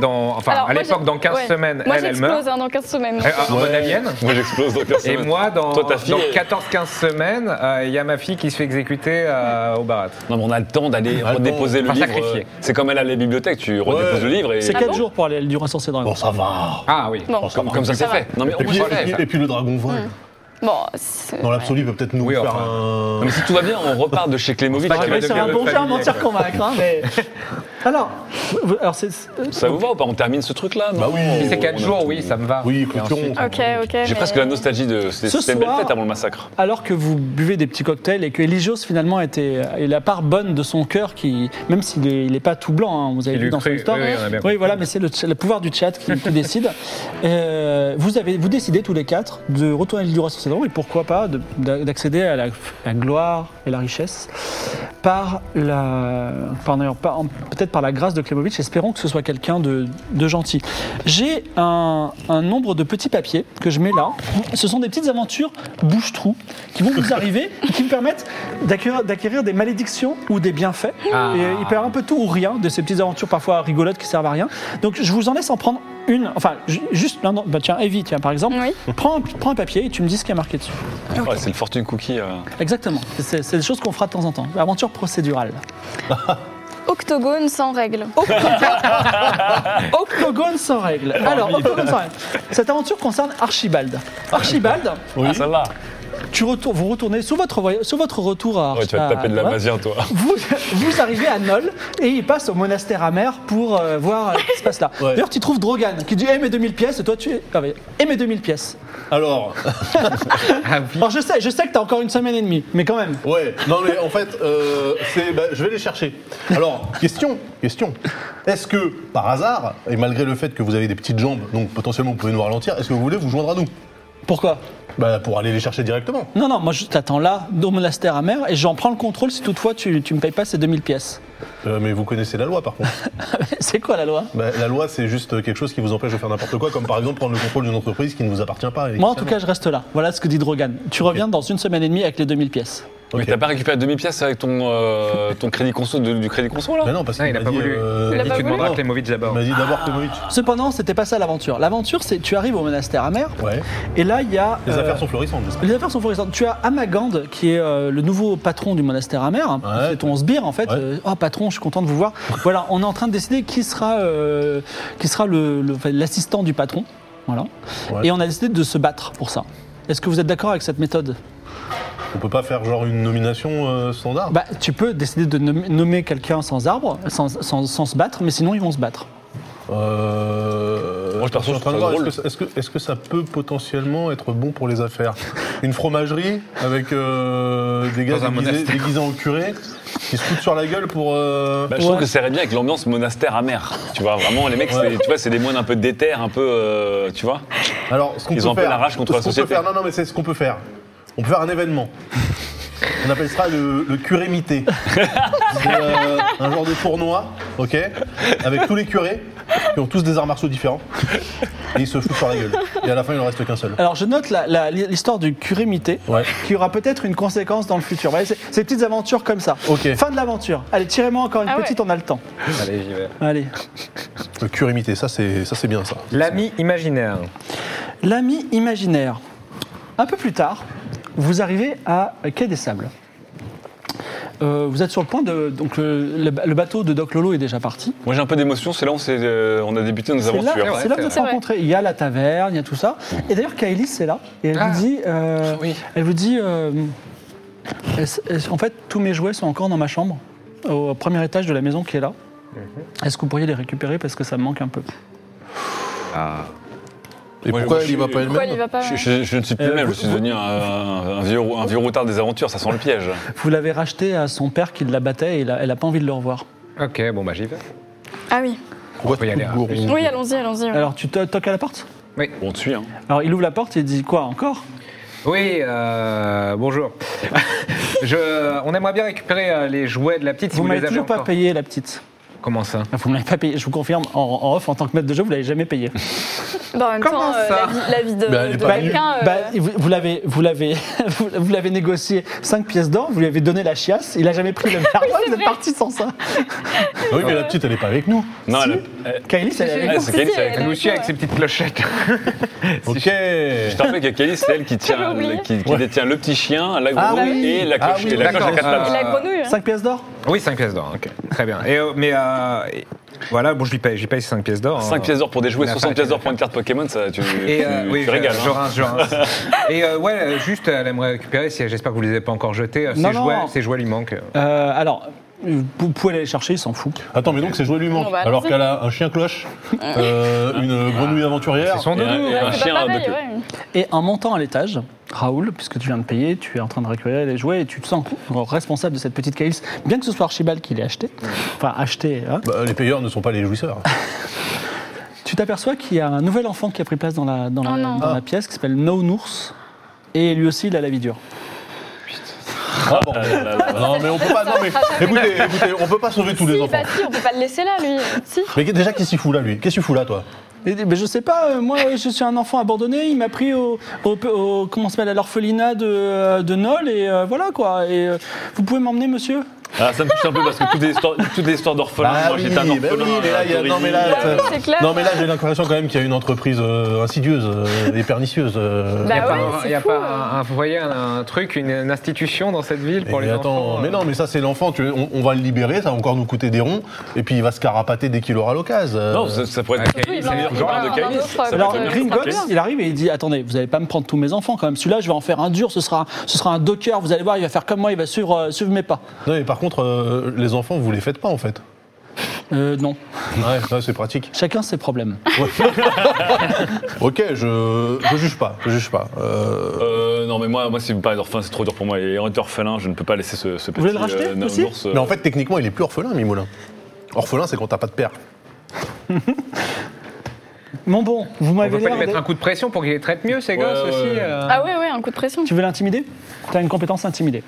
[SPEAKER 5] dans, enfin,
[SPEAKER 7] Alors,
[SPEAKER 5] à
[SPEAKER 7] moi,
[SPEAKER 5] l'époque,
[SPEAKER 7] j'ai-
[SPEAKER 5] dans 15
[SPEAKER 7] ouais.
[SPEAKER 5] semaines,
[SPEAKER 7] Moi,
[SPEAKER 5] elle, elle meurt.
[SPEAKER 7] j'explose hein, dans 15 semaines.
[SPEAKER 3] Ah,
[SPEAKER 5] Euh, En mode alien.
[SPEAKER 4] Moi, j'explose dans personne.
[SPEAKER 5] Et moi, dans,
[SPEAKER 4] Toi, ta fille,
[SPEAKER 5] dans
[SPEAKER 4] elle-
[SPEAKER 5] 14-15 semaines, euh, il y a ma fille qui se fait exécuter euh, au barat.
[SPEAKER 4] Non, mais on a le temps d'aller
[SPEAKER 6] Ah,
[SPEAKER 4] redéposer le
[SPEAKER 5] Enfin,
[SPEAKER 4] livre.
[SPEAKER 5] sacrifier.
[SPEAKER 4] euh, C'est comme elle à la bibliothèque, tu redéposes le livre et
[SPEAKER 3] C'est 4
[SPEAKER 7] Ah bon
[SPEAKER 3] jours pour aller à l'île du roi sorcier dragon.
[SPEAKER 6] Bon, ça va.
[SPEAKER 5] Ah oui.
[SPEAKER 7] Bon,
[SPEAKER 6] ça
[SPEAKER 4] comme,
[SPEAKER 6] va.
[SPEAKER 4] comme ça, c'est
[SPEAKER 7] va.
[SPEAKER 4] fait. Non, mais
[SPEAKER 6] Et
[SPEAKER 4] on
[SPEAKER 6] puis,
[SPEAKER 4] peut le faire.
[SPEAKER 6] et puis- et puis le dragon vole.
[SPEAKER 7] bon, c'est-
[SPEAKER 6] Dans l'absolu, il peut peut-être nous
[SPEAKER 5] Oui,
[SPEAKER 6] faire
[SPEAKER 5] enfin.
[SPEAKER 4] Non, mais si tout va bien, on repart de chez Klemovic.
[SPEAKER 5] On se
[SPEAKER 3] Ah,
[SPEAKER 5] pas
[SPEAKER 3] ouais,
[SPEAKER 5] capable de
[SPEAKER 3] C'est un
[SPEAKER 5] garder
[SPEAKER 3] bon
[SPEAKER 5] notre
[SPEAKER 3] jeu à
[SPEAKER 5] famille,
[SPEAKER 3] mentir
[SPEAKER 5] quoi.
[SPEAKER 3] convaincre, hein, mais. Alors, vous- alors c'est.
[SPEAKER 4] Ça vous va ou pas On termine ce truc-là non
[SPEAKER 6] Bah oui.
[SPEAKER 5] Si c'est
[SPEAKER 6] on
[SPEAKER 5] 4
[SPEAKER 6] a-
[SPEAKER 5] jours, oui, ça me va.
[SPEAKER 6] un. Oui,
[SPEAKER 5] Et
[SPEAKER 6] clôturons.
[SPEAKER 5] ensuite-
[SPEAKER 7] Ok, ok.
[SPEAKER 4] J'ai
[SPEAKER 7] mais-
[SPEAKER 4] presque la nostalgie de ces
[SPEAKER 3] Ce
[SPEAKER 4] ces belles
[SPEAKER 3] soir-
[SPEAKER 4] fêtes avant le massacre.
[SPEAKER 3] Alors que vous buvez des petits cocktails et que Eligios finalement était et la part bonne de son cœur qui, même s'il est, il est pas tout blanc, hein, vous avez
[SPEAKER 5] Il
[SPEAKER 3] vu
[SPEAKER 5] lui
[SPEAKER 3] dans son
[SPEAKER 5] crée-
[SPEAKER 3] histoire.
[SPEAKER 5] oui, oui, on a bien
[SPEAKER 3] Oui,
[SPEAKER 5] compris.
[SPEAKER 3] voilà, mais c'est le, ch- le pouvoir du chat qui, qui décide. Euh, vous avez, vous décidez tous les quatre de retourner à l'île du roi sur ses droits et pourquoi pas de- d'a- d'accéder à la, la gloire et la richesse par la, par- d'ailleurs, par- en- peut-être par la grâce de Klemovic. Espérons que ce soit quelqu'un de, de gentil. J'ai un, un nombre de petits papiers que je mets là. Ce sont des petites aventures bouche-trou qui vont vous arriver et qui vous permettent d'acquérir, d'acquérir des malédictions ou des bienfaits.
[SPEAKER 5] Ah.
[SPEAKER 3] Et il peut y avoir un peu tout ou rien de ces petites aventures parfois rigolotes qui servent à rien. Donc je vous en laisse en prendre une. Enfin, ju- juste. Non, non, bah, tiens, Evie, tiens, par exemple.
[SPEAKER 7] Oui.
[SPEAKER 3] Prends, un- prends un papier et tu me dis ce qu'il y a marqué dessus.
[SPEAKER 4] Ouais, c'est le fortune cookie. euh.
[SPEAKER 3] Exactement. C'est, c'est des choses qu'on fera de temps en temps. Aventure procédurale.
[SPEAKER 7] Octogone sans règle.
[SPEAKER 3] Octogone sans règle. Alors, Octogone sans règle. Cette aventure concerne Archibald. Archibald,
[SPEAKER 4] Ah, celle-là
[SPEAKER 3] tu retour- vous retournez sous votre, voy- sous votre retour à
[SPEAKER 4] Ouais, Tu vas te
[SPEAKER 3] à-
[SPEAKER 4] taper de la
[SPEAKER 3] voilà.
[SPEAKER 4] masien, toi.
[SPEAKER 3] vous, vous arrivez à Nol et il passe au monastère amer pour euh, voir euh, ce qui se passe là.
[SPEAKER 6] Ouais.
[SPEAKER 3] D'ailleurs, tu trouves Drogan qui dit Eh, mes 2000 pièces, et toi tu es. Ah, mais, Eh, mes 2000 pièces.
[SPEAKER 6] Alors,
[SPEAKER 5] Ah oui.
[SPEAKER 3] Alors, je sais, je sais que t'as encore une semaine et demie, mais quand même.
[SPEAKER 6] ouais, non mais en fait, euh, c'est, bah, je vais les chercher. Alors, question, question. Est-ce que, par hasard, et malgré le fait que vous avez des petites jambes, donc potentiellement vous pouvez nous ralentir, est-ce que vous voulez vous joindre à nous
[SPEAKER 3] Pourquoi
[SPEAKER 6] Bah, pour aller les chercher directement.
[SPEAKER 3] Non, non, moi je t'attends là, au monastère amer, et j'en prends le contrôle si toutefois tu, tu me payes pas ces 2000 pièces.
[SPEAKER 6] Euh, mais vous connaissez la loi, par contre.
[SPEAKER 3] C'est quoi la loi
[SPEAKER 6] Bah, la loi, c'est juste quelque chose qui vous empêche de faire n'importe quoi, comme par exemple prendre le contrôle d'une entreprise qui ne vous appartient pas.
[SPEAKER 3] Moi en tout cas, je reste là. Voilà ce que dit Drogan. Tu reviens dans une semaine et demie avec les 2000 pièces.
[SPEAKER 4] Mais
[SPEAKER 6] Ok.
[SPEAKER 4] t'as pas récupéré 2000 pièces avec ton, euh, ton crédit conso, de- du crédit conso, là
[SPEAKER 6] Bah non, parce
[SPEAKER 5] Non,
[SPEAKER 6] qu'il
[SPEAKER 5] ah, il a
[SPEAKER 6] m'a
[SPEAKER 5] pas
[SPEAKER 6] dit,
[SPEAKER 5] voulu.
[SPEAKER 6] euh,
[SPEAKER 7] Il a
[SPEAKER 5] Et tu
[SPEAKER 7] pas voulu.
[SPEAKER 5] demanderas
[SPEAKER 6] Non.
[SPEAKER 5] Klemovic
[SPEAKER 6] Il
[SPEAKER 5] d'abord.
[SPEAKER 6] m'a dit d'abord Klemovic.
[SPEAKER 3] Cependant, c'était pas ça l'aventure. L'aventure, c'est tu arrives au monastère amer,
[SPEAKER 6] Ouais.
[SPEAKER 3] et là il y a.
[SPEAKER 6] Les
[SPEAKER 3] euh,
[SPEAKER 6] affaires sont florissantes, j'espère.
[SPEAKER 3] Les affaires sont florissantes. Tu as Amagand, qui est euh, le nouveau patron du monastère amer. hein.
[SPEAKER 6] Ouais.
[SPEAKER 3] c'est ton sbire, en fait.
[SPEAKER 6] Ouais.
[SPEAKER 3] Euh, oh, patron, je suis content de vous voir. voilà, on est en train de décider qui sera, euh, qui sera le- le- enfin, l'assistant du patron. Voilà.
[SPEAKER 6] Ouais.
[SPEAKER 3] Et on a décidé de se battre pour ça. Est-ce que vous êtes d'accord avec cette méthode
[SPEAKER 6] On peut pas faire genre une nomination euh, standard
[SPEAKER 3] bah, Tu peux décider de nommer, nommer quelqu'un sans arbre, sans, sans- sans se battre, mais sinon ils vont se battre.
[SPEAKER 6] Euh,
[SPEAKER 4] Moi, je perso,
[SPEAKER 6] suis en train de
[SPEAKER 4] je
[SPEAKER 6] voir,
[SPEAKER 4] trouve
[SPEAKER 6] Est-ce que, est-ce que- est-ce que ça peut potentiellement être bon pour les affaires Une fromagerie avec euh, des gars
[SPEAKER 5] Dans un
[SPEAKER 6] déguisés,
[SPEAKER 5] monastère.
[SPEAKER 6] déguisés en curé qui se foutent sur la gueule pour. euh,
[SPEAKER 4] Bah, je trouve
[SPEAKER 3] Ouais.
[SPEAKER 4] que ça irait bien avec l'ambiance monastère amère. Tu vois, vraiment, les mecs, c'est- tu vois, c'est des moines un peu déter, un peu. euh, tu vois
[SPEAKER 6] Alors, ce qu'on
[SPEAKER 4] Ils
[SPEAKER 6] peut
[SPEAKER 4] ont un peu
[SPEAKER 6] faire,
[SPEAKER 4] la rage contre
[SPEAKER 6] ce
[SPEAKER 4] la
[SPEAKER 6] qu'on peut
[SPEAKER 4] société.
[SPEAKER 6] faire- non, non, mais c'est ce qu'on peut faire. On peut faire un événement. On appelle ça le, le curémité. C'est euh, un genre de tournoi, ok Avec tous les curés qui ont tous des arts martiaux différents. Et ils se foutent sur la gueule. Et à la fin, il n'en reste qu'un seul.
[SPEAKER 3] Alors je note la- la- l'histoire du curé mité,
[SPEAKER 6] Ouais.
[SPEAKER 3] qui aura peut-être une conséquence dans le futur. Voilà, c'est- ces petites aventures comme ça.
[SPEAKER 6] Ok.
[SPEAKER 3] Fin de l'aventure. Allez, tirez-moi encore une
[SPEAKER 7] Ah ouais.
[SPEAKER 3] petite, on a le temps.
[SPEAKER 5] Allez, j'y vais.
[SPEAKER 3] Allez.
[SPEAKER 6] Le curémité, ça c'est ça c'est bien ça.
[SPEAKER 5] L'ami imaginaire.
[SPEAKER 3] L'ami imaginaire. Un peu plus tard, vous arrivez à Quai des Sables. Euh, vous êtes sur le point de. Donc, euh, le, le bateau de Doc Lolo est déjà parti.
[SPEAKER 4] Moi, j'ai un peu d'émotion, c'est là où on s'est, euh, on a débuté nos
[SPEAKER 3] C'est là,
[SPEAKER 4] aventures.
[SPEAKER 3] c'est là que vous êtes
[SPEAKER 7] c'est vrai.
[SPEAKER 3] rencontrés. Il y a la taverne, il y a tout ça. Et d'ailleurs, Kaelis c'est là. Et
[SPEAKER 7] Ah.
[SPEAKER 3] elle vous dit. euh, Elle vous dit. euh, est-ce- est-ce- en fait, tous mes jouets sont encore dans ma chambre, au premier étage de la maison qui est là.
[SPEAKER 5] Ah.
[SPEAKER 3] Est-ce que vous pourriez les récupérer parce que ça me manque un peu
[SPEAKER 6] Et
[SPEAKER 4] Moi,
[SPEAKER 6] pourquoi
[SPEAKER 4] je-
[SPEAKER 6] elle y va pas
[SPEAKER 7] Pourquoi
[SPEAKER 6] elle-même
[SPEAKER 7] il va pas
[SPEAKER 4] Je, je- je ne suis plus le
[SPEAKER 3] Euh,
[SPEAKER 4] même,
[SPEAKER 3] vous-
[SPEAKER 4] je suis devenu un, un- un vieux, rou- un vieux routard des aventures, ça sent le piège.
[SPEAKER 3] Vous l'avez racheté à son père qui la battait et il a- elle n'a pas envie de le revoir.
[SPEAKER 5] Ok, bon bah j'y vais.
[SPEAKER 7] Ah oui.
[SPEAKER 6] Pourquoi
[SPEAKER 5] On peut y
[SPEAKER 6] tu
[SPEAKER 5] aller,
[SPEAKER 6] te
[SPEAKER 5] hein.
[SPEAKER 6] gourres
[SPEAKER 7] Oui, allons-y, allons-y. ouais.
[SPEAKER 3] Alors tu to- toques à la porte
[SPEAKER 4] On te suit, hein.
[SPEAKER 3] Alors il ouvre la porte et il dit quoi encore
[SPEAKER 5] Oui, euh, bonjour. Je, on aimerait bien récupérer euh, les jouets de la petite si
[SPEAKER 3] Vous
[SPEAKER 5] vous,
[SPEAKER 3] ne
[SPEAKER 5] les
[SPEAKER 3] m'avez
[SPEAKER 5] avez
[SPEAKER 3] toujours pas
[SPEAKER 5] encore.
[SPEAKER 3] payé la petite.
[SPEAKER 5] Comment ça
[SPEAKER 3] Ah, Vous ne l'avez pas payé, je vous confirme, en, en off, en tant que maître de jeu, vous ne l'avez jamais payé.
[SPEAKER 7] Bah, en même
[SPEAKER 5] Comment
[SPEAKER 7] temps, euh,
[SPEAKER 5] ça
[SPEAKER 7] la, vie, la vie de,
[SPEAKER 6] Bah, elle est
[SPEAKER 7] de
[SPEAKER 6] pas
[SPEAKER 7] quelqu'un. euh,
[SPEAKER 3] Bah, vous vous l'avez vous l'avez, vous vous l'avez négocié 5 pièces d'or, vous lui avez donné la chiasse, il n'a jamais pris le verre, vous êtes parti sans ça.
[SPEAKER 6] Ah Oui, mais la petite, elle est pas avec nous.
[SPEAKER 4] Non, elle- elle-
[SPEAKER 3] Kylie, c'est
[SPEAKER 7] j'ai-
[SPEAKER 4] elle- c'est Kélis,
[SPEAKER 7] si,
[SPEAKER 4] elle-
[SPEAKER 7] elle-
[SPEAKER 5] Elle nous suit avec ses petites clochettes.
[SPEAKER 6] Ok.
[SPEAKER 4] Eh, Je te rappelle que Kelly, c'est elle qui, tient,
[SPEAKER 7] J'avais oublié.
[SPEAKER 4] qui, qui détient le petit chien, la
[SPEAKER 6] Ah
[SPEAKER 4] grenouille
[SPEAKER 6] oui.
[SPEAKER 4] et la
[SPEAKER 6] Ah
[SPEAKER 4] cloche,
[SPEAKER 6] oui,
[SPEAKER 4] et la cloche à
[SPEAKER 5] d'accord.
[SPEAKER 4] quatre
[SPEAKER 5] Ah.
[SPEAKER 4] pattes.
[SPEAKER 7] La grenouille. hein.
[SPEAKER 3] 5 pièces d'or
[SPEAKER 5] Oui, 5 pièces d'or, ok. Très bien. Et, euh, mais euh, et- voilà, bon, je lui paye, je lui paye 5 pièces d'or.
[SPEAKER 4] 5 pièces d'or pour des jouets,
[SPEAKER 5] On a
[SPEAKER 4] 60
[SPEAKER 5] pas-
[SPEAKER 4] pièces d'or pour une carte Pokémon, ça, tu,
[SPEAKER 5] Et
[SPEAKER 4] tu-
[SPEAKER 5] euh, oui,
[SPEAKER 4] tu
[SPEAKER 5] je,
[SPEAKER 4] régales.
[SPEAKER 5] je
[SPEAKER 4] hein.
[SPEAKER 5] rince, je rince. Et euh, ouais, euh, juste, elle aimerait récupérer, si, j'espère que vous les avez pas encore jetés, euh, ces,
[SPEAKER 3] Non, non.
[SPEAKER 5] jouets, ces jouets lui manquent.
[SPEAKER 3] Euh, Alors, vous pouvez aller les chercher, il s'en fout.
[SPEAKER 6] Attends, mais donc ces jouets lui
[SPEAKER 7] On
[SPEAKER 6] manquent.
[SPEAKER 7] va
[SPEAKER 6] Alors
[SPEAKER 7] lancer.
[SPEAKER 6] qu'elle a un chien cloche, euh, une grenouille aventurière.
[SPEAKER 5] C'est son
[SPEAKER 4] Et
[SPEAKER 5] nom.
[SPEAKER 4] un, et
[SPEAKER 7] Ouais,
[SPEAKER 4] un
[SPEAKER 7] c'est pas
[SPEAKER 4] chien à
[SPEAKER 6] euh,
[SPEAKER 7] pareil,
[SPEAKER 4] deux
[SPEAKER 7] ouais.
[SPEAKER 3] Et en montant à l'étage, Raoul, puisque tu viens de payer, tu es en train de récupérer les jouets et tu te sens responsable de cette petite Kailis, bien que ce soit Archibald qui l'ait acheté, enfin acheté, hein,
[SPEAKER 6] Bah, les payeurs ne sont pas les jouisseurs.
[SPEAKER 3] tu t'aperçois qu'il y a un nouvel enfant qui a pris place dans la, dans la,
[SPEAKER 7] Oh non.
[SPEAKER 3] dans la pièce qui s'appelle Nounours. Et lui aussi, il a la vie dure.
[SPEAKER 6] Ah bon. non, mais on peut pas. Non, mais écoutez, écoutez, on peut pas sauver tous les
[SPEAKER 7] Ah, Si,
[SPEAKER 6] enfants.
[SPEAKER 7] bah si, on peut pas le laisser là, lui. Si.
[SPEAKER 6] Mais déjà, qu'est-ce qu'il fout là, lui Qu'est-ce qu'il fout là, toi
[SPEAKER 3] Il dit, mais je sais pas, euh, moi euh, je suis un enfant abandonné, il m'a pris au, au, au- comment ça s'appelle, à l'orphelinat de, euh, de Nol et euh, voilà quoi. Et euh, vous pouvez m'emmener monsieur
[SPEAKER 4] Ah, ça me touche un peu parce que toutes les histoires, toutes les histoires d'orphelins,
[SPEAKER 6] Bah
[SPEAKER 4] moi
[SPEAKER 6] oui,
[SPEAKER 4] j'étais un
[SPEAKER 6] bah
[SPEAKER 4] orphelin.
[SPEAKER 6] oui, mais là, il y a-
[SPEAKER 4] à
[SPEAKER 6] non, mais là,
[SPEAKER 4] Torigny.
[SPEAKER 6] ça-
[SPEAKER 7] C'est clair.
[SPEAKER 6] Non, mais là, j'ai l'impression quand même qu'il y a une entreprise euh, insidieuse euh, et pernicieuse. euh.
[SPEAKER 7] Bah
[SPEAKER 5] Il n'y a
[SPEAKER 7] ouais,
[SPEAKER 5] pas, un-
[SPEAKER 7] c'est
[SPEAKER 5] y a
[SPEAKER 7] fou,
[SPEAKER 5] pas
[SPEAKER 7] ouais.
[SPEAKER 5] un, un- vous voyez, un, un truc, une, une institution dans cette ville pour
[SPEAKER 6] Mais
[SPEAKER 5] les
[SPEAKER 6] attends,
[SPEAKER 5] enfants.
[SPEAKER 6] mais
[SPEAKER 5] euh.
[SPEAKER 6] non, mais ça c'est l'enfant, tu- on, on va le libérer, ça va encore nous coûter des ronds, et puis il va se carapater dès qu'il aura l'occasion. euh.
[SPEAKER 4] Non, ça, ça pourrait être
[SPEAKER 5] Ok,
[SPEAKER 7] Oui,
[SPEAKER 4] c'est
[SPEAKER 7] bah,
[SPEAKER 4] meilleur
[SPEAKER 7] on
[SPEAKER 4] que
[SPEAKER 7] va
[SPEAKER 5] Ah,
[SPEAKER 4] Gérard de
[SPEAKER 7] en
[SPEAKER 4] Caïs.
[SPEAKER 7] avoir d'autres,
[SPEAKER 4] Ça
[SPEAKER 7] euh,
[SPEAKER 3] Alors
[SPEAKER 4] peut être
[SPEAKER 7] Ringo-
[SPEAKER 3] Gringotts,
[SPEAKER 4] bien.
[SPEAKER 3] il arrive et il dit attendez, vous allez pas me prendre tous mes enfants quand même. Celui-là, je vais en faire un dur, ce sera, ce sera un docker, vous allez voir, il va faire comme moi, il va suivre, euh, suivre mes pas.
[SPEAKER 6] Non, mais par contre, euh, les enfants, vous les faites pas en fait.
[SPEAKER 3] Euh, non,
[SPEAKER 6] Ouais, ça c'est pratique.
[SPEAKER 3] chacun ses problèmes.
[SPEAKER 6] Ouais. ok, je, je juge pas, je juge pas. Euh,
[SPEAKER 4] Euh, non, mais moi, moi si vous parlez d'orphelin, c'est trop dur pour moi. Et en étant orphelin, je ne peux pas laisser ce, ce petit
[SPEAKER 3] voulez le racheter
[SPEAKER 4] euh,
[SPEAKER 3] aussi
[SPEAKER 4] ours, euh,
[SPEAKER 6] Mais en fait, techniquement, il est plus orphelin, Mimoulin. Orphelin, c'est quand t'as pas de père.
[SPEAKER 3] Mon bon, vous
[SPEAKER 5] On
[SPEAKER 3] m'avez
[SPEAKER 5] peut pas
[SPEAKER 3] l'air.
[SPEAKER 5] lui mettre
[SPEAKER 3] de-
[SPEAKER 5] un coup de pression pour qu'il les traite mieux, ces
[SPEAKER 4] Ouais,
[SPEAKER 5] gosses
[SPEAKER 4] ouais,
[SPEAKER 5] aussi
[SPEAKER 4] ouais.
[SPEAKER 5] euh.
[SPEAKER 7] Ah ouais, ouais, un coup de pression.
[SPEAKER 3] Tu veux l'intimider T'as une compétence intimidée.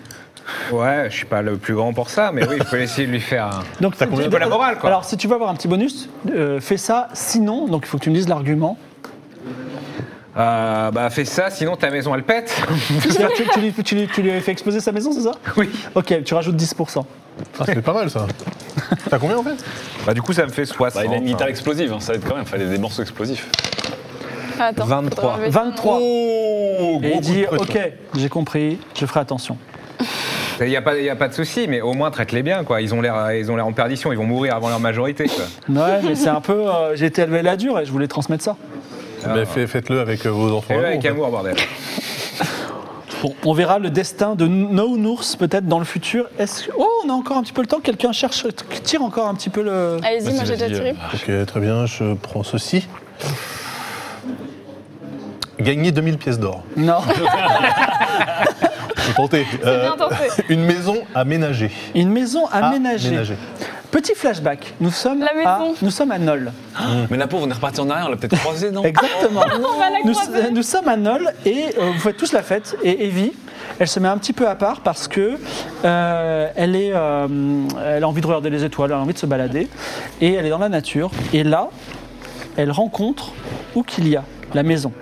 [SPEAKER 5] Ouais, je suis pas le plus grand pour ça, mais oui, il faut essayer de lui faire. un-
[SPEAKER 3] Donc
[SPEAKER 5] Ça convient pas à la morale, quoi.
[SPEAKER 3] Alors si tu veux avoir un petit bonus, euh, fais ça. Sinon, donc il faut que tu me dises l'argument.
[SPEAKER 5] Euh, bah fais ça, sinon ta maison elle pète.
[SPEAKER 3] C'est-à-dire, tu, tu lui, tu lui- tu lui avais fait exploser sa maison, c'est ça
[SPEAKER 5] oui.
[SPEAKER 3] Ok, tu rajoutes 10%.
[SPEAKER 6] Ah, c'est pas mal ça. T'as combien en fait
[SPEAKER 5] Bah du coup ça me fait 60.
[SPEAKER 4] bah, il a une guitare explosive, hein, ça aide quand même, fallait des morceaux explosifs.
[SPEAKER 7] Attends,
[SPEAKER 5] 23.
[SPEAKER 7] faudra enlever-
[SPEAKER 3] 23.
[SPEAKER 6] Oh,
[SPEAKER 3] et
[SPEAKER 6] gros
[SPEAKER 3] il
[SPEAKER 6] coup de
[SPEAKER 3] dit,
[SPEAKER 6] pression.
[SPEAKER 3] ok, j'ai compris, je ferai attention.
[SPEAKER 5] Il n'y a, pas- y a pas de souci, mais au moins traite-les bien, quoi. Ils ont l'air euh, ils ont l'air en perdition, ils vont mourir avant leur majorité, quoi.
[SPEAKER 3] Ouais, mais c'est un peu... euh, j'ai été élevé à la dure et je voulais transmettre ça.
[SPEAKER 6] Mais fait- faites-le avec euh, vos enfants.
[SPEAKER 5] Et eux,
[SPEAKER 6] à
[SPEAKER 5] avec
[SPEAKER 4] Ah.
[SPEAKER 6] vous, en fait.
[SPEAKER 5] amour, bordel.
[SPEAKER 3] Bon, on verra le destin de Nounours peut-être dans le futur. Est-ce... Oh, on a encore un petit peu le temps, quelqu'un cherche, tire encore un petit peu le...
[SPEAKER 6] Bah,
[SPEAKER 7] Allez-y, moi
[SPEAKER 4] Vas-y,
[SPEAKER 7] j'ai déjà
[SPEAKER 4] vas-y,
[SPEAKER 6] euh,
[SPEAKER 7] tiré.
[SPEAKER 6] Ok, très bien, je prends ceci. Gagner 2000 pièces d'or.
[SPEAKER 3] Non,
[SPEAKER 6] Je vais tenter. Euh,
[SPEAKER 7] bien tenté.
[SPEAKER 6] Une maison aménagée.
[SPEAKER 3] une maison Ah, aménagée.
[SPEAKER 6] Aménagée.
[SPEAKER 3] Petit flashback, nous sommes,
[SPEAKER 7] La
[SPEAKER 3] à,
[SPEAKER 7] maison.
[SPEAKER 3] nous sommes à Nol.
[SPEAKER 4] Mais la pauvre, on est reparti en arrière, on l'a peut-être croisé, non Ah.
[SPEAKER 3] Exactement.
[SPEAKER 7] la
[SPEAKER 3] nous,
[SPEAKER 7] croiser.
[SPEAKER 3] nous sommes à Nol et euh, vous faites tous la fête. Et Evie, elle se met un petit peu à part parce que euh, elle, est, euh, elle a envie de regarder les étoiles, elle a envie de se balader. Et elle est dans la nature. Et là, elle rencontre Oukilia, la maison.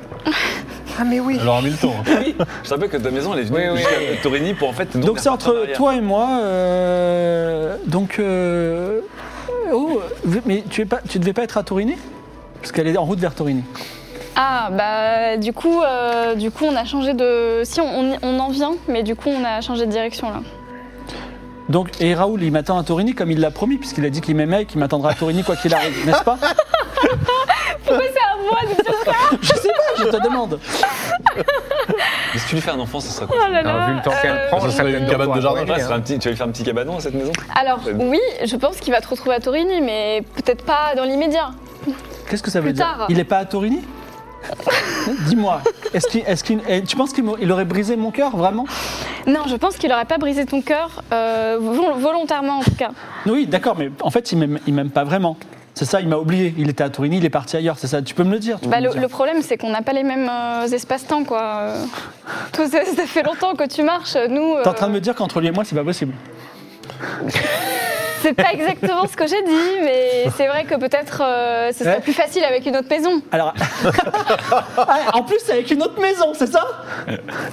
[SPEAKER 6] Alors à 1000 temps. hein.
[SPEAKER 4] Je savais que ta maison, elle est venue
[SPEAKER 5] Oui, oui.
[SPEAKER 4] jusqu'à Torigny pour en fait. nous
[SPEAKER 3] Donc c'est
[SPEAKER 4] repartir en
[SPEAKER 3] entre
[SPEAKER 4] arrière.
[SPEAKER 3] toi et moi. euh, donc. euh, oh, mais tu es pas, tu devais pas être à Torini Parce qu'elle est en route vers Torini.
[SPEAKER 7] Ah, bah du coup, euh, du coup, on a changé de. Si, on, on y- on en vient, mais du coup, on a changé de direction là.
[SPEAKER 3] Donc, et Raoul, il m'attend à Torini comme il l'a promis, puisqu'il a dit qu'il m'aimait et qu'il m'attendra à Torini quoi qu'il arrive, n'est-ce pas
[SPEAKER 7] Pourquoi c'est à moi de dire ça
[SPEAKER 3] Je sais pas, je te demande.
[SPEAKER 4] Mais si tu lui fais un enfant, ça serait quoi
[SPEAKER 7] Oh là
[SPEAKER 5] Alors,
[SPEAKER 7] là,
[SPEAKER 5] vu le temps qu'elle
[SPEAKER 7] euh,
[SPEAKER 5] prend,
[SPEAKER 6] ça
[SPEAKER 5] ça
[SPEAKER 6] serait
[SPEAKER 5] peut-être
[SPEAKER 6] une cabane
[SPEAKER 5] pour
[SPEAKER 6] de jardin.
[SPEAKER 5] Aurélie,
[SPEAKER 4] Ouais,
[SPEAKER 5] hein.
[SPEAKER 4] ça serait un petit- Tu vas lui faire un petit cabanon à cette maison
[SPEAKER 7] Alors, oui, je pense qu'il va te retrouver à Torini, mais peut-être pas dans l'immédiat.
[SPEAKER 3] Qu'est-ce que ça veut
[SPEAKER 7] Plus
[SPEAKER 3] dire
[SPEAKER 7] tard.
[SPEAKER 3] Il est pas à Torini Dis-moi, est-ce qu'il, est-ce qu'il- eh, tu penses qu'il m'a- il aurait brisé mon cœur, vraiment
[SPEAKER 7] Non, je pense qu'il n'aurait pas brisé ton cœur, euh, vol- volontairement en tout cas.
[SPEAKER 3] Oui, d'accord, mais en fait, il m'aime, il m'aime pas vraiment. C'est ça, il m'a oublié. Il était à Torini, il est parti ailleurs, c'est ça. Tu peux me le dire. tu peux
[SPEAKER 7] Bah,
[SPEAKER 3] me
[SPEAKER 7] le,
[SPEAKER 3] dire.
[SPEAKER 7] le problème, c'est qu'on n'a pas les mêmes euh, espaces-temps, quoi. Euh, Toi, ça, ça fait longtemps que tu marches. Nous,
[SPEAKER 3] T'es en train de
[SPEAKER 7] euh,
[SPEAKER 3] me dire qu'entre lui et moi, c'est pas possible.
[SPEAKER 7] c'est pas exactement ce que j'ai dit, mais c'est vrai que peut-être euh, ce serait
[SPEAKER 3] Ouais.
[SPEAKER 7] plus facile avec une autre maison.
[SPEAKER 3] Alors. Ah, en plus, c'est avec une autre maison, c'est ça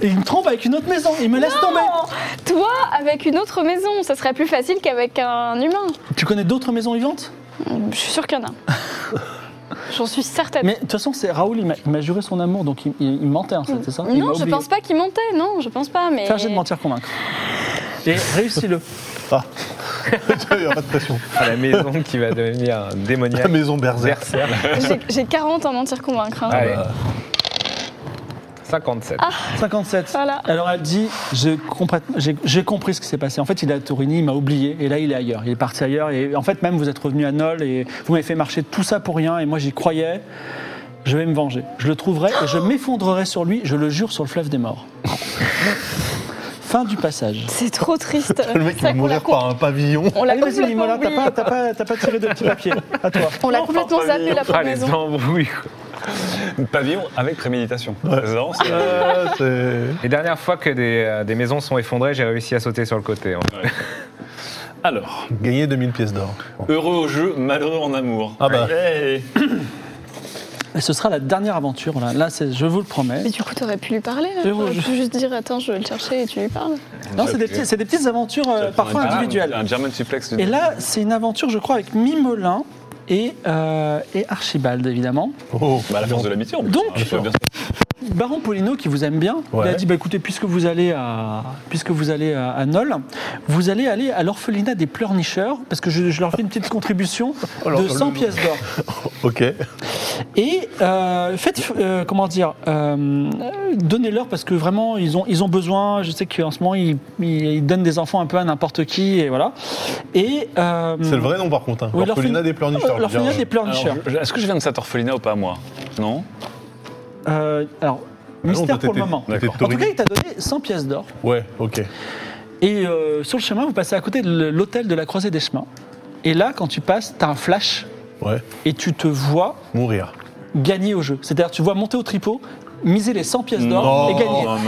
[SPEAKER 3] Il me trompe avec une autre maison, il me laisse tomber.
[SPEAKER 7] Toi, avec une autre maison, ça serait plus facile qu'avec un humain.
[SPEAKER 3] Tu connais d'autres maisons vivantes
[SPEAKER 7] Je suis sûre qu'il y en a. J'en suis certaine.
[SPEAKER 3] Mais de toute façon, c'est Raoul, il m'a- il m'a juré son amour, donc il, il- il mentait, en fait, c'est ça Hein, Il m'a
[SPEAKER 7] non, je
[SPEAKER 3] oublié.
[SPEAKER 7] pense pas qu'il mentait, non, je pense pas, mais...
[SPEAKER 3] Fais un jet de mentir convaincre. Et réussis-le.
[SPEAKER 6] Ah. Il n'y a pas de pression.
[SPEAKER 5] À la maison qui va devenir
[SPEAKER 6] La
[SPEAKER 5] démoniaque.
[SPEAKER 6] maison berserk.
[SPEAKER 5] Berserk. Ah bah.
[SPEAKER 7] J'ai- J'ai 40 en mentir convaincre. hein.
[SPEAKER 5] Allez. 57.
[SPEAKER 3] 57.
[SPEAKER 7] Voilà.
[SPEAKER 3] Alors elle dit Je comprends- j'ai j'ai compris ce qui s'est passé. En fait, il est à Torini, il m'a oublié, et là, il est ailleurs. Il est parti ailleurs. Et en fait, même, vous êtes revenu à Nol, et vous m'avez fait marcher tout ça pour rien, et moi, j'y croyais. Je vais me venger. Je le trouverai et je m'effondrerai sur lui, je le jure, sur le fleuve des morts. fin du passage.
[SPEAKER 7] C'est trop triste.
[SPEAKER 6] Le mec, il va
[SPEAKER 7] Ça, on l'a
[SPEAKER 6] mourir par un pavillon.
[SPEAKER 7] On l'a
[SPEAKER 3] Allez, vas-y,
[SPEAKER 7] complètement,
[SPEAKER 3] Limola, t'as
[SPEAKER 7] oublié.
[SPEAKER 3] pas, t'as pas, t'as pas tiré de petit papier. À toi.
[SPEAKER 7] On l'a complètement zappé la
[SPEAKER 5] Ah,
[SPEAKER 7] première
[SPEAKER 5] les
[SPEAKER 7] maison.
[SPEAKER 5] embrouilles.
[SPEAKER 4] Pavillon avec préméditation. C'est vraiment ça.
[SPEAKER 6] Euh, c'est-
[SPEAKER 5] Les dernières fois que des, euh, des maisons sont effondrées, j'ai réussi à sauter sur le côté. hein.
[SPEAKER 4] Alors,
[SPEAKER 6] Gagner 2000 pièces d'or.
[SPEAKER 4] heureux au jeu, malheureux en amour.
[SPEAKER 6] Ah bah.
[SPEAKER 4] Hey.
[SPEAKER 3] Et ce sera la dernière aventure. Là, là c'est- je vous le promets.
[SPEAKER 7] Mais du coup, t'aurais pu lui parler.
[SPEAKER 3] C'est
[SPEAKER 7] Là.
[SPEAKER 3] bon,
[SPEAKER 7] T'aurais
[SPEAKER 3] je-
[SPEAKER 7] pu juste dire Attends, je vais le chercher et tu lui parles.
[SPEAKER 3] Non, c'est des, petits- c'est des petites aventures euh, parfois
[SPEAKER 4] Un-
[SPEAKER 3] individuelles.
[SPEAKER 4] Un German suplex.
[SPEAKER 3] Et là, c'est une aventure, je crois, avec Mimolin et, euh, et Archibald, évidemment.
[SPEAKER 6] Oh,
[SPEAKER 4] Bah, la force de l'amitié, on peut-
[SPEAKER 3] Donc-
[SPEAKER 4] on peut bien
[SPEAKER 3] Baron Polino, qui vous aime bien, il a
[SPEAKER 6] Ouais.
[SPEAKER 3] dit bah, écoutez, puisque vous allez à, puisque vous allez à, à Nol, vous allez aller à l'orphelinat des pleurnicheurs, parce que je, je leur fais une petite contribution
[SPEAKER 6] Alors,
[SPEAKER 3] de
[SPEAKER 6] le
[SPEAKER 3] 100
[SPEAKER 6] nom.
[SPEAKER 3] pièces d'or.
[SPEAKER 6] Oh, ok.
[SPEAKER 3] Et euh, faites, euh, comment dire, euh, donnez-leur parce que vraiment ils ont, ils ont besoin. Je sais qu'en ce moment ils, ils- ils donnent des enfants un peu à n'importe qui et voilà. Et euh,
[SPEAKER 6] C'est le vrai nom par contre. Hein.
[SPEAKER 3] Oui,
[SPEAKER 6] L'orphelinat
[SPEAKER 3] l'orphelin-
[SPEAKER 6] des pleurnicheurs.
[SPEAKER 3] Ah, L'orphelinat
[SPEAKER 6] bien.
[SPEAKER 3] des
[SPEAKER 4] Alors,
[SPEAKER 3] pleurnicheurs.
[SPEAKER 4] je- Est-ce que je viens de cet orphelinat ou pas, moi Non
[SPEAKER 3] Euh, alors,
[SPEAKER 6] Ah non,
[SPEAKER 3] mystère
[SPEAKER 6] toi,
[SPEAKER 3] pour le
[SPEAKER 6] t'étais-
[SPEAKER 3] moment.
[SPEAKER 6] t'étais
[SPEAKER 3] En tout
[SPEAKER 6] Torini.
[SPEAKER 3] cas, il t'a donné 100 pièces d'or.
[SPEAKER 6] Ouais, ok.
[SPEAKER 3] Et euh, sur le chemin, vous passez à côté de l'hôtel de la Croisée des Chemins. Et là, quand tu passes, t'as un flash
[SPEAKER 6] Ouais.
[SPEAKER 3] et tu te vois
[SPEAKER 6] Mourir.
[SPEAKER 3] gagner au jeu. C'est-à-dire, tu vois monter au tripot, miser les 100 pièces d'or
[SPEAKER 6] Non.
[SPEAKER 3] et gagner.
[SPEAKER 4] Non, non, non,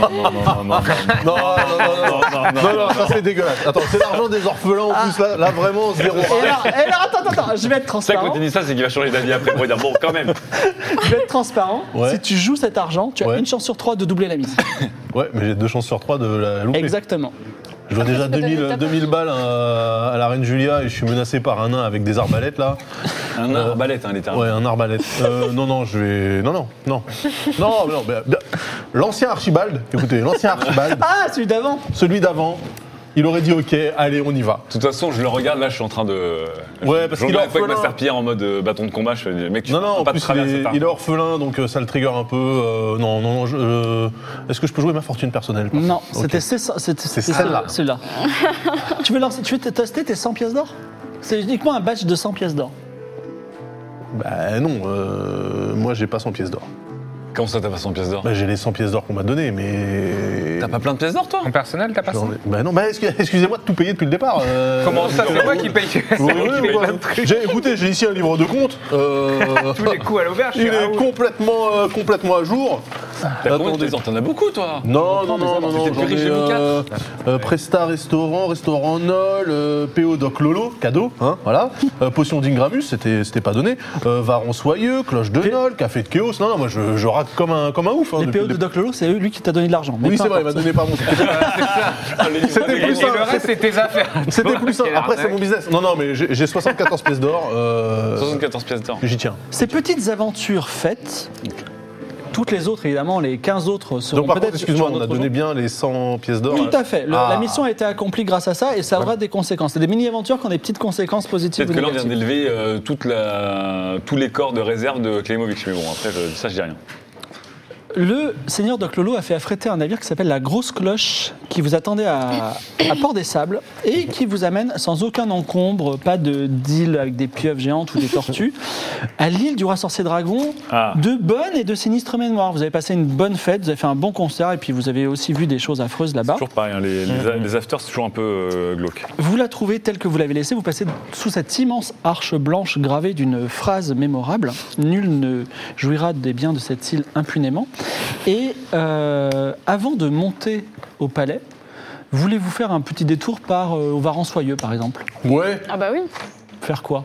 [SPEAKER 4] non, non,
[SPEAKER 6] Non, non,
[SPEAKER 4] non,
[SPEAKER 6] non, non, non.
[SPEAKER 4] non, non, non,
[SPEAKER 6] Non, non, ça c'est dégueulasse. Attends, c'est l'argent des orphelins en plus là. Là vraiment, zéro.
[SPEAKER 3] Et alors, et alors, attends, attends, attends, je vais être
[SPEAKER 4] C'est ça, quand
[SPEAKER 3] transparent.
[SPEAKER 4] il dit ça, c'est qu'il va changer d'avis après pour dire bon, quand même.
[SPEAKER 3] Je vais être transparent.
[SPEAKER 6] Ouais.
[SPEAKER 3] Si tu joues cet argent, tu as
[SPEAKER 6] Ouais.
[SPEAKER 3] une chance sur trois de doubler la mise.
[SPEAKER 6] Ouais, mais j'ai deux chances sur trois de la louper.
[SPEAKER 3] Exactement.
[SPEAKER 6] Je dois déjà
[SPEAKER 7] peux donner
[SPEAKER 6] 2000,
[SPEAKER 7] ta
[SPEAKER 6] 2000 balles euh, à la reine Julia et je suis menacé par un nain avec des arbalètes là.
[SPEAKER 4] Un arbalète, hein, littéralement.
[SPEAKER 6] Euh, Ouais, un arbalète. Euh, non, non, je vais. Non, non, non. Non, non, mais- mais- L'ancien Archibald, écoutez, l'ancien Archibald,
[SPEAKER 3] Ah, celui d'avant
[SPEAKER 6] celui d'avant, il aurait dit ok, allez, on y va.
[SPEAKER 4] De toute façon, je le regarde, là, je suis en train de.
[SPEAKER 6] Ouais, parce
[SPEAKER 4] Je
[SPEAKER 6] qu'il est
[SPEAKER 4] regarde avec
[SPEAKER 6] orphelin.
[SPEAKER 4] Master Pierre en mode euh, bâton de combat, je fais mec, tu
[SPEAKER 6] Non, non,
[SPEAKER 4] peux
[SPEAKER 6] en
[SPEAKER 4] pas te
[SPEAKER 6] plus, il
[SPEAKER 4] traverser
[SPEAKER 6] est,
[SPEAKER 4] par.
[SPEAKER 6] il est orphelin, donc euh, ça le trigger un peu. euh, non, non, non. je- euh, Est-ce que je peux jouer ma fortune personnelle par
[SPEAKER 3] Non,
[SPEAKER 6] contre
[SPEAKER 3] c'était ces- c'était- c'était
[SPEAKER 6] celle-là.
[SPEAKER 3] celui-là. celui-là. tu veux lancer, tu veux te tester tes 100 pièces d'or C'est uniquement un badge de 100 pièces d'or.
[SPEAKER 6] Bah non, euh, moi j'ai pas 100 pièces d'or.
[SPEAKER 4] Comment ça, t'as pas 100 pièces d'or
[SPEAKER 6] Bah j'ai les 100 pièces d'or qu'on m'a donné, mais.
[SPEAKER 4] T'as pas plein de pièces d'or, toi
[SPEAKER 5] En personnel, t'as pas ça
[SPEAKER 6] J'en ai- Bah non, bah excu- excusez-moi de tout payer depuis le départ. euh,
[SPEAKER 5] Comment ça C'est moi qui paye. C'est
[SPEAKER 6] Oui,
[SPEAKER 5] moi qui
[SPEAKER 6] oui,
[SPEAKER 5] paye
[SPEAKER 6] moi,
[SPEAKER 5] plein de trucs.
[SPEAKER 6] j'ai- écoutez, j'ai ici un livre de compte. euh,
[SPEAKER 5] Tous les coups à l'auberge. je
[SPEAKER 6] il
[SPEAKER 5] suis
[SPEAKER 6] est
[SPEAKER 5] Raoul.
[SPEAKER 6] complètement, euh, complètement à jour.
[SPEAKER 4] T'as combien de
[SPEAKER 6] Attendez.
[SPEAKER 4] pièces d'or T'en as beaucoup, toi
[SPEAKER 6] Non, non, non, non,
[SPEAKER 4] Vous
[SPEAKER 6] non,
[SPEAKER 4] êtes plus
[SPEAKER 6] j'en
[SPEAKER 4] riche
[SPEAKER 6] ai,
[SPEAKER 4] de
[SPEAKER 6] euh, euh, Presta Restaurant, Restaurant Nol, euh, PO Doc Lolo, cadeau, hein, voilà. Euh, potion d'Ingramus, c'était c'était pas donné. Euh, Varan Soyeux, Cloche de Nol, Café de Chaos. Non, non, moi je, je rate comme un, comme un ouf. hein,
[SPEAKER 3] Les
[SPEAKER 6] depuis
[SPEAKER 3] PO
[SPEAKER 6] le
[SPEAKER 3] de
[SPEAKER 6] départ.
[SPEAKER 3] Doc Lolo, c'est lui qui t'a donné de l'argent. Mais
[SPEAKER 6] Oui,
[SPEAKER 3] peu
[SPEAKER 6] c'est vrai, il m'a
[SPEAKER 3] importe.
[SPEAKER 6] donné, pardon.
[SPEAKER 4] C'était
[SPEAKER 5] Et, et le reste, c'est tes affaires.
[SPEAKER 6] C'était plus simple.
[SPEAKER 5] Quelle
[SPEAKER 6] Après, c'est
[SPEAKER 5] arnaque.
[SPEAKER 6] mon business. Non, non, mais j'ai j'ai 74 pièces d'or. euh,
[SPEAKER 4] 74 pièces d'or.
[SPEAKER 6] J'y tiens.
[SPEAKER 3] Ces petites aventures faites, toutes les autres, évidemment, les 15 autres seront
[SPEAKER 6] Donc, par contre,
[SPEAKER 3] peut-être sur
[SPEAKER 6] excuse-moi,
[SPEAKER 3] un
[SPEAKER 6] on a
[SPEAKER 3] autre
[SPEAKER 6] donné
[SPEAKER 3] jour.
[SPEAKER 6] bien les 100 pièces d'or.
[SPEAKER 3] Tout à fait. Le-
[SPEAKER 6] Ah.
[SPEAKER 3] La mission a été accomplie grâce à ça et ça aura des conséquences. C'est des mini-aventures qui ont des petites conséquences positives
[SPEAKER 4] Peut-être
[SPEAKER 3] ou
[SPEAKER 4] que là, on vient
[SPEAKER 3] négatives.
[SPEAKER 4] d'élever euh, toute la... tous les corps de réserve de Klimovic. Mais bon, après, je... ça, je dis rien.
[SPEAKER 3] Le seigneur Doc Lolo a fait affréter un navire qui s'appelle la Grosse Cloche, qui vous attendait à, à Port des Sables et qui vous amène sans aucun encombre, pas de deal avec des pieuvres géantes ou des tortues, à l'île du roi sorcier dragon,
[SPEAKER 4] Ah.
[SPEAKER 3] de bonnes et de sinistres mémoires. Vous avez passé une bonne fête, vous avez fait un bon concert et puis vous avez aussi vu des choses affreuses là-bas.
[SPEAKER 4] Toujours pareil, hein, les, les,
[SPEAKER 6] Mmh.
[SPEAKER 4] les afters, c'est toujours un peu euh, glauque.
[SPEAKER 3] Vous la trouvez telle que vous l'avez laissée, vous passez sous cette immense arche blanche gravée d'une phrase mémorable Nul ne jouira des biens de cette île impunément. Et euh, avant de monter au palais, voulez-vous faire un petit détour par euh, au Varan-Soyeux, par exemple
[SPEAKER 6] Ouais,
[SPEAKER 7] Ah bah oui.
[SPEAKER 3] Faire quoi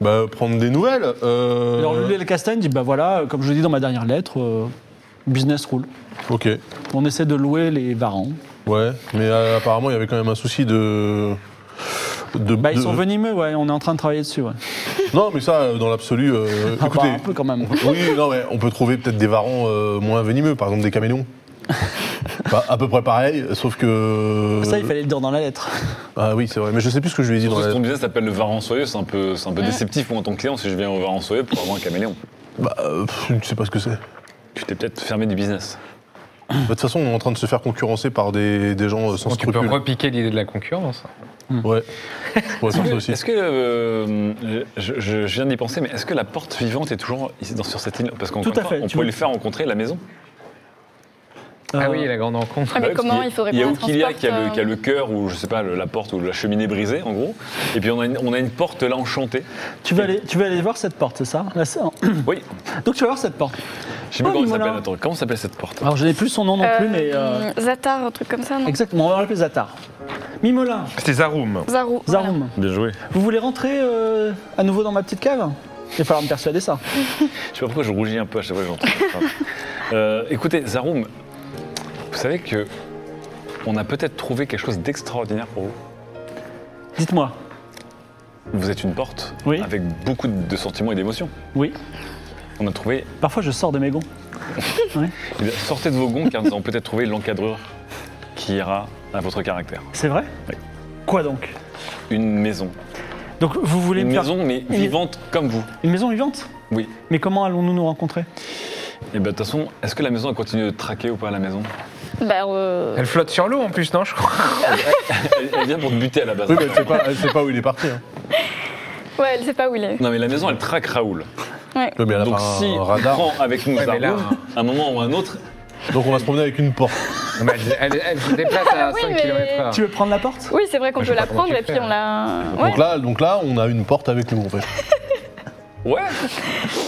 [SPEAKER 6] bah prendre des nouvelles. euh,
[SPEAKER 3] Alors, Lulé le Castagne dit bah voilà, euh, comme je le dis dans ma dernière lettre, euh, business rule.
[SPEAKER 6] Ok,
[SPEAKER 3] On essaie de louer les Varans.
[SPEAKER 6] ouais, mais euh, apparemment il y avait quand même un souci de. de-
[SPEAKER 3] Bah, ils
[SPEAKER 6] de-
[SPEAKER 3] sont venimeux, ouais, on est en train de travailler dessus, ouais.
[SPEAKER 6] Non, mais ça, euh, dans l'absolu. euh,
[SPEAKER 3] Ah, bah,
[SPEAKER 6] écoutez,
[SPEAKER 3] un peu quand même.
[SPEAKER 6] Oui, non, mais on peut trouver peut-être des varans euh, moins venimeux, par exemple des caméléons. Bah, à peu près pareil, sauf que.
[SPEAKER 3] Ça, il fallait le dire dans la lettre.
[SPEAKER 6] Ah oui, c'est vrai, mais je sais plus ce que je lui ai dit dans
[SPEAKER 4] Surtout
[SPEAKER 6] la
[SPEAKER 4] si ton business s'appelle le Varan Soyeux, c'est un peu, c'est un peu déceptif pour ton client si je viens au Varan Soyeux pour avoir un caméléon.
[SPEAKER 6] Bah, euh, pff, je ne sais pas ce que c'est.
[SPEAKER 4] Tu t'es peut-être fermé du business.
[SPEAKER 6] Bah, De toute façon, on est en train de se faire concurrencer par des, des gens euh, sans
[SPEAKER 5] Bon, tu peux
[SPEAKER 6] scrupules.
[SPEAKER 5] repiquer l'idée de la concurrence.
[SPEAKER 3] Ah.
[SPEAKER 6] Ouais. Je pourrais faire ça aussi.
[SPEAKER 4] Est-ce que. euh, je, je- je viens d'y penser, mais est-ce que la porte suivante est toujours ici, dans, sur cette île Parce qu'on
[SPEAKER 3] Tout à fait,
[SPEAKER 4] on
[SPEAKER 3] tu
[SPEAKER 4] pourrait
[SPEAKER 3] veux-
[SPEAKER 4] lui faire rencontrer la maison. Bah
[SPEAKER 3] Euh,
[SPEAKER 5] Ah oui, la grande rencontre.
[SPEAKER 7] Ah, mais
[SPEAKER 4] Ouais, parce
[SPEAKER 7] comment
[SPEAKER 4] qu'il y a-
[SPEAKER 7] il faudrait
[SPEAKER 4] Il y a
[SPEAKER 7] qu'on la
[SPEAKER 4] Oukilia
[SPEAKER 7] transporte,
[SPEAKER 4] qui a, le, qui a
[SPEAKER 7] euh,
[SPEAKER 4] le cœur ou je sais pas le- la porte ou la cheminée brisée en gros. Et puis on a une, on a une porte là enchantée.
[SPEAKER 3] tu, veux aller, tu veux aller voir cette porte, c'est ça Là, c'est-
[SPEAKER 4] Oui.
[SPEAKER 3] Donc, tu vas voir cette porte.
[SPEAKER 4] Je sais plus
[SPEAKER 3] Oh,
[SPEAKER 4] comment ça
[SPEAKER 3] Mimola.
[SPEAKER 4] s'appelle. Attends, comment s'appelle cette porte
[SPEAKER 3] Alors, je n'ai plus son nom non plus,
[SPEAKER 7] euh,
[SPEAKER 3] mais. euh,
[SPEAKER 7] Zatar, un truc comme ça, non
[SPEAKER 3] Exactement, on va l'appeler Zatar. Mimola,
[SPEAKER 5] C'était Zaroum.
[SPEAKER 7] Zarou. voilà.
[SPEAKER 3] Zarum,
[SPEAKER 4] Bien joué.
[SPEAKER 3] vous voulez rentrer euh, à nouveau dans ma petite cave Il va falloir me persuader ça.
[SPEAKER 4] Je sais pas pourquoi je rougis un peu à chaque fois que j'entends. cette phrase. Euh, écoutez, Zaroum, vous savez que on a peut-être trouvé quelque chose d'extraordinaire pour vous.
[SPEAKER 3] Dites-moi.
[SPEAKER 4] Vous êtes une porte
[SPEAKER 3] Oui.
[SPEAKER 4] avec beaucoup de sentiments et d'émotions.
[SPEAKER 3] Oui.
[SPEAKER 4] On a trouvé.
[SPEAKER 3] Parfois, je sors de mes gonds.
[SPEAKER 4] eh bien, Sortez de vos gonds car nous avons peut-être trouvé l'encadreur qui ira à votre caractère.
[SPEAKER 3] C'est vrai
[SPEAKER 4] Oui.
[SPEAKER 3] Quoi donc
[SPEAKER 4] Une maison.
[SPEAKER 3] Donc, vous voulez
[SPEAKER 4] Une
[SPEAKER 3] me faire-
[SPEAKER 4] maison, mais
[SPEAKER 3] Une-
[SPEAKER 4] vivante comme vous.
[SPEAKER 3] Une maison vivante
[SPEAKER 4] Oui.
[SPEAKER 3] Mais comment allons-nous nous rencontrer
[SPEAKER 4] Et bien, de toute façon, est-ce que la maison a continué de traquer ou pas la maison
[SPEAKER 7] Bah, euh,
[SPEAKER 5] Elle flotte sur l'eau en plus, non, je crois
[SPEAKER 4] elle, elle vient pour te buter à la base.
[SPEAKER 6] Oui, mais elle sait pas, elle sait pas où il est parti. hein.
[SPEAKER 7] ouais, elle sait pas où il est.
[SPEAKER 4] Non, mais la maison, elle traque Raoul.
[SPEAKER 6] Oui, mais elle a
[SPEAKER 4] Donc,
[SPEAKER 6] pas
[SPEAKER 4] si
[SPEAKER 6] un
[SPEAKER 4] on
[SPEAKER 6] radar.
[SPEAKER 4] prend avec nous
[SPEAKER 5] Ouais, mais là,
[SPEAKER 4] Raoul,
[SPEAKER 6] hein.
[SPEAKER 4] à un moment ou à un autre,
[SPEAKER 6] Donc on va se promener avec une porte.
[SPEAKER 5] Non, mais elle, elle- elle se déplace à
[SPEAKER 7] Oui,
[SPEAKER 5] 5
[SPEAKER 7] mais-
[SPEAKER 5] km/h.
[SPEAKER 4] Ah.
[SPEAKER 3] Tu veux prendre la porte
[SPEAKER 7] Oui, c'est vrai qu'on
[SPEAKER 5] Bah, je
[SPEAKER 7] peut
[SPEAKER 5] sais
[SPEAKER 7] la
[SPEAKER 5] pas comment
[SPEAKER 7] prendre
[SPEAKER 5] tu
[SPEAKER 7] et puis
[SPEAKER 6] hein.
[SPEAKER 5] fais,
[SPEAKER 7] on la. Ouais.
[SPEAKER 6] Donc là, donc là, on a une porte avec nous en fait.
[SPEAKER 4] ouais,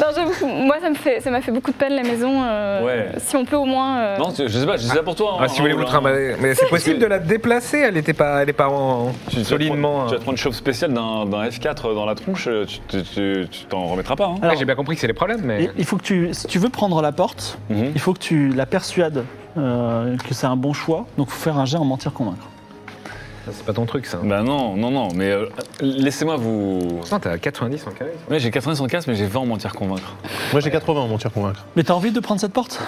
[SPEAKER 7] Non, j'avoue, que moi ça me fait, ça m'a fait beaucoup de peine la maison. euh,
[SPEAKER 4] Ouais.
[SPEAKER 7] Si on peut au moins. euh,
[SPEAKER 4] non, tu- je sais pas, je dis ça pour toi. hein,
[SPEAKER 5] Ah, si vous voulez vous
[SPEAKER 4] Raoul, hein.
[SPEAKER 5] trimballer. Mais c'est possible de la déplacer, elle était pas, elle est pas en,
[SPEAKER 4] Tu, tu vas te
[SPEAKER 5] solidement. hein. euh.
[SPEAKER 4] prendre- tu vas te prendre une chope spéciale d'un d'un F4 dans la tronche, euh, tu tu- tu- tu t'en remettras pas. hein.
[SPEAKER 5] Ouais, Ah, J'ai bien compris que c'est les problèmes, mais.
[SPEAKER 3] Et Il faut que tu, si tu veux prendre la porte,
[SPEAKER 4] Mhm.
[SPEAKER 3] il faut que tu la persuades euh, que c'est un bon choix. Donc, faut faire un jet en mentir convaincre.
[SPEAKER 5] Ça, C'est pas ton truc, ça.
[SPEAKER 4] Bah non, non, non, mais euh, laissez-moi vous.
[SPEAKER 5] Pourtant, t'as 90 en carré. ça.
[SPEAKER 4] Ouais, j'ai 80 en casse, mais j'ai 20 en mentir convaincre.
[SPEAKER 6] Moi j'ai 80 en mentir convaincre.
[SPEAKER 3] Mais t'as envie de prendre cette porte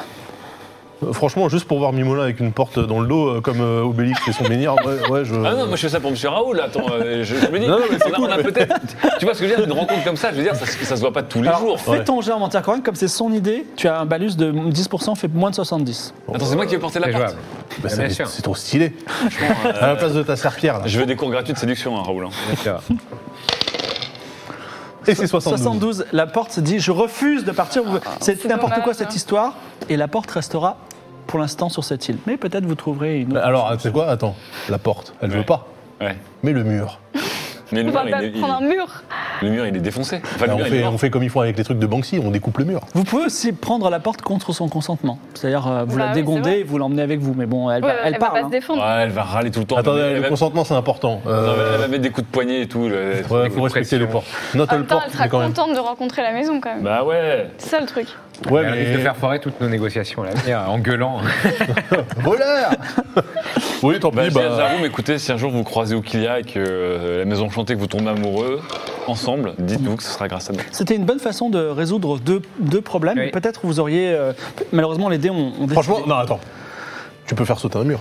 [SPEAKER 6] Euh, Franchement, juste pour voir Mimola avec une porte dans le dos, euh, comme euh, Obélix et son menhir, ouais, ouais, je.
[SPEAKER 4] Ah non, moi je fais ça pour Monsieur Raoul, attends, euh, je, je me dis,
[SPEAKER 6] Non, non, mais
[SPEAKER 4] on a, on a peut-être. Tu vois ce que je veux dire, une rencontre comme ça, je veux dire, ça, se- ça se voit pas tous les
[SPEAKER 3] Alors,
[SPEAKER 4] jours.
[SPEAKER 3] Fais ton jet en mentir convaincre, comme c'est son idée, tu as un balus de 10%, fait moins de 70.
[SPEAKER 4] Attends, c'est moi qui vais porter la
[SPEAKER 5] C'est
[SPEAKER 4] porte.
[SPEAKER 5] jouable.
[SPEAKER 6] Bah, ça
[SPEAKER 5] Bien
[SPEAKER 6] fait-
[SPEAKER 5] sûr.
[SPEAKER 6] c'est trop stylé.
[SPEAKER 4] Franchement, euh,
[SPEAKER 6] À la place de ta serpillère là.
[SPEAKER 4] Je veux des cours gratuits de séduction, hein, Raoul. hein.
[SPEAKER 5] Bien sûr.
[SPEAKER 6] Et c'est 72.
[SPEAKER 3] 72, la porte se dit je refuse de partir, vous- c'est
[SPEAKER 7] Ah, c'est
[SPEAKER 3] n'importe
[SPEAKER 7] dommage,
[SPEAKER 3] quoi
[SPEAKER 7] hein.
[SPEAKER 3] cette histoire, et la porte restera pour l'instant sur cette île. Mais peut-être vous trouverez une
[SPEAKER 6] Bah,
[SPEAKER 3] autre.
[SPEAKER 6] Alors, tu sais quoi Attends, la porte, elle veut pas.
[SPEAKER 4] Ouais.
[SPEAKER 6] Mais le mur.
[SPEAKER 4] Mais le
[SPEAKER 7] on va
[SPEAKER 4] mur, il
[SPEAKER 7] pas
[SPEAKER 4] est, il-
[SPEAKER 7] prendre un mur.
[SPEAKER 9] Bah,
[SPEAKER 4] le mur, il est défoncé. Enfin, le
[SPEAKER 6] Bah, on,
[SPEAKER 4] mur, il est
[SPEAKER 6] fait,
[SPEAKER 4] mort.
[SPEAKER 6] on fait comme ils font avec les trucs de Banksy, on découpe le mur.
[SPEAKER 3] Vous pouvez aussi prendre la porte contre son consentement. C'est-à-dire, euh, vous
[SPEAKER 7] Bah
[SPEAKER 3] la
[SPEAKER 7] oui,
[SPEAKER 3] dégondez
[SPEAKER 7] c'est vrai.
[SPEAKER 3] et vous l'emmenez avec vous. Mais bon, elle,
[SPEAKER 7] Ouais,
[SPEAKER 3] va- elle
[SPEAKER 7] elle va
[SPEAKER 3] parle.
[SPEAKER 7] pas se
[SPEAKER 3] hein.
[SPEAKER 7] défendre.
[SPEAKER 4] Ouais, elle va râler tout le temps.
[SPEAKER 6] Attendez,
[SPEAKER 4] elle,
[SPEAKER 6] le
[SPEAKER 4] va,
[SPEAKER 6] consentement c'est important. Euh,
[SPEAKER 4] non, mais elle va mettre des coups de poignet et tout. le-
[SPEAKER 6] ouais, faut respecter
[SPEAKER 5] pression.
[SPEAKER 6] les portes. Note
[SPEAKER 7] En
[SPEAKER 6] le
[SPEAKER 7] même temps,
[SPEAKER 6] porte,
[SPEAKER 7] elle sera
[SPEAKER 6] mais quand même.
[SPEAKER 7] contente de rencontrer la maison quand même.
[SPEAKER 4] Bah ouais.
[SPEAKER 7] C'est ça le truc.
[SPEAKER 6] Ouais,
[SPEAKER 5] Elle risque de
[SPEAKER 6] mais.
[SPEAKER 5] faire foirer toutes nos négociations à l'avenir, euh, en gueulant.
[SPEAKER 6] Voleur Oui, tant
[SPEAKER 4] Bah,
[SPEAKER 6] pis,
[SPEAKER 4] je dis à
[SPEAKER 6] bah.
[SPEAKER 4] Zaroum, écoutez, si un jour vous croisez Oukilia et que euh, la maison enchantée, que vous tombez amoureux, ensemble, dites-nous que ce sera grâce à nous.
[SPEAKER 3] C'était une bonne façon de résoudre deux, deux problèmes.
[SPEAKER 5] Oui.
[SPEAKER 3] mais Peut-être vous auriez. euh, malheureusement, les dés ont. ont décidé.
[SPEAKER 6] Franchement, non, attends. Tu peux faire sauter un mur.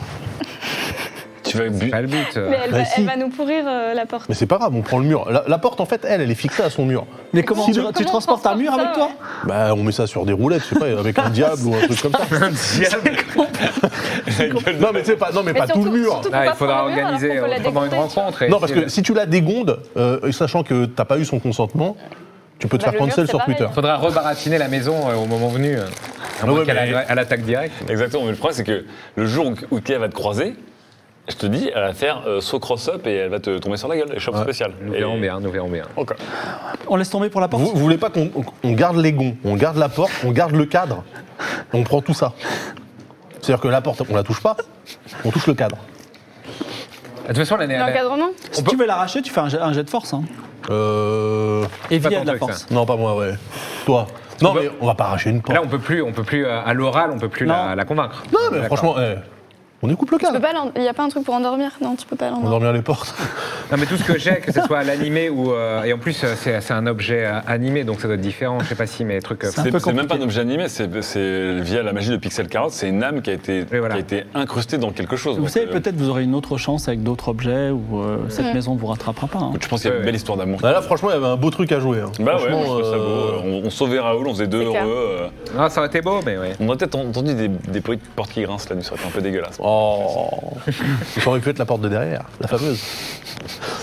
[SPEAKER 4] Tu tu vas bu-
[SPEAKER 5] Pas le but. euh.
[SPEAKER 7] Mais elle, va,
[SPEAKER 9] bah, si.
[SPEAKER 7] elle va nous pourrir euh, la porte.
[SPEAKER 9] Mais c'est pas grave, on prend le mur. La, la porte, en fait, elle, elle est fixée à son mur.
[SPEAKER 3] Mais comment
[SPEAKER 9] Si
[SPEAKER 3] tu,
[SPEAKER 9] le-
[SPEAKER 3] tu
[SPEAKER 7] comment on
[SPEAKER 3] transportes un
[SPEAKER 7] transporte
[SPEAKER 3] mur
[SPEAKER 7] ça,
[SPEAKER 3] avec toi
[SPEAKER 7] ouais.
[SPEAKER 9] Bah, on met ça sur des roulettes, je sais pas, avec un diable ou un truc comme ça. Non, mais tu sais pas, non, mais, pas
[SPEAKER 7] surtout-
[SPEAKER 9] tout le mur.
[SPEAKER 7] surtout
[SPEAKER 5] Là,
[SPEAKER 7] faut
[SPEAKER 5] il
[SPEAKER 7] pas
[SPEAKER 5] faudra
[SPEAKER 7] prendre le mur alors
[SPEAKER 5] organiser
[SPEAKER 7] qu'on peut
[SPEAKER 5] euh,
[SPEAKER 7] la
[SPEAKER 5] autrement une
[SPEAKER 7] découper.
[SPEAKER 5] rencontre. et
[SPEAKER 9] Non, parce
[SPEAKER 5] essayer
[SPEAKER 9] que
[SPEAKER 5] de-
[SPEAKER 9] si tu la dégondes, euh, et sachant que t'as pas eu son consentement, tu peux te
[SPEAKER 7] Bah,
[SPEAKER 9] faire
[SPEAKER 7] le mur,
[SPEAKER 9] cancel
[SPEAKER 7] c'est
[SPEAKER 9] sur
[SPEAKER 7] pareil.
[SPEAKER 9] Twitter.
[SPEAKER 5] faudra rebaratiner la maison euh, au moment venu. euh, à moins
[SPEAKER 9] ouais,
[SPEAKER 5] qu'elle
[SPEAKER 9] mais-
[SPEAKER 5] aille à l'attaque directe.
[SPEAKER 4] Exactement, mais le problème, c'est que le jour où- où Cléa va te croiser, je te dis, elle va faire euh, saut cross-up et elle va te tomber sur la gueule, échoppe spéciale.
[SPEAKER 5] Nous
[SPEAKER 4] Et-
[SPEAKER 5] verrons bien, nous verrons bien.
[SPEAKER 4] Ok.
[SPEAKER 3] On laisse tomber pour la porte
[SPEAKER 9] Vous, vous voulez pas qu'on on garde les gonds, on garde la porte, on garde le cadre, on prend tout ça. C'est-à-dire que la porte, on la touche pas, on touche le cadre.
[SPEAKER 5] De toute façon, l'année
[SPEAKER 7] L'encadrement
[SPEAKER 3] Si tu veux l'arracher, tu fais un jet, un jet de force. Hein.
[SPEAKER 9] Euh.
[SPEAKER 3] Et via
[SPEAKER 5] pas
[SPEAKER 3] de la
[SPEAKER 5] content avec
[SPEAKER 3] force.
[SPEAKER 9] Non, pas moi, ouais. Toi. Non,
[SPEAKER 5] On va-
[SPEAKER 9] mais on va pas arracher une porte.
[SPEAKER 5] Là, on peut plus, on peut plus euh, à l'oral, on peut plus
[SPEAKER 3] Non.
[SPEAKER 5] la, la convaincre.
[SPEAKER 9] Non, mais
[SPEAKER 5] D'accord.
[SPEAKER 9] franchement, eh, on découpe le
[SPEAKER 7] Tu peux
[SPEAKER 9] cadre.
[SPEAKER 7] pas l'en- Il n'y a pas un truc pour endormir Non, tu peux pas
[SPEAKER 9] On
[SPEAKER 7] l'endormir.
[SPEAKER 9] dormir les portes.
[SPEAKER 5] Non, mais tout ce que j'ai, que ce soit à l'animé ou. euh, et en plus, euh, c'est c'est un objet euh, animé, donc ça doit être différent. Je sais pas si mes trucs. euh,
[SPEAKER 3] un peu
[SPEAKER 4] C'est c'est
[SPEAKER 3] compliqué.
[SPEAKER 4] même pas un objet animé, c'est c'est via la magie de Pixel Carotte, c'est une âme qui a été,
[SPEAKER 5] Et voilà.
[SPEAKER 4] qui a été incrustée dans quelque chose.
[SPEAKER 3] Vous
[SPEAKER 4] Donc,
[SPEAKER 3] savez,
[SPEAKER 4] euh,
[SPEAKER 3] peut-être vous aurez une autre chance avec d'autres objets ou euh, cette
[SPEAKER 7] Ouais.
[SPEAKER 3] maison ne vous rattrapera pas. hein.
[SPEAKER 4] Je pense qu'il y a
[SPEAKER 5] Ouais,
[SPEAKER 4] une
[SPEAKER 5] ouais.
[SPEAKER 4] belle histoire d'amour.
[SPEAKER 9] Bah là, franchement, il y avait un beau truc à jouer. hein.
[SPEAKER 4] Bah ouais,
[SPEAKER 9] Franchement,
[SPEAKER 4] moi, je trouve ça beau.
[SPEAKER 9] euh,
[SPEAKER 4] On, on sauvait Raoul, on faisait deux
[SPEAKER 7] C'est clair.
[SPEAKER 4] heureux. euh.
[SPEAKER 5] Ah, ça aurait été beau, mais ouais.
[SPEAKER 4] On aurait peut-être entendu des, des bruits de portes qui grincent là, ça aurait été un peu dégueulasse.
[SPEAKER 9] Oh Ça aurait pu être la porte de derrière, la fameuse.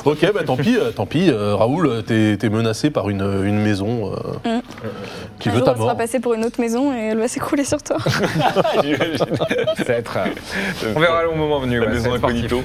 [SPEAKER 9] Ok, bah tant pis, euh, tant pis. euh, Raoul, euh, t'es t'es menacé par une, une maison euh, qui
[SPEAKER 7] Un
[SPEAKER 9] veut
[SPEAKER 7] jour,
[SPEAKER 9] ta
[SPEAKER 7] elle sera
[SPEAKER 9] mort.
[SPEAKER 7] passée pour une autre maison et elle va s'écrouler sur toi.
[SPEAKER 4] J'imagine.
[SPEAKER 5] Ça va être, euh, on verra au moment venu.
[SPEAKER 4] La
[SPEAKER 5] ouais, ça
[SPEAKER 4] maison
[SPEAKER 5] va être sportif.
[SPEAKER 4] incognito.